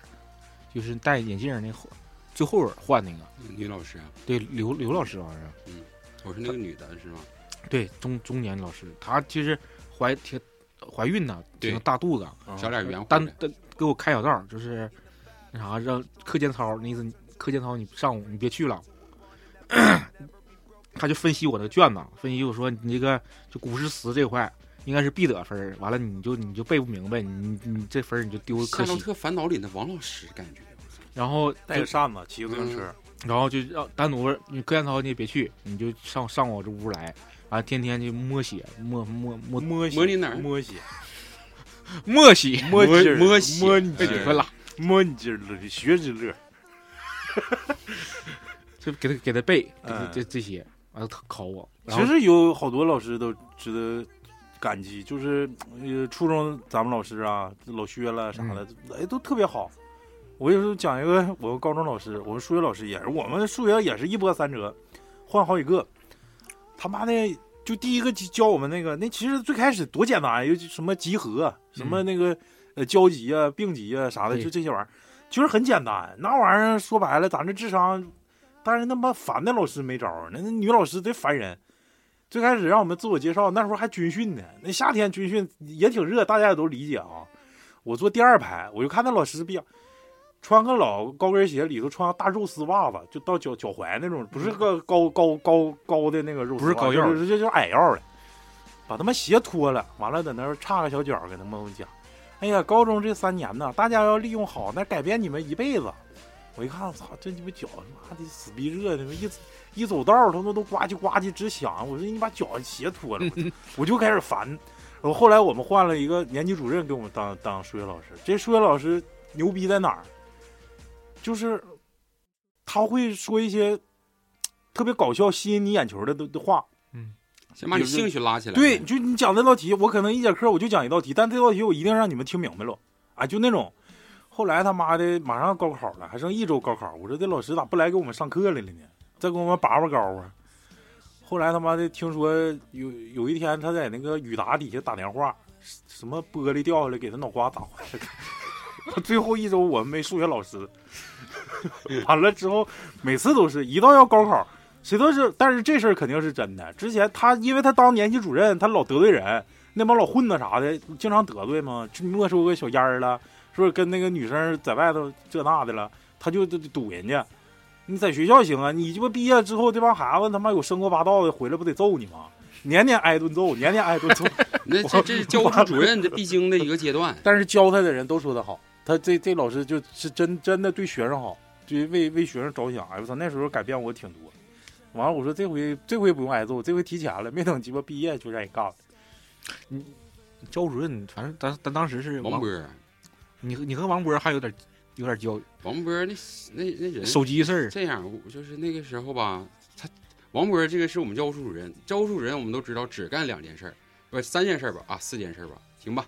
S2: 就是戴眼镜儿那后最后换那个，
S4: 女老师啊，
S2: 对刘刘老师好像是，
S4: 我是那个女的是吗？
S2: 对中中年老师，她其实怀挺怀孕呢，
S4: 对
S2: 挺大肚子，啊
S3: 嗯啊
S4: 小脸圆乎
S2: 单
S4: 的，
S2: 单给我开小道儿，就是那啥让课间操，那意思你课间操你上午你别去了。 他就分析我的卷子，分析我说你这个就古诗词这块应该是必得分儿，完了你就你就背不明白，你你这分儿你就丢
S4: 夏
S2: 可
S4: 洛
S2: 惜。
S4: 特烦恼里的王老师感觉，
S2: 然后
S3: 带
S2: 就
S3: 个扇子，骑个自行车，
S2: 然后就让单独你课间操你也别去，你就上上我这屋来，完了天天就摸血摸摸摸
S3: 摸
S4: 摸你哪儿
S3: 摸血，
S2: 摸血，
S3: 摸
S4: 摸
S3: 劲儿，
S4: 摸血
S3: 摸你
S2: 哎
S3: 劲
S2: 你
S3: 儿
S2: 快拉，
S3: 摸你劲儿乐，学之乐。
S2: 就给他给他背给他
S3: 嗯
S2: 这这些，完了他考我。然后
S3: 其实有好多老师都值得感激，就是呃，初中咱们老师啊，老薛
S2: 嗯
S3: 了啥的，哎，都特别好。我有时候讲一个，我高中老师，我们数学老师也是，我们数学也是一波三折，换好几个。他妈的，就第一个就教我们那个，那其实最开始多简单，有啊什么集合，啊什么那个、呃交集啊、并集啊啥的，
S2: 对
S3: 就这些玩意儿，就是很简单。那玩意儿说白了，咱这智商，但是他妈烦的老师没招儿，那那女老师贼烦人。最开始让我们自我介绍，那时候还军训呢，那夏天军训也挺热，大家也都理解啊。我坐第二排，我就看那老师比较穿个老高跟鞋，里头穿大肉丝袜子，就到脚脚踝那种，不是个高高高高的那个肉丝袜，
S2: 嗯不是高腰
S3: 就是就是矮腰的，把他妈鞋脱了，完了在那儿插个小脚给他们讲，哎呀，高中这三年呢，大家要利用好，那改变你们一辈子。我一看，我操，这鸡巴脚，妈的死逼热的，一一走道儿他们都呱唧呱唧直响。我说你把脚鞋脱了，我就我就开始烦。然后后来我们换了一个年级主任给我们当当数学老师，这数学老师牛逼在哪儿？就是他会说一些特别搞笑、吸引你眼球的的的话，
S4: 先把你
S3: 就是
S4: 兴趣拉起来。
S3: 对， 就你讲这道题，我可能一节课我就讲一道题，但这道题我一定让你们听明白了啊，就那种。后来他妈的马上高考了，还剩一周高考，我说这老师咋不来给我们上课来了呢？再给我们拔拔高啊！后来他妈的听说有有一天他在那个雨达底下打电话，什么玻璃掉下来给他脑瓜打 坏了。他最后一周我们没数学老师，完了之后每次都是一到要高考，谁都是，但是这事儿肯定是真的。之前他因为他当年级主任，他老得罪人，那帮老混子啥的，经常得罪嘛，就没收个小烟儿了，是不是跟那个女生在外头这那的了，他就堵人家。你在学校行啊，你鸡巴毕业之后，这帮孩子他妈有生活八道的，回来不得揍你吗？年年挨顿揍，年年挨顿揍。。
S4: 那这这是教务处主任的必经的一个阶段
S3: 但是教他的人都说他好，他这这老师就是真真的对学生好，就为为学生着想。哎我操，那时候改变我挺多。完了，我说这回这回不用挨揍，这回提前了，没等鸡巴毕业就让你干了。
S2: 教务主任，反正咱咱当时是
S4: 王
S2: 王，
S4: 波，
S2: 你和你和王波还有点有点交
S4: 王波那那那人
S2: 手机事儿，
S4: 这样，我就是那个时候吧，他王博这个是我们教务处主任，教务处主任我们都知道只干两件事儿，不三件事儿吧，啊四件事儿吧，行吧。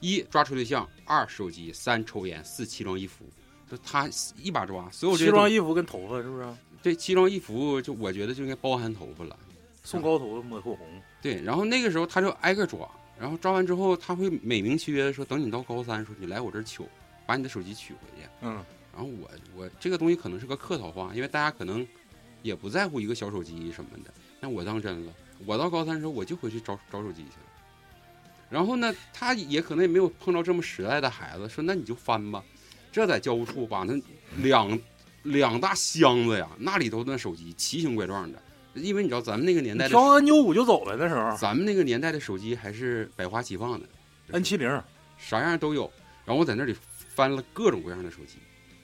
S4: 一抓处对象，二手机，三抽烟，四奇装异服。就他一把抓，所有这
S3: 西装
S4: 异
S3: 异服跟头发是不是？
S4: 对奇装异服，就我觉得就应该包含头发了。
S3: 送高头抹口红，
S4: 对，然后那个时候他就挨个抓，然后抓完之后他会美名其曰说，等你到高三说你来我这儿取，把你的手机取回去。
S3: 嗯，
S4: 然后我我这个东西可能是个客套话，因为大家可能也不在乎一个小手机什么的。但我当真了，我到高三的时候我就回去找找手机去了。然后呢，他也可能也没有碰到这么实在的孩子，说那你就翻吧。这在教务处把那两两大箱子呀，那里头那手机奇形怪状的，因为你知道咱们那个年代的
S3: 挑 N 九五就走了那时候
S4: 咱们那个年代的手机还是百花齐放的
S3: ，N 七零
S4: 啥样都有。然后我在那里翻了各种各样的手机，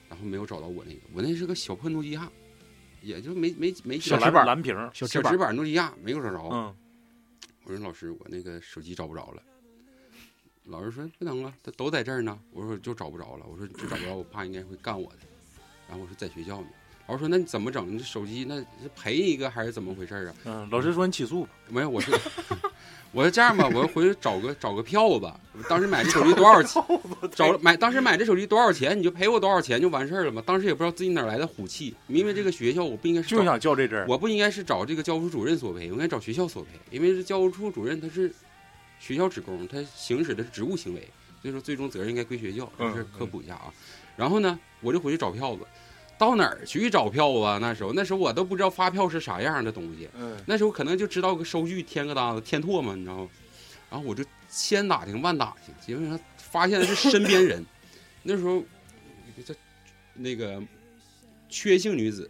S4: 然后没有找到我那个，我那是个小破诺基亚，也就没没没几
S2: 小
S4: 个
S2: 纸板
S3: 蓝屏，
S2: 小
S4: 小
S2: 板
S4: 直，板诺基亚没有找着。
S3: 嗯，
S4: 我说老师，我那个手机找不着了。老师说不能了，他都在这儿呢。我说就找不着了。我说就找不着，我怕应该会干我的。然后我说在学校呢。老师说那你怎么整？你这手机那是赔一个还是怎么回事儿啊？
S3: 嗯，老师说你起诉吧，
S4: 没有，我说 我说这样吧，我回去找个找个票吧。我当时买这手机多少 钱？找买当时买这手机多少钱，你就赔我多少钱就完事儿了嘛。当时也不知道自己哪来的虎气，明明这个学校我不应该是
S3: 就
S4: 找，
S3: 想较这真儿。
S4: 我不应该是找这个教务处主任索赔，我应该找学校索赔，因为这教务处主任他是学校职工，他行使的是职务行为，所以说最终责任应该归学校。这
S3: 嗯
S4: 是科普一下啊。然后呢，我就回去找票子，到哪儿去找票啊？那时候，那时候我都不知道发票是啥样的东西。
S3: 嗯
S4: 那时候可能就知道个收据添个搭子添唾嘛，你知道吗？然后我就千打听万打听，结果发现是身边人。 那时候这那个缺姓女子，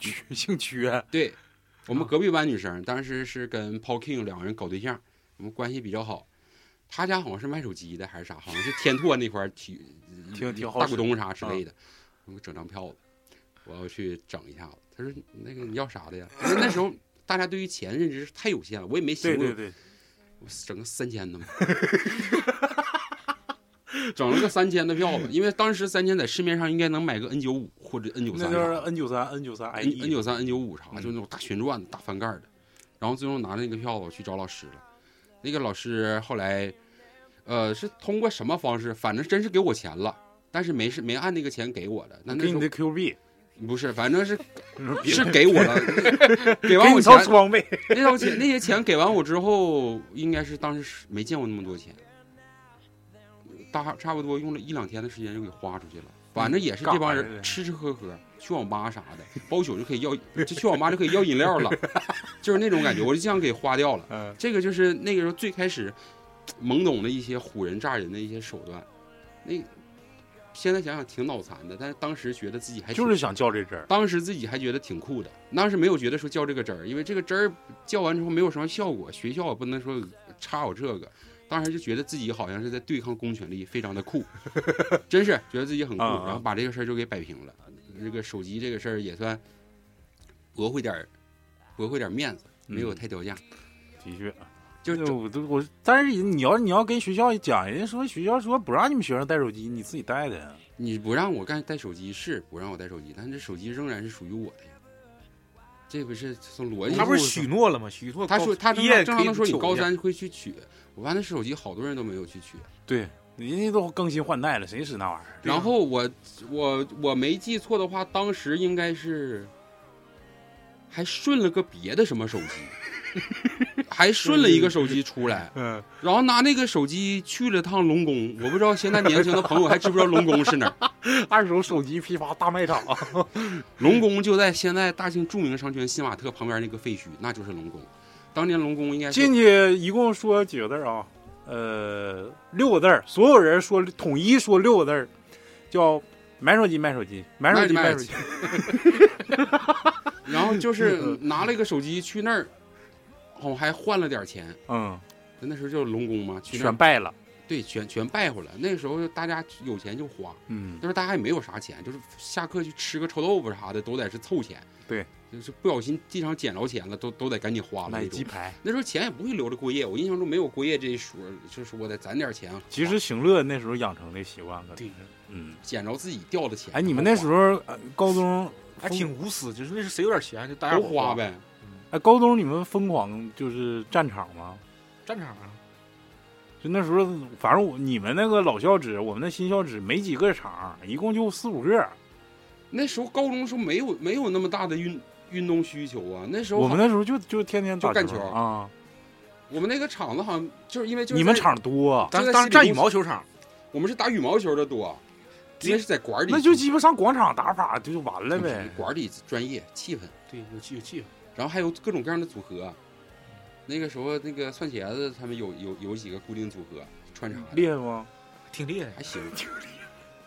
S3: 缺姓缺，
S4: 对我
S3: 啊
S4: 们隔壁班女生，当时是跟 Paul King 两个人搞对象，我们关系比较好。他家好像是卖手机的还是啥，好像是天拓那块儿挺
S3: 挺挺好
S4: 大
S3: 使啊
S4: 股东啥之类的，我给我整张票子，我要去整一下子。他说那个你要啥的呀？因为那时候大家对于钱认知是太有限了，我也没寻
S3: 对
S4: 思过
S3: 对对，
S4: 我整个三千的嘛， 整了个三千的票子，因为当时三千在市面上应该能买个 N 九五或者 N 九
S3: 那
S4: 三
S3: 就是 N 九三 N 九三
S4: N N
S3: IE
S4: 九三 N 九五啥，
S3: 嗯
S4: 就那种大旋转的、大翻盖的。然后最后拿着那个票子去找老师了，那个老师后来，呃，是通过什么方式，反正真是给我钱了，但是没是没按那个钱给我的。那那
S3: 给
S4: 时
S3: 你
S4: 候
S3: 的 Q 币，
S4: 不是，反正是
S3: 你说别
S4: 是给我了， 给完
S3: 给
S4: 我
S3: 你
S4: 钱
S3: 掏，双倍，
S4: 那套钱那些钱给完我之后，应该是当时是没见过那么多钱，大差不多用了一两天的时间就给花出去了。反正也是这帮
S3: 干啥呀
S4: 人吃吃喝喝，去网吧啥的，包宿就可以要，就去网吧就可以要 饮料了，就是那种感觉，我就这样给花掉了。
S3: 嗯，
S4: 这个就是那个时候最开始懵懂的一些唬人诈人的一些手段，那现在想想挺脑残的，但是当时觉得自己还挺
S3: 就是想较这真儿，
S4: 当时自己还觉得挺酷的，当时没有觉得说较这个真儿，因为这个真儿较完之后没有什么效果，学校也不能说差我这个，当时就觉得自己好像是在对抗公权力，非常的酷，真是觉得自己很酷，
S3: 啊啊
S4: 然后把这个事儿就给摆平了。这个手机这个事儿也算驳回点儿，驳回点儿面子，没有
S3: 嗯
S4: 太掉价，
S3: 的确。
S4: 就
S3: 那
S4: 就
S3: 我都我，但是你要你要跟学校讲，人家说学校说不让你们学生带手机，你自己带的呀。
S4: 你不让我干带手机是不让我带手机，但这手机仍然是属于我的呀，这不是从逻辑
S2: 他不是
S4: 上
S2: 许诺了吗？许诺
S4: 他
S2: 高
S4: 说他
S2: 毕
S4: 正
S2: 业
S4: 常正常
S2: 可以
S4: 都说你
S2: 取
S4: 高
S2: 一下
S4: 三会去取，我发现手机好多人都没有去取。
S3: 对，人家都更新换代了，谁使那玩意儿？
S4: 然后我我我没记错的话，当时应该是还顺了个别的什么手机，还顺了一个手机出 来，
S3: 嗯，
S4: 然后拿那个手机去了趟龙宫。我不知道现在年轻的朋友还知不知道龙宫是哪儿？
S3: 二手手机批发大卖场，
S4: 龙宫就在现在大庆著名商圈新玛特旁边那个废墟，那就是龙宫。当年龙宫应该是
S3: 进去一共说几个字儿啊？呃，六个字儿，所有人说统一说六个字儿，叫买手机买手机买手机
S4: 卖
S3: 买
S4: 手
S3: 手
S4: 机
S3: 机。
S4: 然后就是拿了一个手机去那儿，哦，还换了点钱。
S3: 嗯，
S4: 那时候就是龙宫嘛，去那儿
S3: 全败了。
S4: 对全全败回来。那时候大家有钱就花，
S3: 嗯
S4: 那，时候大家也没有啥钱，就是下课去吃个臭豆腐啥的都得是凑钱。
S3: 对，
S4: 就是不小心地上捡着钱了，都都得赶紧花了
S3: 买
S4: 那
S3: 鸡
S4: 种。
S3: 排。
S4: 那时候钱也不会留着过夜，我印象中没有过夜这一说，就是我得攒点钱。
S3: 其实行乐那时候养成的习惯了。
S4: 对，
S3: 嗯，
S4: 捡着自己掉的钱，
S3: 哎，你们那时
S4: 候
S3: 候、呃高中
S2: 还哎挺无私，就是那是谁有点钱就大家
S4: 都
S2: 伙
S4: 花。呗。
S3: 哎，高中你们疯狂就是战场吗？
S2: 战场啊，
S3: 就那时候，反正我你们那个老校址，我们那新校址没几个场，一共就四五个。
S4: 那时候高中时候没有没有那么大的运运动需求啊，那时候
S3: 我们那时候就就天天
S4: 就
S3: 打
S4: 干球
S3: 啊，
S4: 我们那个场子好像就是因为就是
S3: 你们
S4: 在
S3: 场多，
S2: 咱
S4: 在
S2: 当
S4: 西
S2: 时战
S4: 里公
S2: 羽毛球场，
S4: 我们是打羽毛球的多，应该是在馆里，
S3: 那就鸡巴上广场打法就完了呗。
S4: 馆里专业气氛，
S2: 对，有气有气氛。
S4: 然后还有各种各样的组合。那个时候，那个蒜茄子他们有有有几个固定组合穿插的，
S3: 厉害吗？
S2: 挺厉害
S4: 还行。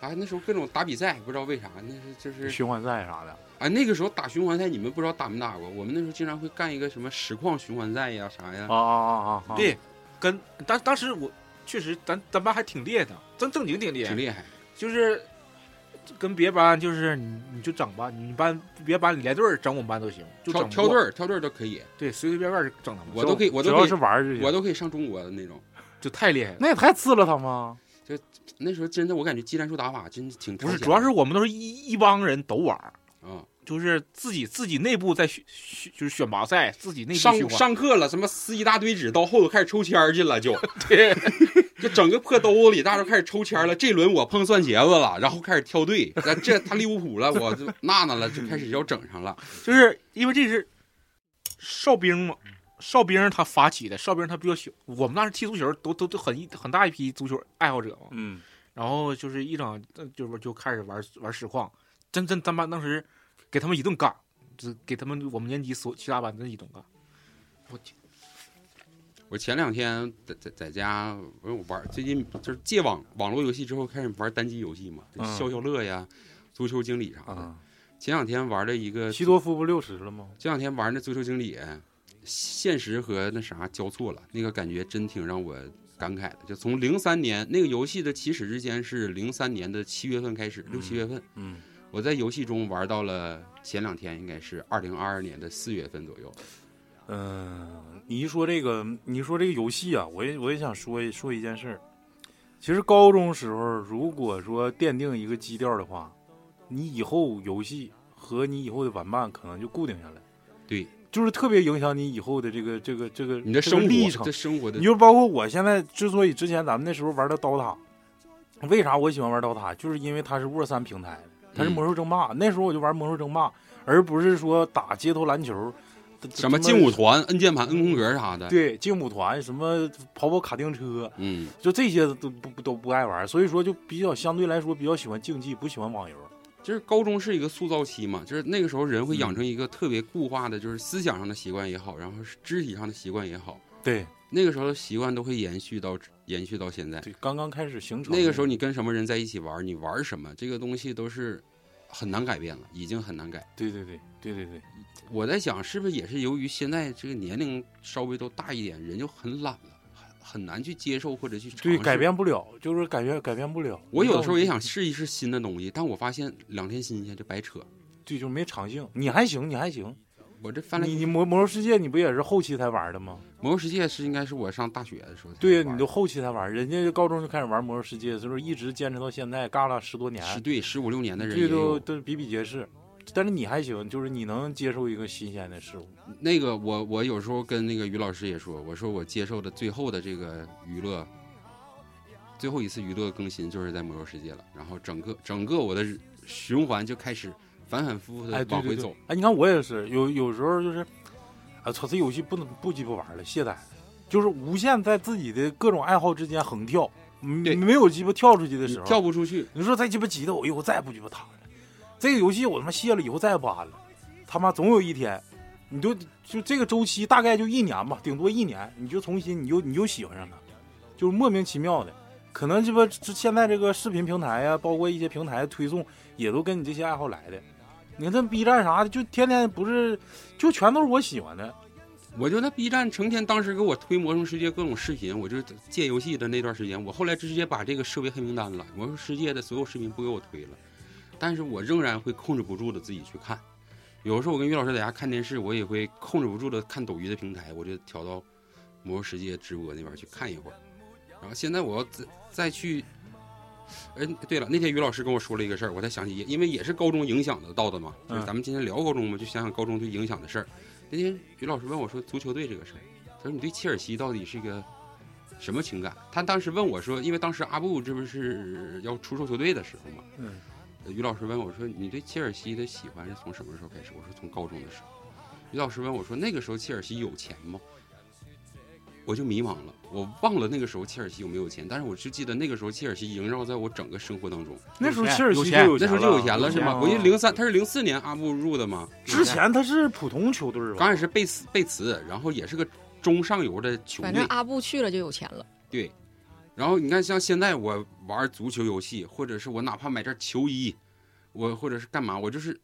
S4: 啊，那时候各种打比赛，不知道为啥，那是就 是
S3: 循环赛啥的，
S4: 啊，那个时候打循环赛，你们不知道打没打过？我们那时候经常会干一个什么实况循环赛呀，啥呀
S3: 啊，啊啊啊！，
S2: 对，跟当当时我确实咱咱班还挺厉害的，正正经挺厉害
S4: 挺，厉害。
S2: 就是跟别班就是你你就整吧，你班别班连队儿整我们班都行，就
S4: 挑
S2: 整
S4: 挑
S2: 过
S4: 队，儿，挑队儿都可以，
S2: 对，随随便便整他们，
S4: 我都可以，我
S3: 只
S4: 都
S3: 要
S4: 可以
S3: 是，玩儿就行。
S4: 我都可以上中国的那种。
S2: 就太厉害了。
S3: 那也太次了他吗？
S4: 那时候真的，我感觉技战术打法真挺
S2: 不
S4: 超
S2: 是，
S4: 前
S2: 主要
S4: 的
S2: 是我们都是一一帮人都玩儿，
S4: 啊，
S2: 就是自己自己内部在选选就是选拔赛，自己内部
S4: 上
S2: 循环
S4: 上课了，什么撕一大堆纸，到后头开始抽签儿去了，就 对，就整个破兜子里，大家都开始抽签儿了。这轮我碰蒜茄子了，然后开始挑队，那这他利物浦了， 我就娜娜了，就开始要整上了。
S2: 就是因为这是哨兵嘛，哨兵他发起的，哨兵他比较小。我们那时踢足球都都都很一很大一批足球爱好者嘛，
S3: 嗯，
S2: 然后就是一整呃就是就开始玩玩实况，真真咱班当时给他们一顿干，就是给他们我们年级所其他班真一顿干。我去，
S4: 我前两天在在在家，我我玩最近就是戒网网络游戏之后开始玩单机游戏嘛，就
S3: 嗯
S4: 消消乐呀、足球经理啥
S2: 嗯
S4: 的。
S3: 啊，
S4: 前两天玩了一个，
S3: 西
S4: 前
S3: 多夫不六十了吗？
S4: 两天玩那足球经理，现实和那啥交错了，那个感觉真挺让我感慨的。就从零三年那个游戏的起始之间是零三年的七月份开始，六七月份，
S3: 嗯，
S4: 我在游戏中玩到了前两天应该是二零二二年的四月份左右。
S3: 嗯，你一说这个，你一说这个游戏啊，我也我也想说一说一件事儿。其实高中时候，如果说奠定一个基调的话，你以后游戏和你以后的玩伴可能就固定下来，
S4: 对，
S3: 就是特别影响你以后的这个这个这个
S4: 你的
S3: 这
S4: 生
S3: 个历
S4: 活，
S3: 程
S4: 这。生活的
S3: 你就包括我现在之所以之前咱们那时候玩的刀塔，为啥我喜欢玩刀塔，就是因为它是 Word 三平台的，它是
S4: 嗯
S3: 魔兽争霸。那时候我就玩魔兽争霸，而不是说打街头篮球，
S4: 什么劲舞团、摁键盘、摁空格啥的。
S3: 对劲舞团，什么跑跑卡丁车，
S4: 嗯，
S3: 就这些都不都不爱玩，所以说就比较相对来说比较喜欢竞技，不喜欢网游。
S4: 就是高中是一个塑造期嘛，就是那个时候人会
S3: 嗯
S4: 养成一个特别固化的，就是思想上的习惯也好，然后是肢体上的习惯也好，
S3: 对
S4: 那个时候的习惯都会延续到延续到现在。
S3: 对，刚刚开始形成
S4: 那个时候你跟什么人在一起玩，你玩什么，这个东西都是很难改变了，已经很难改。
S3: 对对对对对对，
S4: 我在想，是不是也是由于现在这个年龄稍微都大一点，人就很懒了，很很难去接受或者去尝
S3: 对
S4: 试
S3: 改变不嗯了，就是改变改变不了。
S4: 我有的时候也想试一试新的东西，但我发现两天新鲜就白扯。
S3: 对，就是没长性。你还行，你还行。
S4: 我这翻来
S3: 你你魔魔兽世界你不也是后期才玩的吗？
S4: 魔兽世界是应该是我上大学的时候才玩的，
S3: 对呀，你都后期才玩，人家高中就开始玩魔兽世界，所以说一直坚持到现在，嘎了十多年，
S4: 十对十五六年的人也
S3: 这都
S4: 有。
S3: 都比比皆是。但是你还行，就是你能接受一个新鲜的事物。
S4: 那个我我有时候跟那个于老师也说，我说我接受的最后的这个娱乐，最后一次娱乐更新就是在魔兽世界了，然后整个整个我的循环就开始反反复复
S3: 哎，
S4: 的
S3: 对
S4: 往
S3: 对
S4: 回
S3: 对
S4: 走。
S3: 哎，你看我也是，有有时候就是，啊，操，这游戏不能不鸡巴玩了，懈怠了，就是无限在自己的各种爱好之间横跳，没
S4: 对
S3: 没有鸡巴跳出去的
S4: 你
S3: 时候。
S4: 跳不出去，
S3: 你说再鸡巴急的我以后再也不鸡巴打了，这个游戏我他妈卸了以后再也不玩了，他妈总有一天，你就就这个周期大概就一年吧，顶多一年，你就重新你就你就喜欢上它，就是莫名其妙的，可能鸡巴这现在这个视频平台啊，包括一些平台推送也都跟你这些爱好来的。你看这 B 站啥的，就天天不是，就全都是我喜欢的。
S4: 我就那 B 站成天当时给我推《魔兽世界》各种视频，我就借游戏的那段时间，我后来直接把这个设为黑名单了，《魔兽世界》的所有视频不给我推了，但是我仍然会控制不住的自己去看。有的时候我跟于老师在家看电视，我也会控制不住的看抖音的平台，我就调到《魔兽世界》直播那边去看一会儿。然后现在我要再再去，哎，对了，那天于老师跟我说了一个事儿，我才想起，因为也是高中影响得到的嘛，就是
S3: 嗯
S4: 咱们今天聊高中嘛，就想想高中对影响的事儿。那天于老师问我说足球队这个事儿，他说你对切尔西到底是一个什么情感？他当时问我说，因为当时阿布这不是要出售球队的时候嘛，
S3: 嗯，
S4: 于老师问我说：“你对切尔西的喜欢是从什么时候开始？”我说：“从高中的时候。”于老师问我说：“那个时候切尔西有钱吗？”我就迷茫了，我忘了那个时候切尔西有没有钱，但是我就记得那个时候切尔西萦绕在我整个生活当中。
S3: 那时候
S2: 有钱
S3: 切尔西
S2: 有
S3: 就
S2: 钱
S3: 有
S4: 那时候就有
S3: 钱
S4: 钱了是吗？
S3: 有
S4: 我
S3: 钱
S4: 记得零三，他是零四年阿布入的嘛，
S3: 之前他是普通球队吧？
S4: 刚开始贝茨贝茨，然后也是个中上游的球
S5: 反
S4: 队
S5: 正，阿布去了就有钱了。
S4: 对。然后你看，像现在我玩足球游戏，或者是我哪怕买件球衣，我或者是干嘛，我就是，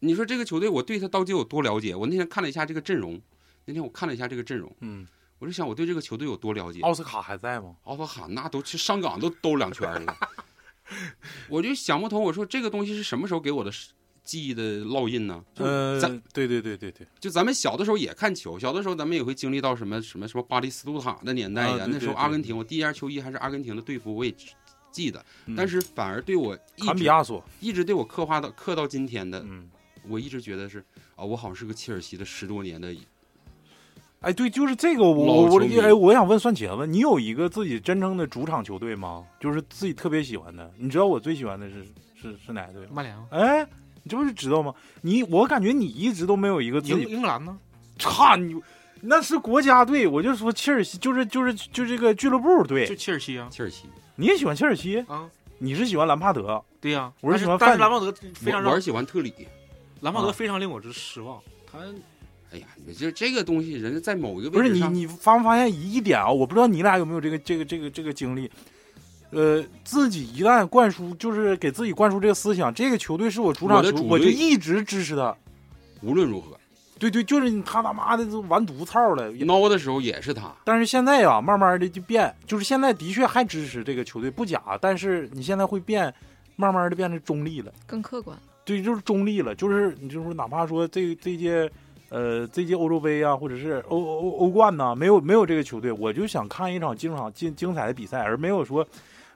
S4: 你说这个球队我对他到底有多了解？我那天看了一下这个阵容，那天我看了一下这个阵容，
S3: 嗯，
S4: 我就想我对这个球队有多了解？
S3: 奥斯卡还在吗？
S4: 奥斯卡那都去上港都兜两圈了，我就想不通，我说这个东西是什么时候给我的记忆的烙印呢？就
S3: 呃
S4: 咱，
S3: 对对对对对。
S4: 就咱们小的时候也看球，小的时候咱们也会经历到什么什么什么巴黎斯图塔的年代呀、
S3: 啊对对
S4: 那时候阿根廷，我第一件球衣还是阿根廷的队服，我也记得。但是反而对我一
S3: 坎比
S4: 直
S3: 嗯亚索，
S4: 一直对我刻画到刻到今天的，
S3: 嗯，
S4: 我一直觉得是啊，我好像是个切尔西的十多年的，
S3: 哎，对，就是这个，我我
S4: 老球迷
S3: 我，哎，我想问蒜茄子，你有一个自己真正的主场球队吗？就是自己特别喜欢的，你知道我最喜欢的是是是哪个队吗？
S2: 曼联、啊
S3: 哎，你这不是知道吗？你我感觉你一直都没有一个自
S2: 英
S3: 己
S2: 英格兰呢？
S3: 差，你那是国家队，我就说切尔西，就是就是就这个俱乐部
S2: 就
S3: 队，
S2: 切尔西啊
S4: 切尔西
S3: 你也喜欢切尔西？
S2: 啊！
S3: 你是喜欢兰帕德，
S2: 对呀、
S3: 我是
S2: 但
S3: 喜
S2: 是
S3: 欢
S2: 但
S3: 范
S2: 是兰帕德非
S4: 我
S2: 常
S4: 我
S2: 让
S4: 是喜欢特里。
S2: 兰帕
S3: 啊
S2: 德非常令我之失望，他
S4: 哎呀，你这这个东西，人家在某一个
S3: 不是
S4: 位置
S3: 你
S4: 上，
S3: 你发没发现一点啊？我不知道你俩有没有这个这个这个这个经历，呃，自己一旦灌输，就是给自己灌输这个思想，这个球队是我主场
S4: 我的
S3: 球，
S4: 主
S3: 我就
S4: 队
S3: 一直支持他。
S4: 无论如何
S3: 对对，就是你他他妈的都完犊子操了。
S4: 孬的时候也是他。
S3: 但是现在呀、慢慢的就变，就是现在的确还支持这个球队不假，但是你现在会变，慢慢的变成中立了。
S5: 更客观。
S3: 对，就是中立了，就是你就是哪怕说这这届，呃，这届欧洲杯啊，或者是欧欧欧冠呐、没有没有这个球队，我就想看一场精场精精彩的比赛，而没有说，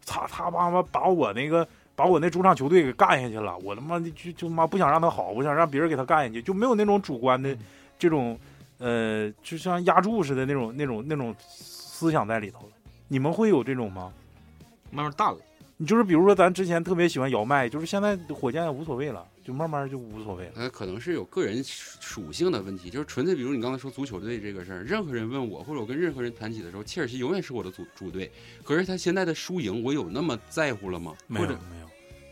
S3: 操他妈妈把我那个把我那主场球队给干下去了，我他妈的就就妈不想让他好，我想让别人给他干下去，就没有那种主观的这种，呃，就像压注似的那种那种那种思想在里头了。你们会有这种吗？
S2: 慢慢淡了。
S3: 你就是比如说咱之前特别喜欢姚麦，就是现在火箭无所谓了，就慢慢就无所谓了。
S4: 呃，可能是有个人属属性的问题，就是纯粹，比如你刚才说足球队这个事儿，任何人问我，或者我跟任何人谈起的时候，切尔西永远是我的主主队。可是他现在的输赢，我有那么在乎了吗？
S3: 没
S4: 或
S3: 有
S4: 者
S3: 没有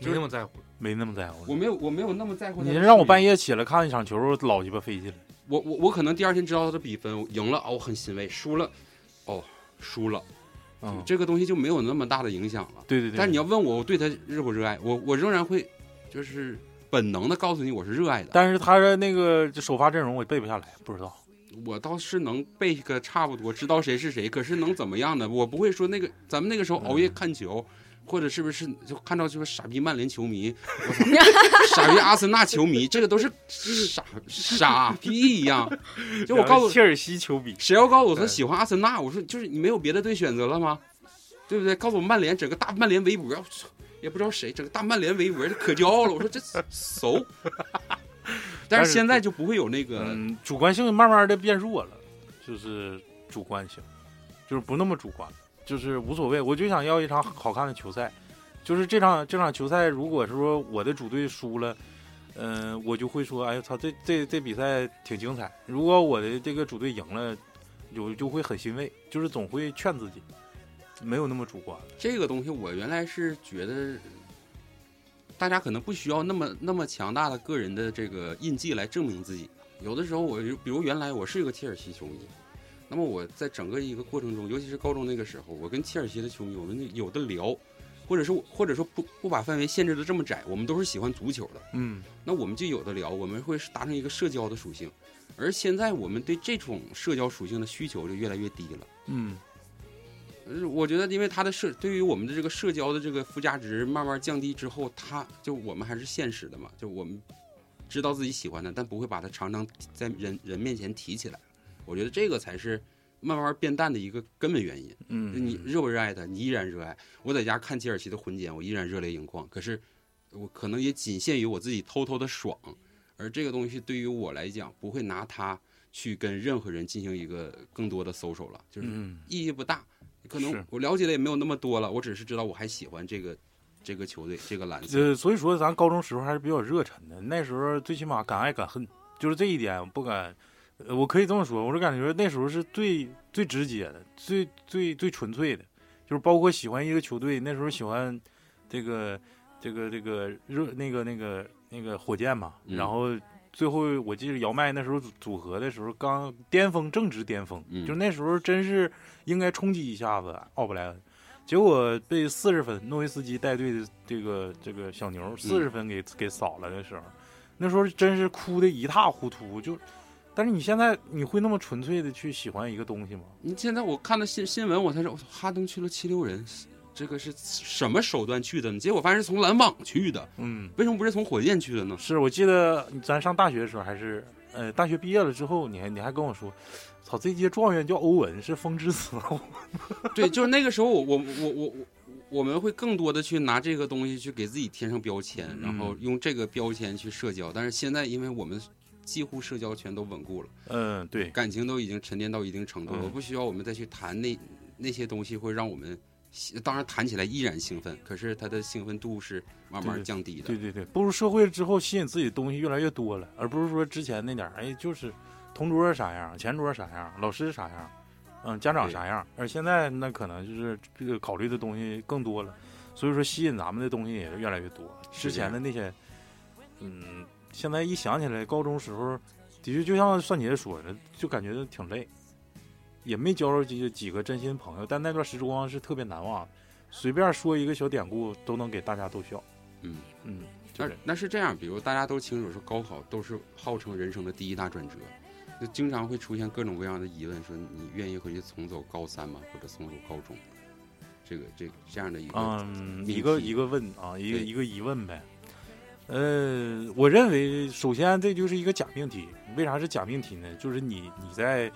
S2: 没那么在乎，
S3: 没那么在乎。
S4: 我没有，我没有那么在乎他
S3: 你
S4: 的输赢。
S3: 让我半夜起来看一场球，老鸡巴费劲了。
S4: 我我我可能第二天知道他的比分，我赢了哦，我很欣慰；输了，哦，输了，
S3: 嗯，
S4: 这个东西就没有那么大的影响了。
S3: 对对对。
S4: 但是你要，问我，我对他热不热爱，我我仍然会就是本能的告诉你我是热爱的。
S3: 但是他的那个首发阵容我背不下来，不知道。
S4: 我倒是能背个差不多，知道谁是谁，可是能怎么样呢？我不会说那个咱们那个时候熬夜看球。或者是不是就看到就是傻逼曼联球迷，我操傻逼阿森纳 球迷，这个都是傻傻逼一样。就我告诉
S3: 切尔西球比，
S4: 谁要告诉我说
S3: 对
S4: 喜欢阿森纳，我说就是你没有别的队选择了吗？对不对？告诉我曼联整个大曼联微博，我操也不知道谁整个大曼联微博可骄傲了。我说这 熟，但
S3: 但
S4: 是
S3: 是
S4: 现在就不会有那个，
S3: 嗯，主观性慢慢的变弱了，就是主观性，就是不那么主观，就是无所谓。我就想要一场好看的球赛，就是这场这场球赛，如果是说我的主队输了。嗯、我就会说，哎呀，操，这这这比赛挺精彩。如果我的这个主队赢了，有就会很欣慰，就是总会劝自己，没有那么主观。
S4: 这个东西我原来是觉得，大家可能不需要那么那么强大的个人的这个印记来证明自己。有的时候我就比如原来我是一个切尔西球迷，那么我在整个一个过程中，尤其是高中那个时候，我跟切尔西的球迷我们有的聊，或者是或者说不不把范围限制的这么窄，我们都是喜欢足球的，
S3: 嗯，
S4: 那我们就有的聊，我们会达成一个社交的属性。而现在我们对这种社交属性的需求就越来越低了。
S3: 嗯，
S4: 呃我觉得，因为它的社对于我们的这个社交的这个附加值慢慢降低之后，它就我们还是现实的嘛，就我们知道自己喜欢的，但不会把它常常在人人面前提起来。我觉得这个才是慢慢变淡的一个根本原因。
S3: 嗯，
S4: 你热不热爱它？你依然热爱。我在家看切尔西的混剪，我依然热泪盈眶。可是我可能也仅限于我自己偷偷的爽，而这个东西对于我来讲，不会拿它去跟任何人进行一个更多的 social 了，就是
S3: 嗯
S4: 意义不大。可
S3: 是
S4: 能我了解的也没有那么多了，我只是知道我还喜欢这个这个球队，这个篮球。
S3: 呃，所以说咱高中时候还是比较热忱的，那时候最起码敢爱敢恨，就是这一点不敢，呃我可以这么说，我是感觉那时候是最最直接的，最最最纯粹的，就是包括喜欢一个球队，那时候喜欢这个这个这个热那个那个那个火箭嘛，
S4: 嗯
S3: 然后最后我记得姚麦那时候组组合的时候刚巅峰正值巅峰，
S4: 嗯
S3: 就那时候真是应该冲击一下子奥布莱恩。结果被四十分诺维斯基带队的这个这个小牛四十分给、给扫了的时候，那时候真是哭的一塌糊涂。就，但是你现在你会那么纯粹的去喜欢一个东西吗？
S4: 你现在我看到新新闻，我才知道我操哈登去了七六人，这个是什么手段去的呢？结果发现是从篮网去的，
S3: 嗯，
S4: 为什么不是从火箭去的 呢？
S3: 是我记得咱上大学的时候还是，呃，大学毕业了之后，你还你还跟我说，操，这届状元叫欧文，是风之子。
S4: 对，就是那个时候我，我我我我我们会更多的去拿这个东西去给自己贴上标签，然后用这个标签去社交。但是现在，因为我们几乎社交全都稳固了，
S3: 嗯，对，
S4: 感情都已经沉淀到一定程度了，
S3: 嗯
S4: 不需要我们再去谈那那些东西，会让我们呃当然谈起来依然兴奋，可是它的兴奋度是慢慢
S3: 对
S4: 降低的
S3: 对。对对，步入社会之后，吸引自己的东西越来越多了，而不是说之前那点儿，哎，就是同桌啥样，前桌啥样，老师啥样，嗯，家长啥样。而现在那可能就是这个考虑的东西更多了，所以说吸引咱们的东西也是越来越多。
S4: 是
S3: 之
S4: 这样
S3: 前的那些，嗯，现在一想起来，高中时候的确就像蒜姐说的，就感觉挺累，也没交着几几个真心朋友，但那段时光是特别难忘的。随便说一个小典故，都能给大家逗笑。
S4: 嗯
S3: 嗯，就
S4: 那
S3: 是
S4: 那是这样，比如大家都清楚说高考都是号称人生的第一大转折，那经常会出现各种各样的疑问，说你愿意回去重走高三吗？或者重走高中？这个这这样的一个、
S3: 嗯，
S4: 命
S3: 一个
S4: 题
S3: 一个问啊，一个
S4: 对
S3: 一个疑问呗。呃，我认为首先这就是一个假命题。为啥是假命题呢？就是你你在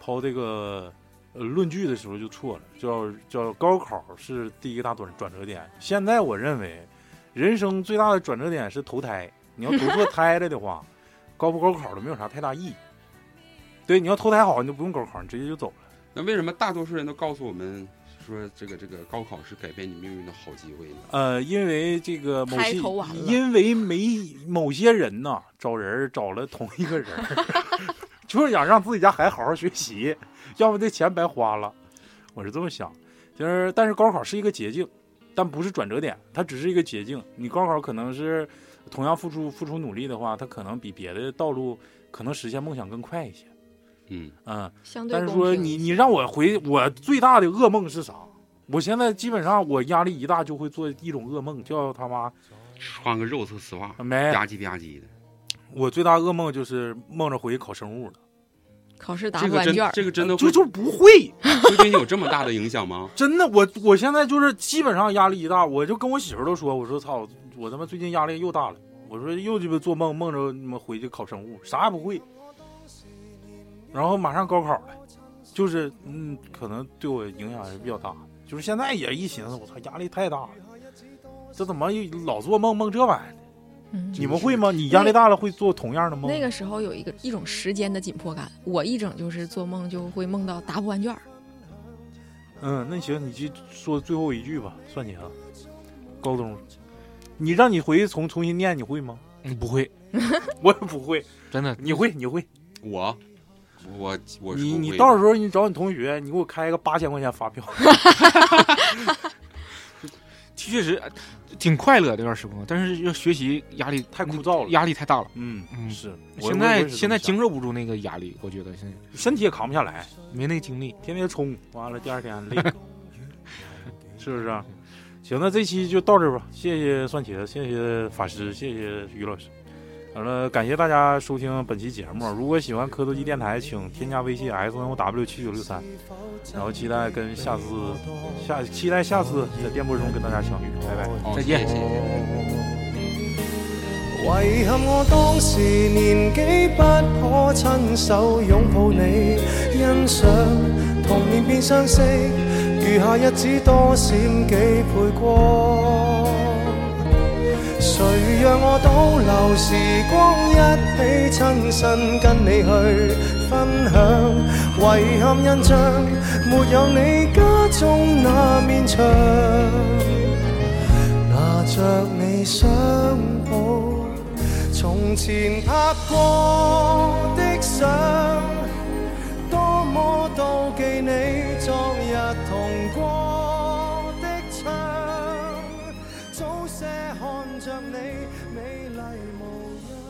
S3: 抛这个呃论据的时候就错了，叫叫高考是第一个大转转折点。现在我认为人生最大的转折点是投胎。你要投错胎了的话，高不高考都没有啥太大意义。对，你要投胎好，你就不用高考，你直接就走了。
S4: 那为什么大多数人都告诉我们说这个这个高考是改变你命运的好机会呢？
S3: 呃，因为这个某
S5: 开
S3: 些
S5: 头完了，
S3: 因为没某些人呐，找人儿找了同一个人儿， 就是想让自己家孩子好好学习，要不这钱白花了。我是这么想，就是但是高考是一个捷径，但不是转折点，它只是一个捷径。你高考可能是同样付出付出努力的话，它可能比别的道路可能实现梦想更快一些。
S4: 嗯，
S3: 嗯，
S5: 相对
S3: 但是
S5: 公
S3: 说
S5: 平
S3: 你你让我回，我最大的噩梦是啥？我现在基本上我压力一大就会做一种噩梦，叫他妈
S4: 穿个肉色丝袜，
S3: 没
S4: 吧唧吧唧的，
S3: 我最大噩梦就是梦着回去考生物了，
S5: 考试答
S4: 这
S5: 不
S4: 个
S5: 完卷
S4: 真
S5: 儿，呃
S4: 这个真的
S3: 就
S4: 会
S3: 就不会，
S4: 会对你有这么大的影响吗？
S3: 真的，我我现在就是基本上压力一大，我就跟我媳妇儿都说，我说操，我他妈最近压力又大了，我说又鸡巴做梦梦着你们回去考生物，啥也不会，然后马上高考了，就是嗯，可能对我影响还是比较大，就是现在也一寻思，我操，压力太大了，这怎么又老做梦梦这玩意儿呢？
S5: 嗯
S3: 你们会吗？你压力大了会做同样的梦吗？
S5: 那个时候有一个一种时间的紧迫感，我一整就是做梦就会梦到答不完卷儿，
S3: 嗯，那行，你就说最后一句吧，算你啊。高中，你让你回去重重新念，你会吗？
S2: 嗯，不会，
S3: 我也不会，
S2: 真的，
S3: 你会，你会，
S4: 我我我
S3: 你
S4: 是不
S3: 你
S4: 会
S3: 到
S4: 的
S3: 时候你找你同学，你给我开个八千块钱发票。
S2: 确实呃挺快乐这段时光，但是要学习压力
S3: 太枯燥了
S2: 压力太大了。
S3: 嗯
S2: 嗯
S3: 是。我
S2: 现在现在经受不住那个压力，我觉得现在
S3: 啊身体也扛不下来，
S2: 没那个精力。
S3: 天天冲，完了第二天累，是不是、啊？行，那这期就到这儿吧，谢谢蒜茄，谢谢法师，谢谢于老师。好了，感谢大家收听本期节目。如果喜欢科多机电台，请添加微信 s n o w 七九六三，然后期待跟下次下期待下次在电波中跟大家相遇，拜拜。
S4: 哦
S2: 再见
S4: 谢谢谢谢
S7: 遺憾我當時年紀不可親手擁抱你，欣賞童年變相識，餘下日子多閃幾倍光。誰讓我倒流時光，一起親身跟你去分享遺憾印象，沒有你家中那面牆。拿着你相抱，從前拍過的相，多麼妒忌你昨日同過的窗，早些看着你美麗模樣。